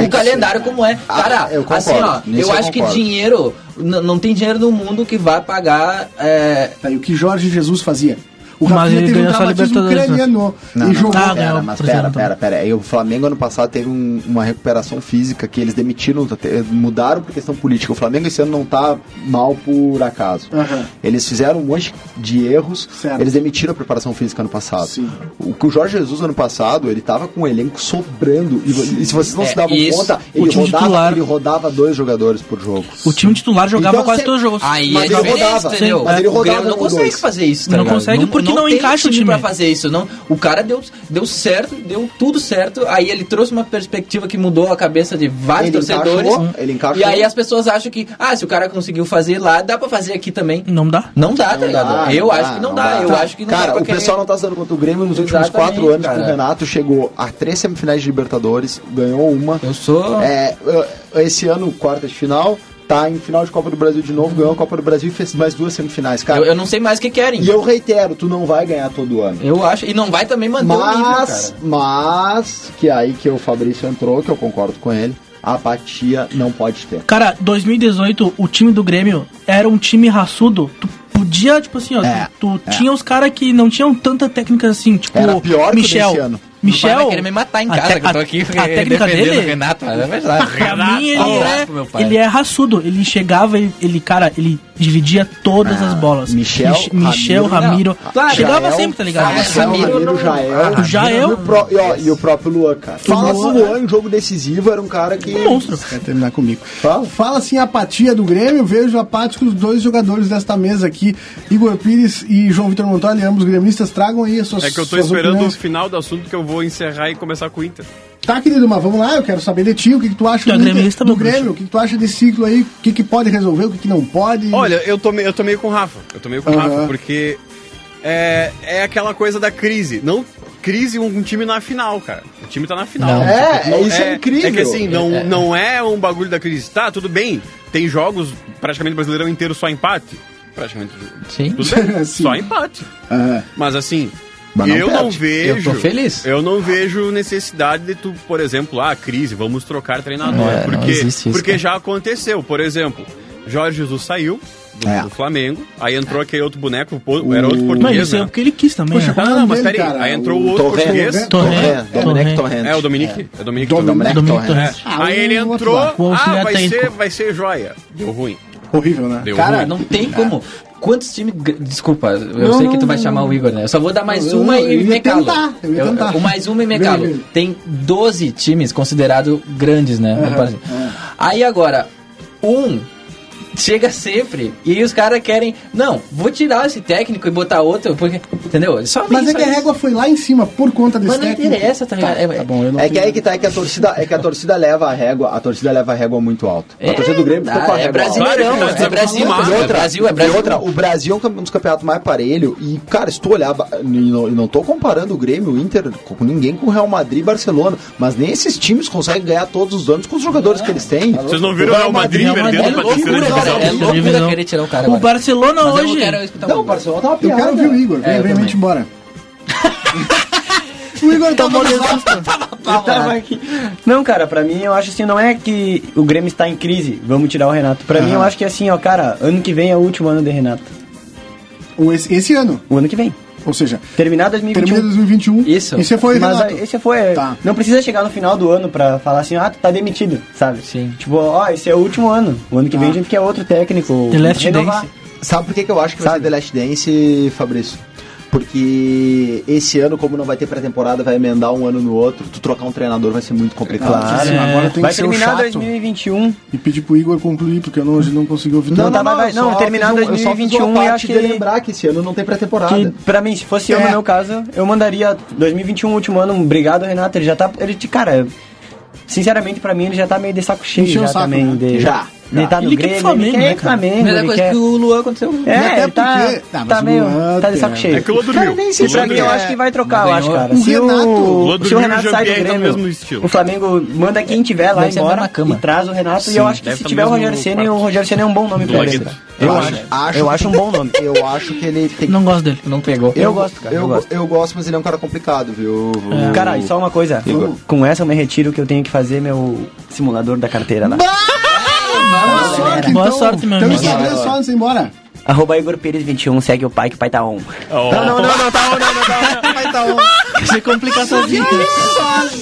o calendário como é.
Ah,
Cara,
eu concordo.
assim, ó.
Nisso
eu,
eu
acho que
concordo.
dinheiro... n- Não tem dinheiro no mundo que vá pagar... é,
Tá, e o que Jorge Jesus fazia? O
Mas
Rafinha
ele
teve um
ganhou essa
traumatismo
Libertadores, né?
ucraniano
Não,
e
não,
jogou.
tá,
É,
Ah,
né?
pera,
ganhou,
mas
por
pera,
exemplo.
pera, pera. E o Flamengo ano passado teve um- uma recuperação física que eles demitiram, até- mudaram por questão política. O Flamengo esse ano não tá mal por acaso.
Aham.
Eles fizeram um monte de erros,
Certo.
eles demitiram a preparação física ano passado.
Sim.
O que o Jorge Jesus ano passado, ele tava com o elenco sobrando. E, vo- e se vocês não
É,
se davam
isso.
conta,
O
ele
time
rodava,
titular-
ele rodava dois jogadores por jogo.
O time titular jogava
Então,
quase
cê-
todos os jogos.
Aí
Mas
é
ele
diferente,
rodava,
entendeu?
mas ele
O Grêmio
rodava
não
com
consegue
dois.
fazer isso, tá
Não
ligado?
consegue porque não
tem
encaixa o time.
time pra fazer isso, não. O cara deu, deu certo, deu tudo certo, aí ele trouxe uma perspectiva que mudou a cabeça de vários
Ele
torcedores.
encaixou, ele encaixou.
E aí as pessoas acham que, ah, se o cara conseguiu fazer lá, dá pra fazer aqui também.
Não dá.
Não dá, tá
Não
ligado?
dá,
eu
Ah, não
acho
dá,
que não,
não
dá.
dá. Tá.
eu acho que não dá
Cara,
pra
o
querer.
pessoal não tá se dando conta. O Grêmio nos últimos
Exatamente,
quatro anos com
cara.
o Renato chegou a três semifinais de Libertadores, ganhou uma.
Eu sou.
É, eh, esse ano, quarta de final, tá em final de Copa do Brasil de novo, ganhou a Copa do Brasil e fez mais duas semifinais, cara.
eu, eu não sei mais o que querem.
E eu reitero, tu não vai ganhar todo ano.
Eu acho. E não vai também manter o nível,
Mas,
cara.
mas, que é aí que o Fabrício entrou, que eu concordo com ele, a apatia não pode ter.
Cara, 2018, o time do Grêmio era um time raçudo. Tu podia, tipo assim, ó,
É,
tu, tu tinha os caras que não tinham tanta técnica assim, tipo,
Era pior que o
Michel.
desse ano.
Michel,
Michel,
vai querer me matar em
a
casa,
te-
que eu tô
a-
aqui
a técnica
defendendo
dele-
o Renato. mas É verdade.
<laughs> pra mim ele
um abraço
é,
pro meu pai.
ele é raçudo. Ele chegava, ele, ele, cara, ele dividia todas as bolas.
Michel,
Mich- Michel
Ramiro-
Ramiro.
Claro,
chegava
Jael,
sempre, tá ligado?
Jael, Ramiro, Jael.
O Jael?
E o, Ah, pró- e, ó, e o próprio Luan, cara. Fala do Luan em jogo decisivo, era um cara que.
é Monstro.
Vai terminar comigo.
Fala.
Fala assim a apatia do Grêmio. Vejo apáticos os dois jogadores desta mesa aqui, Igor Pires e João Vitor Montoli, ambos gremistas. Tragam aí as suas
É que eu tô
suas
esperando
opiniões.
o final do assunto que eu vou encerrar e começar com o Inter.
Tá, querido, mas vamos lá. Eu quero saber de ti. O que, que tu acha
Tu
Então,
é
do, Inter-
gremista,
do
meu
Grêmio? O que, que tu acha desse ciclo aí? O que, que pode resolver? O que, que não pode?
Olha, eu tô, me- eu tô meio com o Rafa. Eu tô meio com o
Aham.
Rafa, porque é, é aquela coisa da crise. Não crise um, um time na final, cara. O time tá na final.
Não.
É, é, isso é, incrível.
É que assim, não é. não é um bagulho da crise. Tá, tudo bem. Tem jogos, praticamente o brasileirão inteiro só empate. Praticamente.
Sim.
Tudo bem.
Sim.
Só empate.
Aham.
Mas assim,
Mas não
eu
perde.
não vejo.
Eu tô feliz.
Eu não vejo necessidade de tu, por exemplo, ah, crise, vamos trocar treinador.
É, não
porque
existe isso,
porque
cara.
já aconteceu. Por exemplo, Jorge Jesus saiu do,
É.
do Flamengo, aí entrou aquele outro boneco, pô, era outro
É. Mas
português.
isso é
Né?
porque ele quis também.
Poxa,
né?
tá
Ah, não, mas
dele,
peraí,
cara,
aí entrou
o
o outro
Torrent.
português.
Torrent,
Torrent.
Dominic Torrent.
É, o Dominique. É, o Dominique
Dominic
Torrent.
Dominic
Torrent.
Torrent.
É.
Ah,
Aí
o
ele
outro
entrou,
lá,
o
ah,
auxiliar
vai
técnico.
ser, vai ser joia. Deu ruim.
Horrível, né?
Deu
cara,
ruim.
Não tem como. Quantos times. gr- Desculpa, eu sei que tu vai chamar o Igor, né? Eu só vou dar mais
Eu-
uma
eu
e
ia
me calo.
tentar, eu ia
Eu-
tentar.
eu- mais uma e me
Vem,
calo.
vem.
Tem 12 times considerados grandes, né? no Brasil. Aí agora, um chega sempre e os caras querem. Não, vou tirar esse técnico e botar outro, porque. Entendeu? Só
Mas é
isso
que a
aí.
régua foi lá em cima por conta desse
Mas não
técnico.
interessa, tá ligado? É-
Tá bom, eu não
É que
tenho-
aí que tá, é que a torcida, é que a torcida leva a régua, a torcida leva a régua muito alto. A
É,
torcida do Grêmio ficou
dá,
com a
é
régua alta.
brasileirão,
Claro que tá
é Brasil,
desacostumado. Tá
é Brasil, é Brasil.
E outra, o Brasil é um campe- um dos campeonatos mais parelho. E, cara, se tu olhar, ba- e não, e não tô comparando o Grêmio, o Inter, com ninguém com o Real Madrid e Barcelona, mas nem esses times conseguem ganhar todos os anos com os jogadores que eles têm.
Vocês não viram o Real Madrid
Real Madrid
É
perdendo pra terceira
loucura,
divisão?
cara. É loucura querer tirar o cara.
O
agora.
Barcelona
Mas eu
hoje.
quero escutar
Não, o
o
Barcelona tá uma
Eu
piada.
quero ouvir o Igor.
É,
Vem,
eu
vem,
também.
vem embora. o Igor
Então
tá
Eu tava aqui. Não, cara, pra mim eu acho assim, não é que o Grêmio está em crise, vamos tirar o Renato. Pra mim eu acho que assim, ó, cara, ano que vem é o último ano de Renato.
O esse, esse ano,
O ano que vem.
ou seja,
Terminar
termina
2021.
2021.
Isso.
E você um, foi,
Mas
Renato.
aí, esse foi. é,
Tá.
Não precisa chegar no final do ano pra falar assim, ah, tu tá demitido, sabe?
Sim.
Tipo, ó, esse é o último ano. O ano que
Ah.
vem a gente quer outro técnico.
The Last
renovar.
Dance.
Sabe por que, que eu acho que vai ser
Sabe?
The Last Dance, Fabrício? Porque esse ano, como não vai ter pré-temporada, vai emendar um ano no outro, tu trocar um treinador vai ser muito complicado.
Claro. Agora tem
É. Vai
que ser o
terminar
chato.
2021.
E pedir pro Igor concluir, porque eu não, hoje não consegui ouvir
Não,
tudo.
tá, vai, vai.
eu só
Não, terminar
fiz um- eu só fiz
2021
uma
e
parte
acho que-
de lembrar que esse ano não tem pré-temporada.
Que pra mim, se fosse eu
É.
no meu caso, eu mandaria 2021, último ano, obrigado, Renato. Ele já tá. Ele, te- cara, sinceramente, pra mim, ele já tá meio de saco cheio
Encheu
já
o saco,
também.
né?
De,
Já,
De
já.
tá no
Ele quer
Grêmio,
Flamengo,
ele quer
né, cara?
Flamengo,
Mesma
ele
é coisa
quer...
que o Luan aconteceu.
É,
E até
ele tá,
porque- Ah, mas
tá
o
meio.
Luan
tá de saco
tem-
cheio.
É que o é Lua dormiu.
sei
O Lua
Pra mim, eu
dormiu.
acho que vai trocar, eu
Ganhou.
acho, cara.
O
se
Renato-
O
o, se o
Lula
Renato
dormiu e o
sai né, do
Jean-Pierre tá
Grêmio,
no mesmo estilo.
o Flamengo manda quem tiver lá
Deve ser a
embora
mesma cama.
e traz o Renato. e
Sim,
eu acho que
deve
se
tá no
tiver o
mesmo
Rogério Ceni,
quarto.
o Rogério Ceni é um bom nome
Do
pra
Lagueto.
ele. Eu acho. Eu acho um bom nome.
Eu acho que ele tem
Não gosto dele.
Não pegou.
Eu gosto, cara.
Eu,
Eu
go-
gosto.
eu gosto, mas ele é um cara complicado, viu? O-
Cara, e só uma coisa.
Igor.
Com essa eu me retiro que eu tenho que fazer meu simulador da carteira lá.
Boa sorte,
Boa
então.
sorte, meu
Então,
amigo.
é
Instagram só antes de ir embora.
Arroba Igor Pires 21, segue o pai que o pai tá on.
Ó,
Não, não, não, tá on, não, não, tá on. Vai tá on.
É,
Você complica sua vida.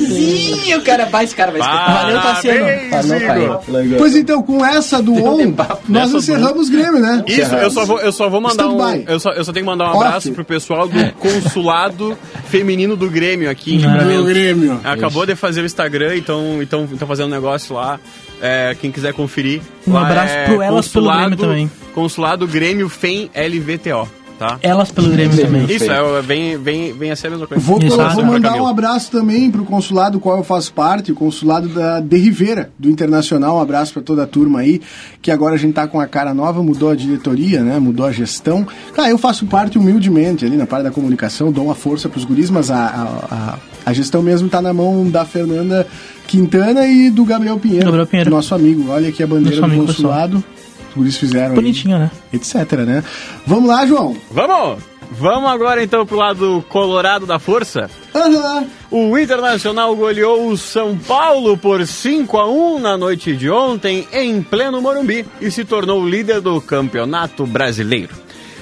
Ih, o cara vai, esse cara vai escutar.
Valeu, Tassiano.
Parabéns,
Valeu,
Igor.
Pois então, com essa do ON, nós
Essa do
encerramos o Grêmio, né?
Isso, eu só vou, eu só vou mandar um.
Stand by.
Eu só, eu só tenho que mandar um
Off.
abraço pro pessoal do consulado feminino do Grêmio aqui em
Meu
Livramento.
Grêmio.
Acabou de fazer o Instagram, então então então fazendo um negócio lá. É, quem quiser conferir.
Um
lá
abraço
é
pro Elas pelo Grêmio também.
Consulado Grêmio FEM LVTO, tá?
Elas pelo Grêmio também.
Isso, é, vem, vem, vem a ser a mesma coisa.
Vou,
Isso,
colo-
ah,
vou
tá.
mandar
Camilo.
um abraço também pro consulado do qual eu faço parte, o consulado da de Rivera, do Internacional. Um abraço para toda a turma aí, que agora a gente tá com a cara nova, mudou a diretoria, né? Mudou a gestão. Claro, eu faço parte humildemente ali na parte da comunicação, dou uma força pros guris, mas a, a, a- a gestão mesmo tá na mão da Fernanda Quintana e do Gabriel Pinheiro,
Gabriel Pinheiro.
nosso amigo. Olha aqui a bandeira
Nosso
do
amigo
consulado. Os guris fizeram aí,
Bonitinho, né?
etc, né? Vamos lá, João.
Vamos! Vamos agora então pro lado colorado da força.
Aham.
O Internacional goleou o São Paulo por 5 a 1 na noite de ontem em pleno Morumbi e se tornou o líder do Campeonato Brasileiro.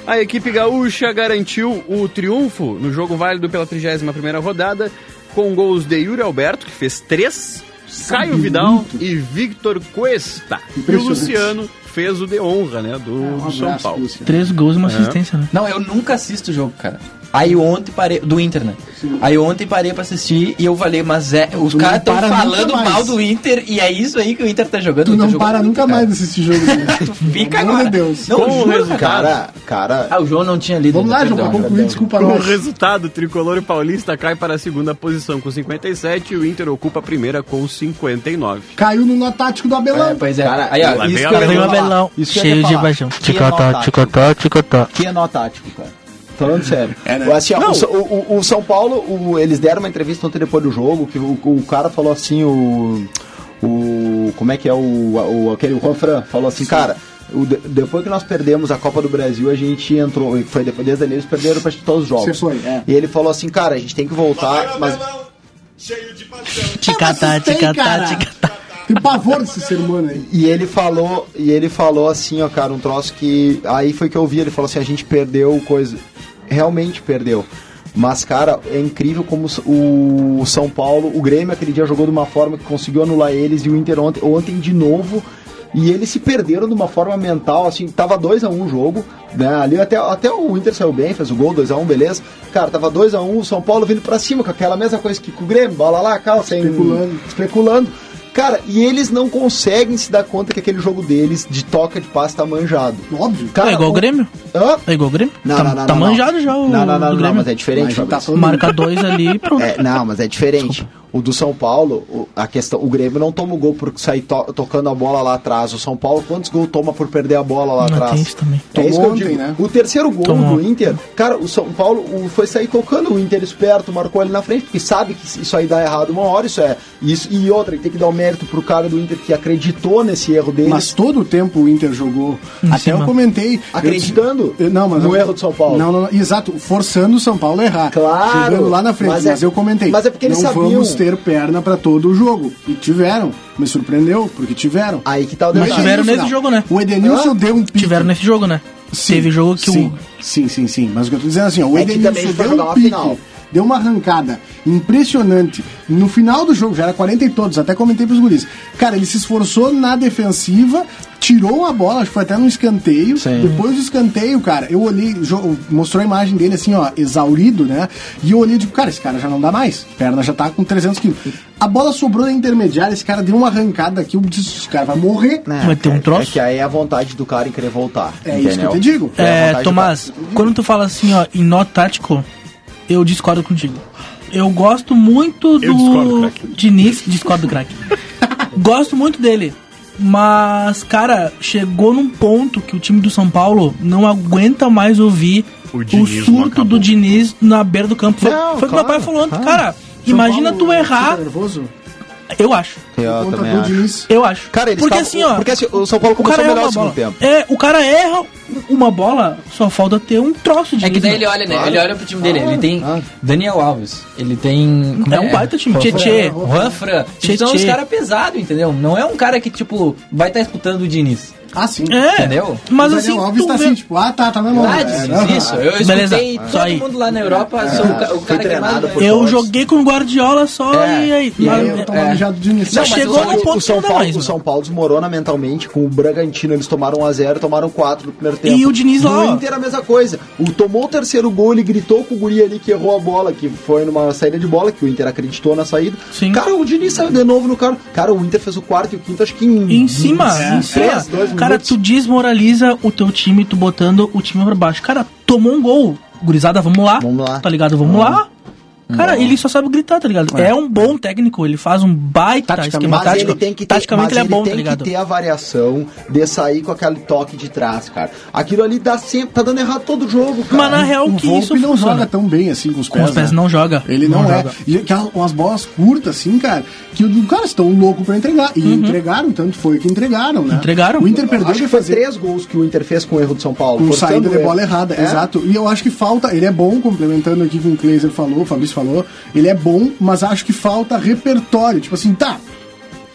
A equipe gaúcha garantiu o triunfo no jogo válido pela 31ª rodada com gols de Yuri Alberto, que fez três, Caio Vidal e Victor Cuesta. E o Luciano fez o de honra, né, do
Um É,
São Paulo.
Três gols e uma assistência, né?
Não, eu nunca assisto o jogo, cara. Aí ontem parei. Do Inter, né? Aí ontem parei pra assistir e eu falei, mas é. Os
Tu não
caras tão
para nunca
falando
mais.
mal do Inter e é isso aí que o Inter tá jogando.
Tu
o Inter
não
jogou
para
muito,
nunca
cara.
mais desse jogo. né?
Tu fica
Pelo
agora.
amor de Deus.
Não,
Com o
juro,
resultado.
Cara, cara,
Ah, o João não tinha lido.
Vamos
né?
lá, João,
Perdão.
pra concluir, desculpa
Com o
nós.
resultado, o Tricolor Paulista cai para a segunda posição com 57 e o Inter ocupa a primeira com 59.
Caiu no nó tático do
É,
Abelão.
pois é.
Cara,
aí, ó,
lá vem
isso
a
que eu
Abelão.
Veio
ia
o
Vamos lá.
falar.
Abelão
Isso que eu ia
cheio de
falar.
baixão.
Que nó
Ticotó,
tático.
ticotó, ticotó.
que é nó tático, cara. Falando sério.
É, né?
Assim, ó, o, Sa- o- o- o São Paulo, o- eles deram uma entrevista ontem depois do jogo, que o, o cara falou assim, o. o- como é que é o. o aquele o Juan Fran falou assim, cara. o de- depois que nós perdemos a Copa do Brasil, a gente entrou. e Foi depois, desde ali eles perderam pra todos os jogos.
Você foi, é.
E ele falou assim, cara, a gente tem que voltar. Mas,
Ticatá, ticatá, ticatá.
Tem pavor desse ser humano aí.
E ele falou, e ele falou assim, ó, cara, um troço que aí foi que eu vi, ele falou assim, a gente perdeu coisa, realmente perdeu. Mas cara, é incrível como o São Paulo, o Grêmio aquele dia jogou de uma forma que conseguiu anular eles e o Inter ontem, ontem de novo e eles se perderam de uma forma mental, assim, tava 2 a 1 o jogo, né? Ali até, até o Inter saiu bem, fez o gol 2 a 1, beleza? Cara, tava 2 a 1, o São Paulo vindo pra cima com aquela mesma coisa que com o Grêmio, bola lá, calça, hein?
Especulando.
especulando. Cara, e eles não conseguem se dar conta que aquele jogo deles de toca de passe tá manjado.
Óbvio.
Cara,
é igual o Grêmio?
Hã?
É igual o Grêmio?
Não,
tá
não, não,
tá
não,
manjado
não.
já o
Não, não, não,
do
não,
Grêmio.
mas é diferente, Fabrício.
Marca dois ali e pronto.
<laughs> É, não, mas é diferente. O do São Paulo, o- a questão, o Grêmio não toma o gol por sair to- tocando a bola lá atrás. O São Paulo, quantos gols toma por perder a bola lá
Não,
atrás?
tem isso também.
É isso que eu
Tomou
digo.
ontem, né?
O terceiro gol
Tomou.
do Inter, cara, o São Paulo o- foi sair tocando o Inter esperto, marcou ali na frente, porque sabe que isso aí dá errado uma hora, isso é. Isso, e outra, tem que dar o mérito pro cara do Inter que acreditou nesse erro deles.
Mas todo o tempo o Inter jogou.
Em
Até
cima.
eu comentei.
Acreditando
Eu- não, mas eu-
no erro do São Paulo.
Não, não, não, exato, forçando o São Paulo a errar.
Claro.
Jogando lá na frente,
Mas
mas,
é-
eu comentei.
mas é porque eles
não
sabiam.
vamos ter perna pra todo o jogo. E tiveram. Me surpreendeu, porque tiveram.
Aí que tá o
Mas
detalhe.
tiveram
no
nesse
final.
jogo, né?
O Edenilson
Hã?
deu um pique.
Tiveram nesse jogo, né?
Sim,
Teve jogo que
sim,
o.
Sim, sim, sim. Mas o que eu tô dizendo é assim, ó, o
É que também
Edenilson
foi
deu
jogar uma
um pique,
final.
deu uma arrancada impressionante. No final do jogo, já era 40 e todos, até comentei pros guris. Cara, ele se esforçou na defensiva, tirou a bola, acho que foi até no escanteio. Depois do escanteio, cara, eu olhei, jo- mostrou a imagem dele assim, ó, exaurido, né? E eu olhei e digo, cara, esse cara já não dá mais. Perna já tá com 300 quilos. A bola sobrou na intermediária, esse cara deu uma arrancada aqui, eu disse, esse cara vai morrer.
Né,
Vai ter um
é-
troço?
É que aí é a vontade do cara em querer voltar.
É isso que eu
entendeu?
te digo.
a
É,
vontade do
Tomás, quando tu fala assim, ó, em nó tático, eu discordo contigo. Eu gosto muito do.
Eu discordo, craque.
Diniz, discordo do craque. gosto muito dele. Mas, cara, chegou num ponto que o time do São Paulo não aguenta mais ouvir
O
o,
Diniz não
surto
acabou.
do Diniz na beira do campo. Foi,
Não,
foi o que meu
claro,
pai falou ontem.
claro.
Cara, imagina
São Paulo é
tu errar.
fica tá nervoso?
Eu acho.
Eu
Contra
também
gol
acho.
de Diniz.
Eu acho.
Cara, eles
porque
tavam-
assim, ó.
Porque assim, o São Paulo
o
começou
cara erra
melhor
uma
no segundo
bola.
tempo.
É, o cara erra uma bola, só falta ter um troço de
É que
juízo,
daí
né?
ele olha, né? Ele olha pro time dele. Ele tem Daniel Alves. Ele tem. como
É um baita time.
Juan
Tietê.
Fran, Juan Fran. Então,
Tietê.
São uns caras pesados, entendeu? Não é um cara que, tipo, vai estar disputando o Diniz.
Ah, sim.
É,
Entendeu?
Mas
o
assim,
Daniel Alves
tu
tá
vê-
assim, tipo, ah, tá, tá na mão.
Ah,
É,
diz
não,
isso. Eu escutei
Beleza.
todo
Só aí.
mundo lá na Europa. sou o, ca- o cara que é mais...
treinado por-
eu
Torres.
joguei com o Guardiola só
É.
e aí.
E
mas-
aí eu tô manjado de início.
Já
Não, mas
chegou
eu
Só
num
que
ponto
o São
que não dá
Paulo,
mais.
o
né?
São Paulo desmorona mentalmente com o Bragantino, eles tomaram 1 a 0, tomaram 4 no primeiro tempo.
E o Diniz lá,
No
ó.
Inter a mesma coisa. O tomou o terceiro gol, ele gritou com o guri ali que errou a bola, que foi numa saída de bola que o Inter acreditou na saída.
Sim.
Cara, o Diniz saiu de novo no cara. Cara, o Inter fez o quarto e o quinto acho que em,
E
Uhum.
Em cima,
É,
em cima.
três, dois
cara,
minutos.
tu desmoraliza o teu time, tu botando o time pra baixo. Cara, tomou um gol. Gurizada, vamos lá.
Vamos lá. Uhum.
Tá ligado? Vamos lá. Cara, ele só sabe gritar, tá ligado? É. um bom técnico, ele faz um baita esquema
mas
tático.
ele tem que ter,
Taticamente
mas
ele é
ele
bom,
tem
tá ligado?
que ter a variação de sair com aquele toque de trás, cara. Aquilo ali dá sempre, tá dando errado todo jogo, cara.
Mas na real,
O
que
Volpe
isso
não
funciona?
joga tão bem assim com os pés.
Com os pés
né?
não joga.
Ele não, é.
joga.
E que há umas bolas curtas, assim, cara, que os caras estão loucos pra entregar. E entregaram, tanto foi que entregaram, né?
Uhum. Entregaram.
O Inter perdeu
Acho
de
que foi
fazer
três gols que o Inter fez com o erro do São Paulo.
com
forçando
saída
o
de
erro.
bola errada,
É?
exato. E eu acho que falta, ele é bom, complementando aqui com o Kleiser falou, o Fabrício falou, ele é bom, mas acho que falta repertório. Tipo assim, tá,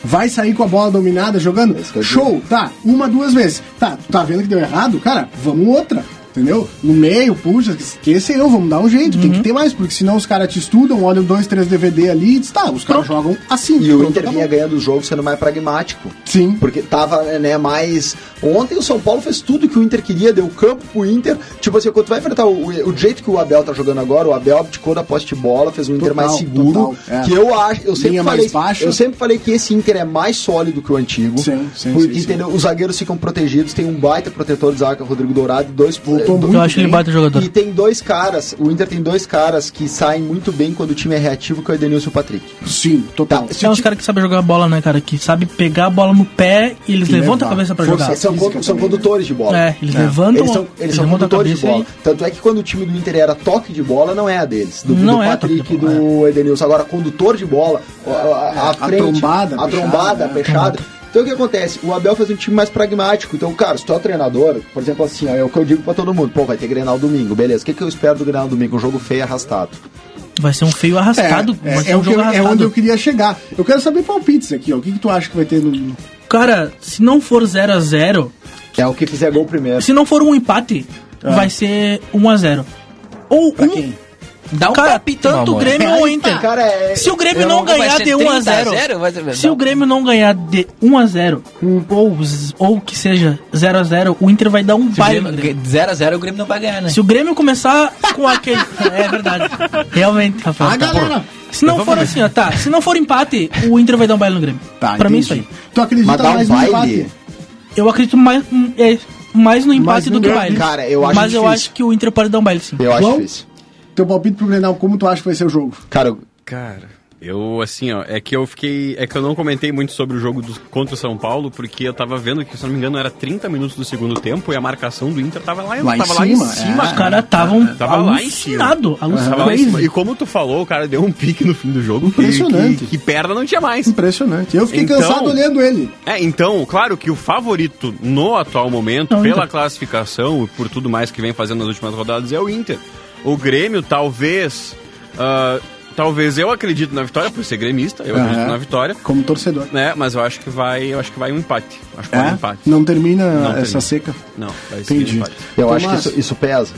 Vai sair com a bola dominada jogando?
É isso que eu
Show, tá. Uma, duas vezes. Tá, tu tá vendo que deu errado? Cara, vamos outra. Entendeu? No meio, puxa, que esse não, vamos dar um jeito, tem que
Uhum.
ter mais, porque senão os caras te estudam, olham dois, três DVD ali e diz, tá, os caras jogam assim.
E o
pronto,
Inter
tá
vinha
bom.
ganhando o jogo sendo mais pragmático.
Sim.
Porque tava, né, mais. Ontem o São Paulo fez tudo que o Inter queria, deu campo pro Inter. Tipo assim, quando tu vai enfrentar o, o jeito que o Abel tá jogando agora, o Abel abdicou da posse de bola, fez um Inter
Total,
mais
total,
seguro.
é.
Que eu acho. Eu sempre,
Linha
falei,
mais baixa.
eu sempre falei que esse Inter é mais sólido que o antigo.
Sim, sim,
Porque
sim,
entendeu? os zagueiros ficam protegidos, tem um baita protetor de zaga, que é o Rodrigo Dourado, dois
Voltou
eh,
muito
Eu acho ele baita jogador.
E tem dois caras, o Inter tem dois caras que saem muito bem quando o time é reativo, que é o Edenilson e o Patrick.
Sim, total.
Tá, se
É
o
uns
ti-
caras que sabem jogar bola, né, cara? Que sabe pegar a bola no pé e eles
E levar.
levantam a cabeça pra
Força
jogar.
é, São,
física
con- são
também, né?
condutores de bola.
É, eles levantam.
Eles são, eles são
levantam a
condutores de
cabeça
bola. Tanto é que quando o time do Inter era toque de bola, não é a deles. Do, do
Não é
Patrick,
toque de bola,
do Edenilson. Agora, condutor de bola, a, a- a
a
frente,
trombada
a
fechada,
trombada
né?
fechada. Então o que acontece? O Abel fez um time mais pragmático. Então, cara, se tu é treinador, por exemplo, assim, ó, é o que eu digo pra todo mundo, pô, vai ter Grenal domingo, beleza. O que, que eu espero do Grenal domingo? Um jogo feio e arrastado.
Vai ser um feio
É,
arrastado.
é,
vai ser
é
um
o que
jogo
eu- é
arrastado.
onde eu queria chegar. Eu quero saber palpites aqui, ó. O que, que tu acha que vai ter no.
Cara, se não for 0x0,
É o que fizer gol primeiro.
se não for um empate,
Tá.
vai ser 1x0. Ou um.
quem?
Dá um
cara,
palpite,
tanto
meu amor.
É
Grêmio ou Inter.
Cara, é.
Se o Grêmio
Eu
não
não vou- vai
ganhar
ser
de
30 a 0, vai
1x0,
ser-
se o Grêmio não ganhar de 1x0, ou, ou que seja 0x0, o Inter vai dar um
Se o
baile no
Grêmio-
Grêmio.
0x0 o Grêmio não vai ganhar, né?
Se o Grêmio começar com aquele. <laughs> É verdade. Realmente, Rafael.
A
Ah,
tá.
galera.
Se
Então
não for assim, ó, tá. Se não for empate, o Inter vai dar um baile no Grêmio.
Tá,
pra mim, isso
entendi.
aí.
Tu acredita
Mas dá
tá
um
mais no
baile.
empate?
Eu acredito mais, hum, é, mais no empate
Mais no
do que
Grêmio.
baile.
Cara, eu acho
Mas eu
difícil.
acho que o Inter pode dar um baile, sim.
Eu acho
João?
difícil.
Teu palpite pro Grenal, como tu acha que vai ser o jogo?
Cara,
Cara, eu assim, ó, é que eu fiquei. É que eu não comentei muito sobre o jogo do, contra o São Paulo, porque eu tava vendo que, se eu não me engano, era 30 minutos do segundo tempo e a marcação do Inter tava
Lá
lá,
em
tava
cima,
lá em cima,
é.
Os caras estavam
Tava lá em cima.
alucinados.
Tava lá em cima.
Alucinados.
E como tu falou, o cara deu um pique no fim do jogo. que-
Impressionante.
Que, que perna não tinha mais.
Impressionante. Eu fiquei
Então-
cansado olhando ele.
É, então, claro que o favorito no atual momento,
É o
pela
Inter.
classificação e por tudo mais que vem fazendo nas últimas rodadas, é o Inter. O Grêmio, talvez. ah, talvez eu acredito na vitória, por ser gremista, eu
Aham.
acredito na vitória.
Como torcedor.
Né, mas eu acho que vai. Eu acho que vai um empate. Acho que vai um empate.
É? Não termina
Não
essa
termina.
seca.
Não, vai ser um
Entendi.
empate.
eu
Tomás.
acho que isso, isso pesa.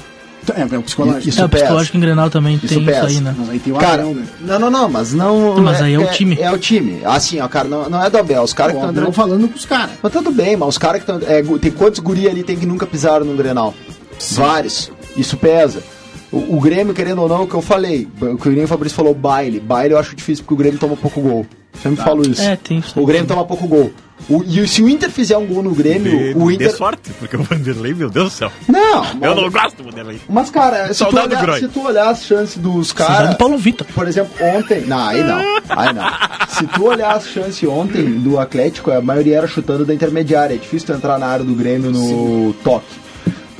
É, é o psicológico.
Isso
É, o psicológico em Grenal também
Isso
tem
pesa.
isso aí, né?
Mas aí tem o
Cara,
Arão, né?
não, não, não, mas não.
Mas aí é o time.
É, o time. Assim, ó, cara, não, não é do Abel. Os caras que
O
estão
Abel
entrando.
falando com os caras.
Mas tudo bem, mas os caras que estão. tem quantos guri ali tem que nunca pisaram no Grenal? Vários. Isso pesa. O, o Grêmio, querendo ou não, é o que eu falei, o que o Irinho Fabrício falou, baile. Baile eu acho difícil porque o Grêmio toma pouco gol. Sempre
Tá.
falo isso.
É, tem isso aí.
O Grêmio toma pouco gol. O- e se o Inter fizer um gol no Grêmio, o
Dê
Inter.
sorte, porque o Vanderlei, meu Deus do céu.
Não,
Eu não
mas,
gosto do Vanderlei.
mas, cara, se tu,
Saudade do
olhar,
Groy.
se tu olhar as chances dos
Saudade
caras.
do Paulo Vitor.
Por exemplo, ontem. Não, aí não. Aí não. Se tu olhar as chances ontem do Atlético, a maioria era chutando da intermediária. É difícil tu entrar na área do Grêmio no toque.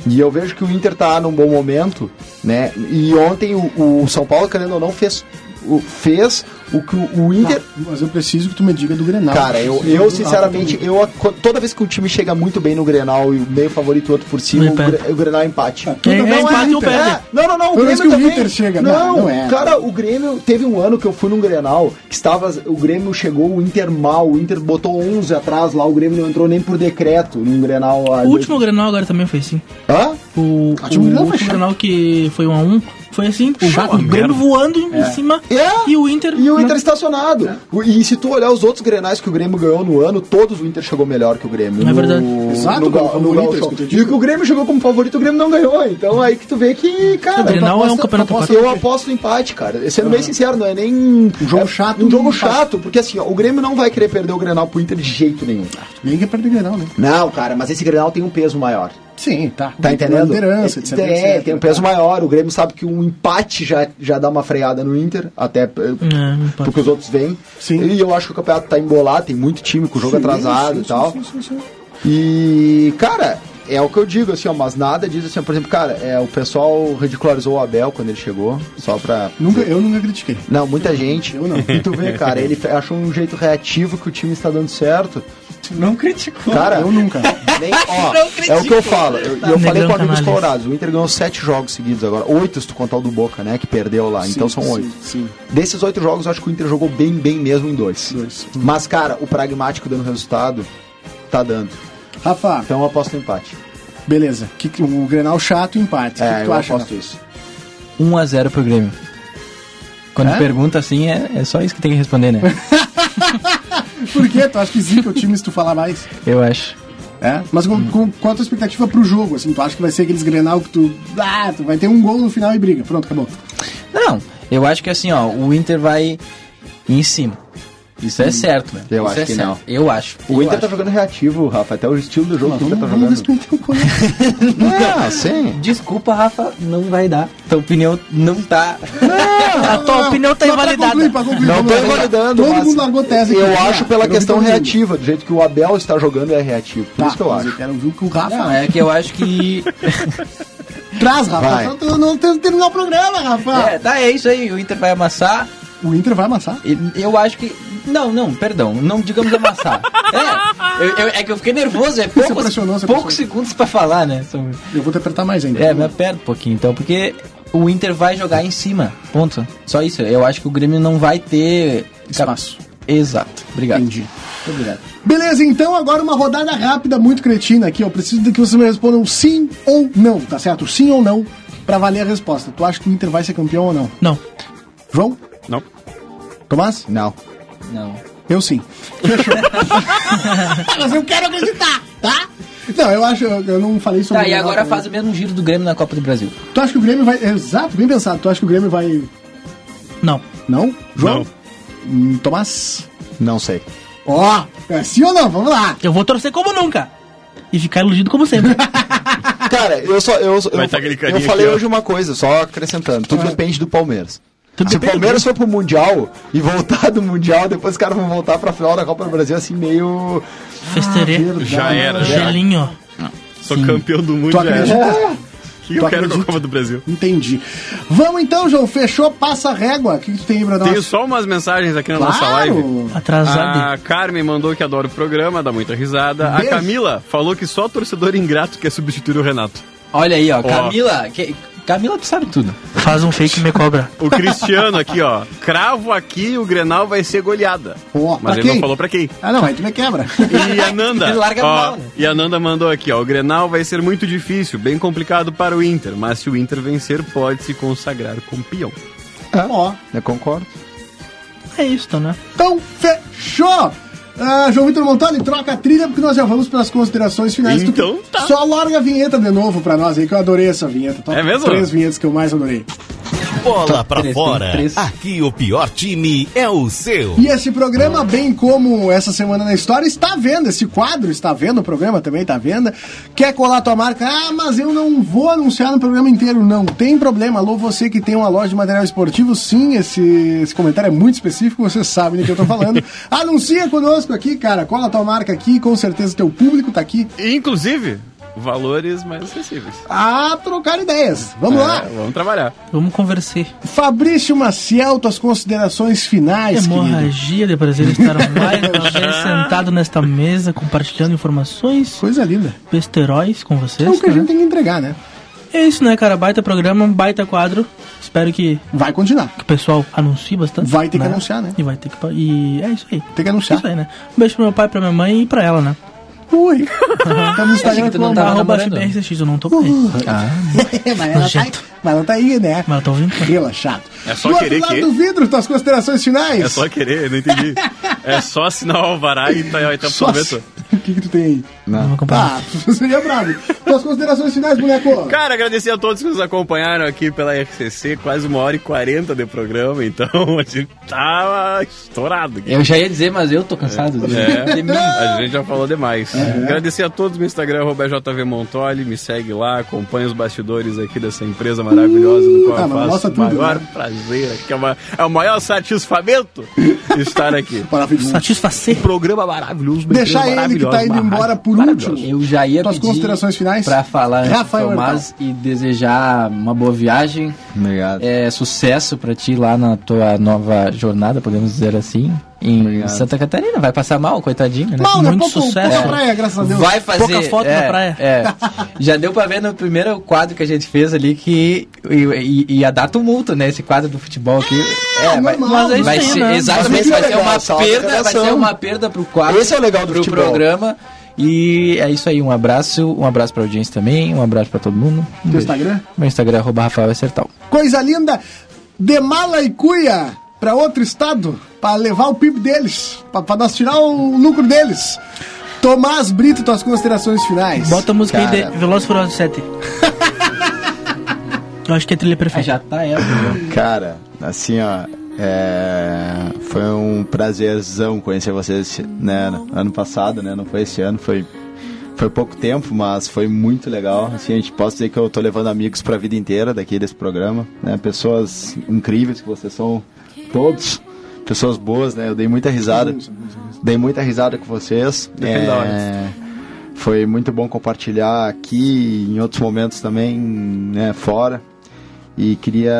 E eu vejo que o Inter tá num bom momento, né? E ontem o, o São Paulo, querendo ou não, fez o, fez o que o, o Inter.
Mas eu preciso que tu me diga do Grenal.
Cara, eu,
preciso
eu
do-
sinceramente, eu, ac- toda vez que o time chega muito bem no Grenal e o meio favorito o outro por cima,
Ele
o,
perde.
Gre- o Grenal é empate.
É,
Tudo
é
bem,
empate ou
Inter.
perde.
Não, não, não. O
Toda
Grêmio
vez que o
também.
Inter chega,
Não,
não, não é.
Cara, o Grêmio. Teve um ano que eu fui num Grenal que estava. O Grêmio chegou, o Inter mal. O Inter botou 11 atrás lá. O Grêmio não entrou nem por decreto num Grenal. lá.
O último Grenal agora também foi assim.
Hã?
O,
Ah,
o
tinha um Grenal
último
fechado.
Grenal que foi 1x1 foi assim. O, o Grêmio voando em cima
É.
e o Inter...
E o
né?
Inter estacionado. O- E se tu olhar os outros Grenais que o Grêmio ganhou no ano, todos o Inter chegou melhor que o Grêmio.
É verdade.
No,
Exato,
no,
como
Gal- no
favorito, é
Galchão.
isso que eu te
E
digo.
o que o Grêmio jogou como favorito, o Grêmio não ganhou. Então aí que tu vê que, cara.
O Grenal é um
tu aposta-
campeonato
tu aposta-
fácil.
Eu aposto no empate, cara. Sendo bem sincero, não é nem. Um
jogo chato,
Um jogo
um fácil.
chato, porque assim, ó, o Grêmio não vai querer perder o Grenal pro Inter de jeito nenhum.
Ninguém quer perder o Grenal, né?
Não, cara, mas esse Grenal tem um peso maior.
Sim, tá.
Tá entendendo?
Liderança, etc,
é,
etc,
tem um
tá.
peso maior. O Grêmio sabe que um empate já, já dá uma freada no Inter, até eh,
É, não pode.
porque os outros vêm.
Sim.
E eu acho que o campeonato tá embolado, tem muito time com o
Sim,
jogo atrasado
sim,
e tal.
sim, sim, sim, sim.
E, cara, é o que eu digo, assim, ó, mas nada disso, assim, ó, por exemplo, cara, é, o pessoal ridicularizou o Abel quando ele chegou, só pra...
Nunca, eu nunca critiquei.
Não, muita gente.
Eu não.
E tu vê, cara, ele fe- achou um jeito reativo que o time está dando certo.
Não criticou.
Cara,
Eu nunca.
nem, ó, é o que eu falo. Eu, eu
Negão
falei com amigos
canalhas.
colorados. O Inter ganhou sete jogos seguidos agora. Oito se tu contar o do Boca, né? Que perdeu lá. então são
sim,
oito.
Sim.
Desses oito jogos, eu acho que o Inter jogou bem, bem mesmo em dois.
Dois.
Mas, cara, o pragmático dando resultado, tá dando.
Rafa,
Então eu aposto no empate.
Beleza. Que, que- um Grenal chato, empate. o que,
É,
que tu
eu
acha?
aposto
Nelson?
isso.
1x0 pro Grêmio. Quando
É?
pergunta assim, é, é só isso que tem que responder, <laughs> né?
Por quê? Tu acha que zica o time se tu falar
<laughs>
mais?
Eu acho.
É? Mas
Uhum.
com, com, qual a tua expectativa pro jogo? Assim, tu acha que vai ser aqueles Grenal que tu. Ah, tu vai ter um gol no final e briga. Pronto, acabou.
Não, eu acho que assim, ó, o Inter vai em cima. Isso é certo, velho.
eu
Isso
acho
é
que
certo.
não.
Eu acho.
O
eu
Inter tá
acho.
jogando reativo, Rafa. Até o estilo do jogo que o Inter tá
Vamos
jogando.
respeitar
<laughs>
o colega.
Ah, sim.
Desculpa, Rafa, não vai dar. Tua opinião não tá.
A tua opinião tá
Mas pra concluir,
invalidada.
pra concluir,
Não
vamos
tô
lá.
invalidando,
Todo
mas
mundo largou tese aqui.
Eu
né?
acho pela
Quero
questão
ouvir todo mundo.
reativa, do jeito que o Abel está jogando é reativo. Por
Tá,
isso que eu
mas
acho.
quero ouvir o que o Rafa
Não, é que eu acho <laughs> que.
traz, Rafa.
Vai.
Só tu não tem terminar o programa, Rafa.
é, tá, é isso aí. O Inter vai amassar.
O Inter vai amassar.
E Eu acho que. Não, não, perdão. Não digamos <laughs> amassar. é, eu- eu- é que eu fiquei nervoso. É poucos,
pressionou, você
poucos
pressionou.
segundos pra falar, né? sobre-
Eu vou te apertar mais ainda.
É, me aperta um pouquinho então, porque o Inter vai jogar em cima. Ponto. Só isso. Eu acho que o Grêmio não vai ter.
Espaço.
Exato. Obrigado.
Entendi. Beleza, então agora uma rodada rápida, muito cretina aqui. Eu preciso de que vocês me respondam sim ou não, tá certo? Sim ou não, pra valer a resposta. Tu acha que o Inter vai ser campeão ou não?
Não.
João?
Não.
Tomás?
Não.
Não.
Eu sim. Fechou. Mas eu quero acreditar, tá? Não, eu acho, eu eu não falei sobre
Tá, e
Grenal
agora
também.
faz o mesmo giro do Grêmio na Copa do Brasil.
Tu acha que o Grêmio vai. Exato, bem pensado. Tu acha que o Grêmio vai.
Não.
Não? João? Hum, Tomás?
Não sei.
Ó, é sim ou não? Vamos lá.
Eu vou torcer como nunca. E ficar iludido como
<laughs>
sempre.
Cara, eu só. Eu,
Vai
eu,
tá aquele carinha
eu falei
aqui, ó.
hoje uma coisa, só acrescentando. Tudo depende do Palmeiras.
Ah. Tudo
Se o
depende,
Palmeiras for pro Mundial e voltar do Mundial, depois os caras vão voltar pra final da Copa do Brasil assim, meio.
Festerê.
Já
Ah,
era, já.
Gelinho.
Sou campeão do mundo,
Tu
já era.
acredita?
O que eu
Tu
quero com a
acredita?
Copa do Brasil?
Entendi. Vamos então, João. Fechou, passa a régua. O que, que tu tem aí pra nós?
Tenho só umas mensagens aqui na nossa live.
Claro.
Atrasado.
A Carmen mandou que adora o programa, dá muita risada.
Beijo.
A Camila falou que só torcedor ingrato quer substituir o Renato.
Olha aí, ó.
Camila,
Camila. Camila, tu sabe tudo.
Ah.
Faz um fake e me cobra.
O Cristiano aqui, ó. Cravo aqui, o Grenal vai ser goleada.
Ó, pra
Mas ele
quem?
não falou pra quem.
Ah, não, aí tu me quebra. <laughs>
E a Nanda.
Ele larga a
ó,
mão, né?
E a Nanda mandou aqui, ó. O Grenal vai ser muito difícil, bem complicado para o Inter. Mas se o Inter vencer, pode se consagrar campeão.
Ó.
Eu concordo.
É isso, né?
Então, fechou! Ah, João Vitor Montoli, troca a trilha porque nós já vamos pelas considerações finais. Tu-
Então tá.
Só larga a vinheta de novo pra nós aí, que eu adorei essa vinheta. Top
É mesmo?
Três vinhetas que eu mais adorei.
Bola pra
três,
fora.
tem três.
Aqui o pior time é o seu.
E esse programa, bem como essa semana na história, está à venda. Esse quadro está à venda, o programa também está à venda. Quer colar tua marca? Ah, mas eu não vou anunciar no programa inteiro. Não tem problema. Alô, você que tem uma loja de material esportivo, sim, esse, esse comentário é muito específico, você sabe do que eu
<laughs>
tô falando. Anuncia conosco aqui, cara. Cola tua marca aqui, com certeza teu público tá aqui.
E, inclusive, valores mais acessíveis.
a trocar ideias. Vamos lá.
É, vamos trabalhar.
Vamos conversar.
Fabrício Maciel, tuas considerações
É
finais, querido.
Hemorragia de prazer estar mais uma vez sentado nesta mesa, compartilhando informações,
Coisa linda.
besteróis com vocês.
É o que a
né?
gente tem que entregar, né?
É isso, né, cara? Baita programa, baita quadro. Espero que,
Vai continuar.
que o pessoal anuncie bastante.
Vai ter que anunciar, né?
E vai ter que. pa- E é isso aí.
Tem que
É
anunciar.
isso aí, né? Um beijo pro meu pai, pra minha mãe e pra ela, né?
Ui.
<laughs>
Tá no Instagram
que tu não
com
tava
uma- <laughs>
Arroba
namorando?
FBRCX, eu não tô bem.
mas, ela tá aí,
Nojento.
mas ela tá aí, né?
Mas ela tá ouvindo?
Relaxado.
É só
do outro
querer
lado
que-
do vidro, tuas considerações finais.
É só querer,
<laughs>
não entendi. É só assinar o alvará e tá, e tá
Só-
aproveita.
<laughs> O que que tu tem aí?
Não vou comprar.
Ah, <laughs> tu seria bravo. Tuas considerações finais, boneco.
Cara, agradecer a todos que nos acompanharam aqui pela RCC, quase uma hora e quarenta de programa, então <laughs> a gente tá estourado. aqui.
Eu já ia dizer, mas eu tô cansado. De mim.
É, a gente já falou demais.
Uhum.
Agradecer a todos no Instagram, arroba JV Montoli, me segue lá, acompanha os bastidores aqui dessa empresa maravilhosa do qual
ah,
eu
mas
faço
mostra
o
tudo,
maior
né?
prazer, que é, uma- é o maior satisfamento <laughs> estar aqui.
Parabéns.
Satisfacer.
Programa maravilhoso, uma
Deixar ele
empresa
que tá indo
maravilhosa,
embora por
maravilhosa.
último.
Eu já ia
Tuas
pedir
considerações finais?
pra falar antes do
Rafael
Tomás e desejar uma boa viagem,
Obrigado.
é, sucesso pra ti lá na tua nova jornada, podemos dizer assim, em Santa Catarina. Vai passar mal, coitadinho, né?
Mal, né?
Muito
Pouco,
sucesso.
pouca praia, graças a Deus.
Vai fazer.
Pouca foto
é,
na praia.
É. Já deu pra ver no primeiro quadro que a gente fez ali que i- i- ia dar tumulto, né? Esse quadro do futebol aqui. É, vai,
normal,
mas é isso
vai
aí,
ser-
né?
exatamente,
Exatamente,
vai ser é
vai ser
legal,
uma
essa
perda, vai
alteração.
ser uma perda pro quadro.
Esse é o legal do
pro
futebol.
programa. E é isso aí, um abraço, um abraço pra audiência também, um abraço pra todo mundo. Um
Teu
beijo.
Instagram?
Meu Instagram é arroba Rafael Acertal.
Coisa linda! De mala e cuia pra outro estado, pra levar o PIB deles, pra, pra nós tirar o lucro deles. Tomás Brito, tuas considerações finais.
Bota a música aí
Cara.
de Veloz Furioso 7. Eu acho que é a trilha perfeita.
Já tá ela.
<laughs> Cara, assim, ó. é, Foi um prazerzão conhecer vocês né, ano passado, né? Não foi esse ano, foi. Foi pouco tempo, mas foi muito legal. Assim, a gente pode dizer que eu tô levando amigos pra vida inteira daqui desse programa, né? Pessoas incríveis que vocês são todos. Pessoas boas, né? Eu dei muita risada. Dei muita risada com vocês. É,
Depende da hora.
Foi muito bom compartilhar aqui, em outros momentos também, né, fora. E queria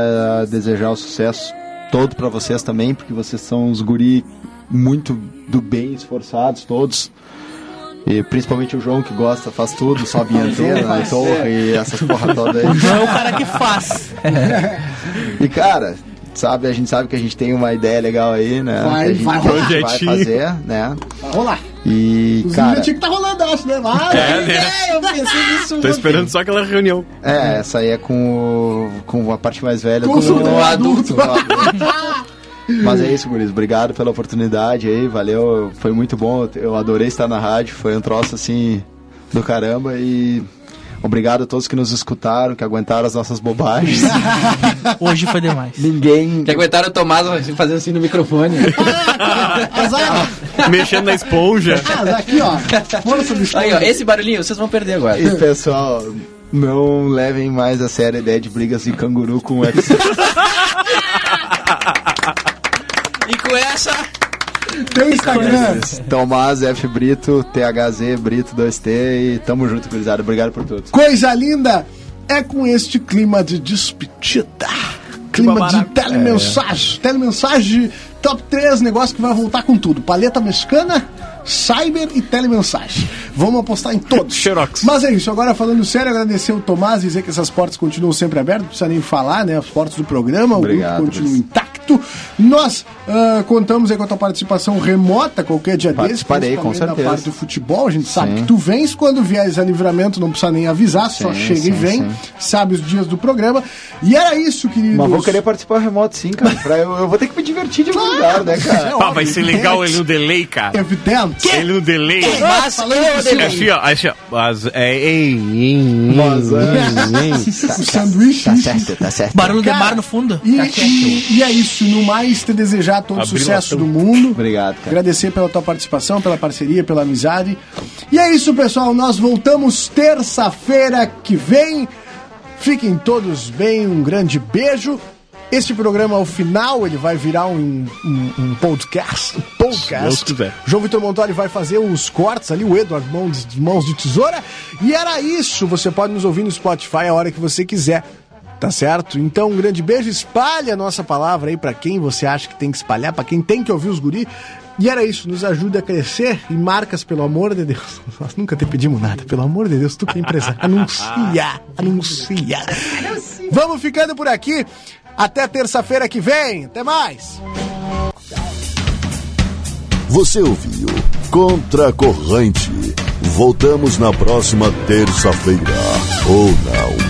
desejar o sucesso todo para vocês também, porque vocês são uns guri muito do bem, esforçados todos. E principalmente o João que gosta, faz
<laughs>
tudo, sobe em antena, na né, torre e <laughs> essas porra toda aí.
Não é o cara que faz.
E cara, sabe, a gente sabe que a gente tem uma ideia legal aí, né?
Vai,
que a gente
vai
que a gente vai
Projetinho.
fazer, né?
Vamos lá.
E
Os
cara,
cara... que tá rolando, acho, né? Mas,
É, né?
eu pensei nisso
Tô
ontem.
esperando só aquela reunião.
é, essa aí é com o- com a parte mais velha
Com o adulto.
com o adulto. Mas é isso, Guris. Obrigado pela oportunidade aí, valeu. Foi muito bom. Eu adorei estar na rádio. Foi um troço assim do caramba e obrigado a todos que nos escutaram, que aguentaram as nossas bobagens.
Hoje foi demais.
<laughs> Ninguém
Que aguentaram o Tomás fazendo assim no microfone.
Azar,
Mexendo na esponja.
azar, aqui, ó. Força do
Aí, ó,
estado.
esse barulhinho vocês vão perder agora.
E pessoal, não levem mais a sério a ideia de brigas de canguru com <laughs> UFC.
E com essa,
Teu Instagram.
Tomás F. Brito, THZ Brito 2T e tamo junto, gurizada. Obrigado por tudo.
Coisa linda é com este clima de despedida. Clima de
maravilha.
telemensagem. Telemensagem top 3, negócio que vai voltar com tudo. Paleta mexicana, cyber e telemensagem. Vamos apostar em todos.
Xerox.
Mas é isso, agora falando sério, agradecer o Tomás e dizer que essas portas continuam sempre abertas, não precisa nem falar, né? As portas do programa,
Obrigado,
o grupo continua
Luiz.
intacto. Nós ah, contamos aí com a tua participação remota qualquer dia desse,
Participarei, com
principalmente
certeza.
da parte do futebol, a gente sabe
Sim.
que tu vens quando vieres a livramento, não precisa nem avisar, só
Sim,
chega e
sim,
vem,
sim.
sabe os dias do programa. E era isso, queridos.
Mas vou querer participar remoto sim, cara. Pra eu, eu vou ter que me divertir de algum lugar, né, cara?
Pá, vai ser legal ele no delay, cara.
É Evidente.
Ele no delay.
mas
Falando
eu
assim,
É assim, ó. Assim, ó. Mas, é, ei, ei, ei.
Mas, é,
<laughs> O sanduíche.
tá certo.
Barulho
<laughs>
de
Cara,
mar no fundo.
E, e- e é isso, no mais, te desejar todo o
Abriu
sucesso
a
do mundo.
Obrigado, cara.
Agradecer pela tua participação, pela parceria, pela amizade. E é isso, pessoal. Nós voltamos terça-feira que vem. Fiquem todos bem, um grande beijo. Este programa, ao final, ele vai virar um, um- um podcast. um podcast.
Deus quiser.
João Vitor Montori vai fazer os cortes ali, o Eduardo Mãos, mãos de Tesoura. E era isso. Você pode nos ouvir no Spotify a hora que você quiser. Tá certo? Então, um grande beijo. Espalhe a nossa palavra aí pra quem você acha que tem que espalhar, pra quem tem que ouvir os guri. E era isso, nos ajuda a crescer e marcas, pelo amor de Deus. <laughs> Nós nunca te pedimos nada, pelo amor de Deus, tu que é empresário. Anuncia, anuncia. Vamos ficando por aqui. Até terça-feira que vem. Até mais.
Você ouviu Contra a Corrente. Voltamos na próxima terça-feira. Ou não.